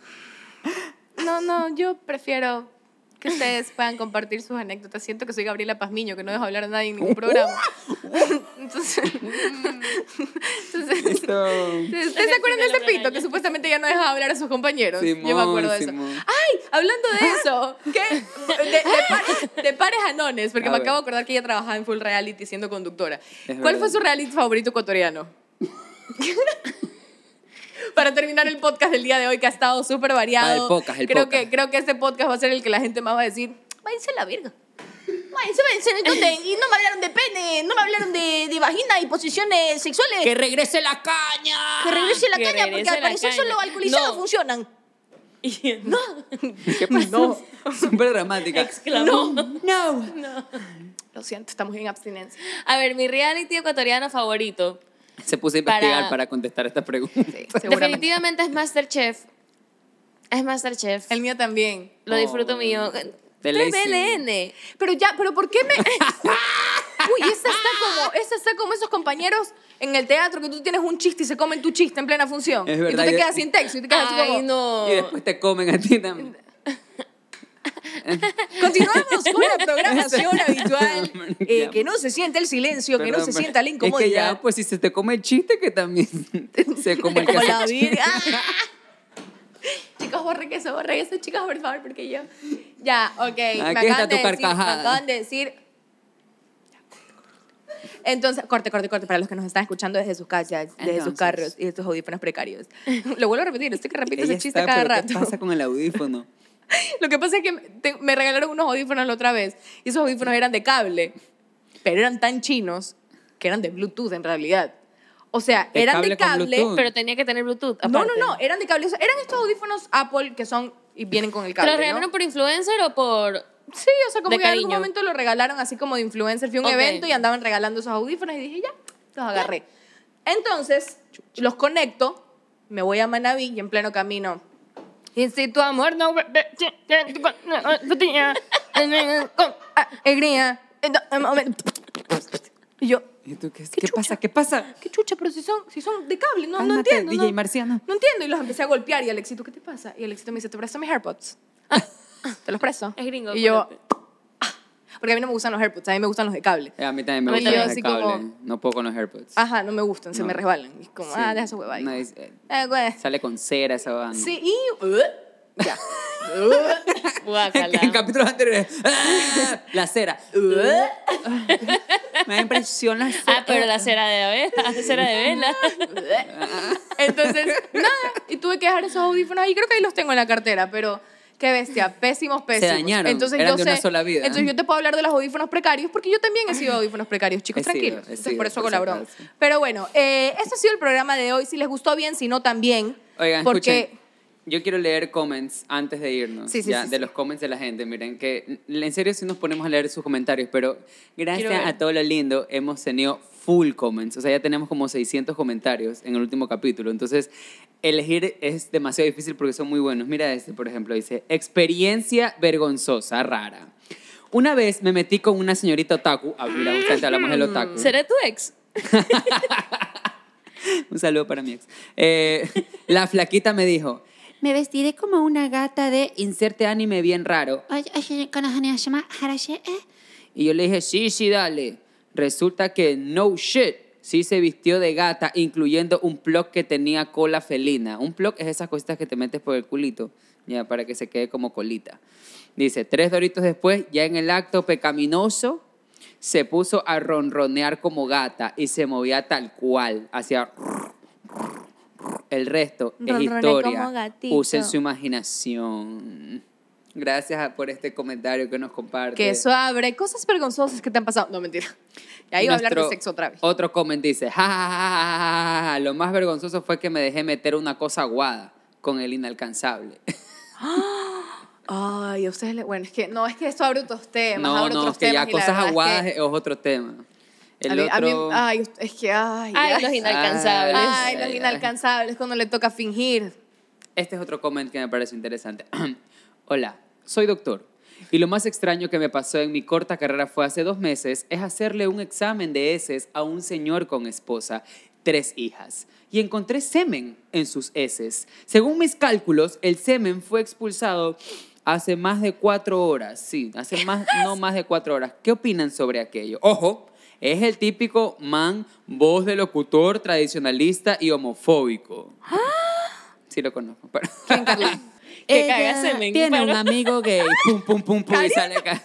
Speaker 4: No, no, yo prefiero que ustedes puedan compartir sus anécdotas. Siento que soy Gabriela Pazmiño, que no dejo hablar a nadie en ningún programa. Entonces, entonces
Speaker 3: Esto.
Speaker 4: ¿ustedes se acuerdan de ese pito que supuestamente ya no deja hablar a sus compañeros? yo me acuerdo de eso. Ah,
Speaker 3: Simón.
Speaker 4: ¡Ay! Hablando de eso, ¿qué? De, de pares, de pares anones, porque
Speaker 3: A
Speaker 4: me
Speaker 3: ver.
Speaker 4: acabo de acordar que ella trabajaba en Full Reality siendo conductora. ¿Cuál
Speaker 3: verdad.
Speaker 4: fue su reality favorito ecuatoriano? Para terminar el podcast del día de hoy, que ha estado súper variado.
Speaker 3: Ah, el podcast, el
Speaker 4: creo
Speaker 3: podcast.
Speaker 4: Que, creo que este podcast va a ser el que la gente más va a decir, váyanse a la verga. Váyanse, váyanse, no esconden". Y no me hablaron de pene, no me hablaron de, de vagina y posiciones sexuales.
Speaker 3: ¡Que regrese la caña!
Speaker 4: Que regrese la
Speaker 1: Que
Speaker 4: caña, porque
Speaker 1: regrese
Speaker 4: al
Speaker 1: la
Speaker 4: parecer
Speaker 1: caña.
Speaker 4: solo alcoholizados
Speaker 1: No.
Speaker 4: funcionan.
Speaker 1: Y- no,
Speaker 3: ¿Qué pasó? Súper dramática.
Speaker 1: exclamó.
Speaker 3: No.
Speaker 4: Lo siento, estamos en abstinencia.
Speaker 1: A ver, mi reality ecuatoriano favorito
Speaker 3: Se puso a investigar
Speaker 1: Para-
Speaker 3: para, contestar esta pregunta.
Speaker 4: Seguramente.
Speaker 1: definitivamente es Masterchef. Es Masterchef.
Speaker 4: El mío también.
Speaker 1: Lo
Speaker 3: Oh.
Speaker 1: disfruto mío.
Speaker 3: De ley, sí.
Speaker 1: TVLN.
Speaker 4: Pero ya, pero ¿por qué me...? Uy, esa está como, esa está como esos compañeros en el teatro que tú tienes un chiste y se comen tu chiste en plena función.
Speaker 3: Es verdad,
Speaker 4: y tú te
Speaker 3: yo-
Speaker 4: quedas sin texto y te quedas así
Speaker 1: Ay,
Speaker 4: como...
Speaker 1: no.
Speaker 3: Y después te comen a ti también.
Speaker 4: Continuamos con la programación habitual, eh,
Speaker 3: Ya.
Speaker 4: que no se siente el silencio, que no
Speaker 3: Perdón,
Speaker 4: se
Speaker 3: pero
Speaker 4: sienta la
Speaker 3: Es que
Speaker 4: incomodidad.
Speaker 3: ya, pues si se te come el chiste, que también se come el
Speaker 4: como la
Speaker 3: cassette.
Speaker 4: vida. Chicos, borren eso, borren eso, chicos, por favor, porque yo... Ya, ok. me
Speaker 3: Aquí está
Speaker 4: acaban
Speaker 3: tu
Speaker 4: de decir,
Speaker 3: carcajada.
Speaker 4: Me acaban de decir... Entonces, corte, corte, corte, para los que nos están escuchando desde sus casas, desde sus
Speaker 3: Entonces.
Speaker 4: carros y estos audífonos precarios. Lo vuelvo a repetir, estoy que repito
Speaker 3: Ella
Speaker 4: ese chiste
Speaker 3: está,
Speaker 4: cada
Speaker 3: pero
Speaker 4: rato.
Speaker 3: ¿Qué pasa con el audífono?
Speaker 4: Lo que pasa es que me- te- me regalaron unos audífonos la otra vez y esos audífonos eran de cable, pero eran tan chinos que eran de Bluetooth en realidad. O sea,
Speaker 3: ¿De
Speaker 4: eran
Speaker 3: cable
Speaker 4: de
Speaker 3: con
Speaker 4: cable,
Speaker 3: Bluetooth?
Speaker 1: Pero tenía que tener Bluetooth.
Speaker 4: no,
Speaker 1: aparte.
Speaker 4: no, no, eran de cable. O sea, eran estos audífonos Apple que son y vienen con el
Speaker 1: ¿Te
Speaker 4: cable.
Speaker 1: lo
Speaker 4: ¿no?
Speaker 1: regalaron por influencer o por.?
Speaker 4: Sí, o sea, como
Speaker 1: de
Speaker 4: que en
Speaker 1: cariño.
Speaker 4: algún momento lo regalaron así como de influencer. Fui a un
Speaker 1: Ok.
Speaker 4: evento y andaban regalando esos audífonos y dije, ya, los agarré. Entonces, los conecto, me voy a Manaví y en pleno camino
Speaker 6: Y si tu amor no... Alegría. Y yo,
Speaker 3: ¿Y tú qué, ¿qué pasa? ¿Qué pasa?
Speaker 4: ¿Qué chucha? Pero si son, si son de cable, no, no
Speaker 3: Cálmate,
Speaker 4: entiendo.
Speaker 3: DJ
Speaker 4: no,
Speaker 3: Marciano.
Speaker 4: No entiendo. Y los empecé a golpear. Y Alexito, ¿qué te pasa? Y Alexito me dice, ¿te presto mis AirPods? ¿Te los presto?
Speaker 1: Es gringo,
Speaker 4: Y yo,
Speaker 1: acuérdate.
Speaker 4: "Ah". porque a mí no me gustan los AirPods, a mí me gustan los de cable.
Speaker 3: Eh, a mí también me
Speaker 4: Oye,
Speaker 3: gustan
Speaker 4: yo
Speaker 3: los de
Speaker 4: así
Speaker 3: cable.
Speaker 4: como-
Speaker 3: No puedo con los AirPods.
Speaker 4: Ajá, no me gustan, se
Speaker 3: No.
Speaker 4: me resbalan. Y es como,
Speaker 3: Sí.
Speaker 4: ah, deja esa huevada. ahí".
Speaker 3: No, es- eh,
Speaker 4: Ah, güey.
Speaker 3: sale con cera esa banda.
Speaker 4: Sí, y... uh, ya.
Speaker 1: Guácala.
Speaker 3: En capítulos anteriores. ¡ah! La cera.
Speaker 4: uh,
Speaker 3: Me da impresión la cera.
Speaker 1: Ah, pero la cera de vela, la cera de vela.
Speaker 4: Entonces, nada, y tuve que dejar esos audífonos ahí. Creo que ahí los tengo en la cartera, pero qué bestia, pésimos, pésimos.
Speaker 3: dañaron,
Speaker 4: Entonces,
Speaker 3: eran
Speaker 4: yo
Speaker 3: de
Speaker 4: sé,
Speaker 3: una sola vida.
Speaker 4: Entonces, yo te puedo hablar de los audífonos precarios, porque yo también he sido audífonos precarios, chicos,
Speaker 3: He sido,
Speaker 4: tranquilos.
Speaker 3: he
Speaker 4: Entonces,
Speaker 3: sido,
Speaker 4: por eso
Speaker 3: por si
Speaker 4: colaboró.
Speaker 3: acaso.
Speaker 4: Pero bueno, eh, este ha sido el programa de hoy. Si les gustó bien, si no, también.
Speaker 3: Oigan,
Speaker 4: porque
Speaker 3: escuchen. Yo quiero leer comments antes de irnos.
Speaker 4: Sí, sí,
Speaker 3: ya,
Speaker 4: sí,
Speaker 3: de
Speaker 4: sí.
Speaker 3: los comments de la gente. Miren que en serio sí nos ponemos a leer sus comentarios, pero
Speaker 1: Quiero
Speaker 3: gracias
Speaker 1: ver.
Speaker 3: a todo lo lindo hemos tenido full comments. O sea, ya tenemos como 600 comentarios en el último capítulo. Entonces, elegir es demasiado difícil porque son muy buenos. Mira este, por ejemplo, dice, experiencia vergonzosa, rara. Una vez me metí con una señorita otaku. Ah, mira, justamente hablamos del otaku.
Speaker 1: ¿Seré tu ex?
Speaker 3: Un saludo para mi ex. Eh, la flaquita me dijo, me vestiré como una gata de inserte anime bien raro.
Speaker 5: Ay, ay, Konohaneyashima, Harashe, eh.
Speaker 3: Y yo le dije, sí, sí, dale. Resulta que no shit. Sí se vistió de gata, incluyendo un plug que tenía cola felina. Un plug es esas cositas que te metes por el culito, ya, para que se quede como colita. Dice, tres doritos después, ya en el acto pecaminoso, se puso a ronronear como gata y se movía tal cual, hacia... El resto es
Speaker 6: Ronroneé como
Speaker 3: historia.
Speaker 6: gatito.
Speaker 3: Usen su imaginación. Gracias a- por este comentario que nos comparte.
Speaker 4: que sobre cosas vergonzosas que te han pasado. No, mentira. Y ahí va a hablar de
Speaker 3: Nuestro
Speaker 4: sexo otra vez.
Speaker 3: Otro comment dice, "Ja, ja, ja, ja, ja, ja, lo más vergonzoso fue que me dejé meter una cosa aguada con el inalcanzable.
Speaker 4: Ay, a ustedes le... Bueno, es que no, es que esto abre otros temas.
Speaker 3: no,
Speaker 4: abre
Speaker 3: no,
Speaker 4: otros
Speaker 3: es que ya
Speaker 4: temas, y la
Speaker 3: cosas
Speaker 4: verdad es que
Speaker 3: aguadas es otro tema. El
Speaker 4: a mí- a mí-
Speaker 3: otro...
Speaker 4: ay, es que... Ay,
Speaker 1: Ay,
Speaker 4: ay.
Speaker 1: los inalcanzables.
Speaker 3: Ay,
Speaker 4: Ay,
Speaker 3: ay,
Speaker 4: los
Speaker 3: ay.
Speaker 4: inalcanzables, cuando le toca fingir.
Speaker 3: Este es otro comment que me parece interesante. Hola, soy doctor. Y lo más extraño que me pasó en mi corta carrera fue hace dos meses es hacerle un examen de heces a un señor con esposa, tres hijas. Y encontré semen en sus heces. Según mis cálculos, el semen fue expulsado hace más de cuatro horas. Sí, hace más, no más de cuatro horas. ¿Qué opinan sobre aquello? Ojo, es el típico man, voz de locutor, tradicionalista y homofóbico. Sí lo conozco, pero...
Speaker 1: Que
Speaker 3: Ella
Speaker 1: caga semen,
Speaker 3: tiene
Speaker 1: pero-
Speaker 3: un amigo gay. Pum, pum, pum, pum. Y sale acá.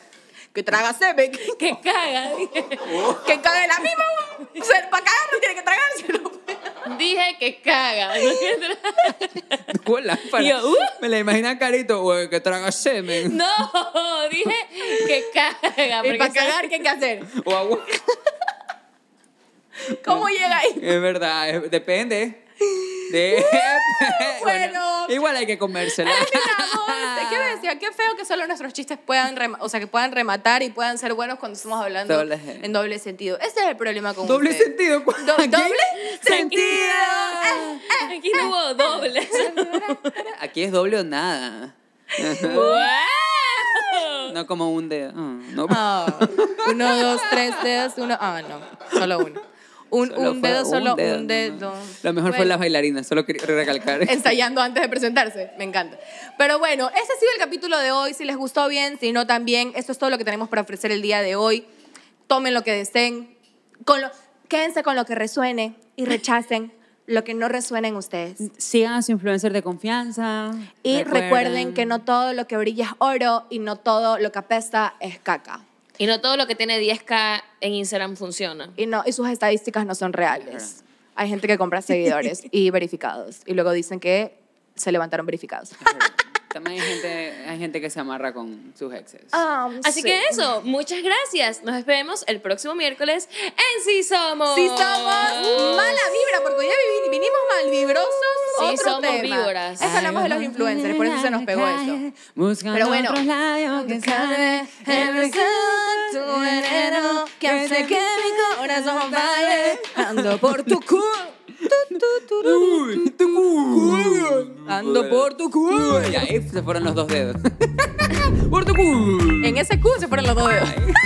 Speaker 4: Que traga semen. Que,
Speaker 1: Que caga. dije.
Speaker 4: que cague la misma. O sea, para cagar no tiene que tragárselo.
Speaker 1: Dije que caga. No que tra-
Speaker 3: Tuvo lámpara.
Speaker 1: Y yo, uh.
Speaker 3: Me la imagina carito, güey, que traga semen.
Speaker 1: No, dije que caga.
Speaker 4: Y para
Speaker 1: porque
Speaker 4: cagar, ¿qué hay que hacer?
Speaker 3: O agua.
Speaker 4: ¿Cómo llega ahí?
Speaker 3: Es verdad, es- depende. De-
Speaker 4: bueno.
Speaker 3: Igual hay que comérsela.
Speaker 4: Mira, ¿Qué me decía? Qué feo que solo nuestros chistes puedan, rema- o sea, que puedan rematar y puedan ser buenos cuando estamos hablando
Speaker 3: Doble.
Speaker 4: en doble sentido. Ese es el problema con
Speaker 3: Doble
Speaker 4: ustedes.
Speaker 3: sentido. ¿cu-
Speaker 4: Do-
Speaker 3: aquí?
Speaker 4: doble
Speaker 1: sentido.
Speaker 3: sentido.
Speaker 1: Aquí no hubo dobles.
Speaker 3: Aquí es doble o nada.
Speaker 1: ¡Wow!
Speaker 3: No como un dedo. Ah, no.
Speaker 4: Ah, uno, dos, tres dedos, uno. Ah, no, solo uno. Un,
Speaker 3: Solo
Speaker 4: un
Speaker 3: fue
Speaker 4: dedo, solo
Speaker 3: no,
Speaker 4: un
Speaker 3: no.
Speaker 4: dedo.
Speaker 3: Lo mejor fue
Speaker 4: Bueno.
Speaker 3: las bailarinas, solo quería recalcar.
Speaker 4: ensayando antes de presentarse. Me encanta. Pero bueno, ese ha sido el capítulo de hoy. Si les gustó bien, si no también. Esto es todo lo que tenemos para ofrecer el día de hoy. Tomen lo que deseen. Con lo- quédense con lo que resuene y rechacen lo que no resuene en ustedes.
Speaker 3: Sigan a su influencer de confianza.
Speaker 4: Y recuerden, que no todo lo que brilla es oro y no todo lo que apesta es caca.
Speaker 1: Y no todo lo que tiene 10K en Instagram funciona.
Speaker 4: Y, no, y sus estadísticas no son reales. Hay gente que compra seguidores y verificados y luego dicen que se levantaron verificados.
Speaker 3: También hay gente, hay gente que se amarra con sus exes.
Speaker 4: Ah,
Speaker 1: Así
Speaker 4: sí.
Speaker 1: que eso, muchas gracias. Nos esperemos el próximo miércoles en Sí Somos. Uh.
Speaker 4: Si somos mala vibra, porque hoy ya vivi- vinimos mal vibrosos.
Speaker 1: Sí,
Speaker 4: otro
Speaker 1: somos
Speaker 4: tema.
Speaker 1: víboras.
Speaker 4: Eso hablamos de los influencers, por eso se nos pegó esto.
Speaker 3: Buscando
Speaker 4: eh. Pero bueno.
Speaker 3: otros labios que saben el beso.
Speaker 4: que hace que mi corazón baile, ando por tu culo.
Speaker 3: Uy, tu culo.
Speaker 4: Ando por tu culo.
Speaker 3: Y ahí se fueron los dos dedos. por tu culo.
Speaker 4: En ese Q se ponen los dos dedos.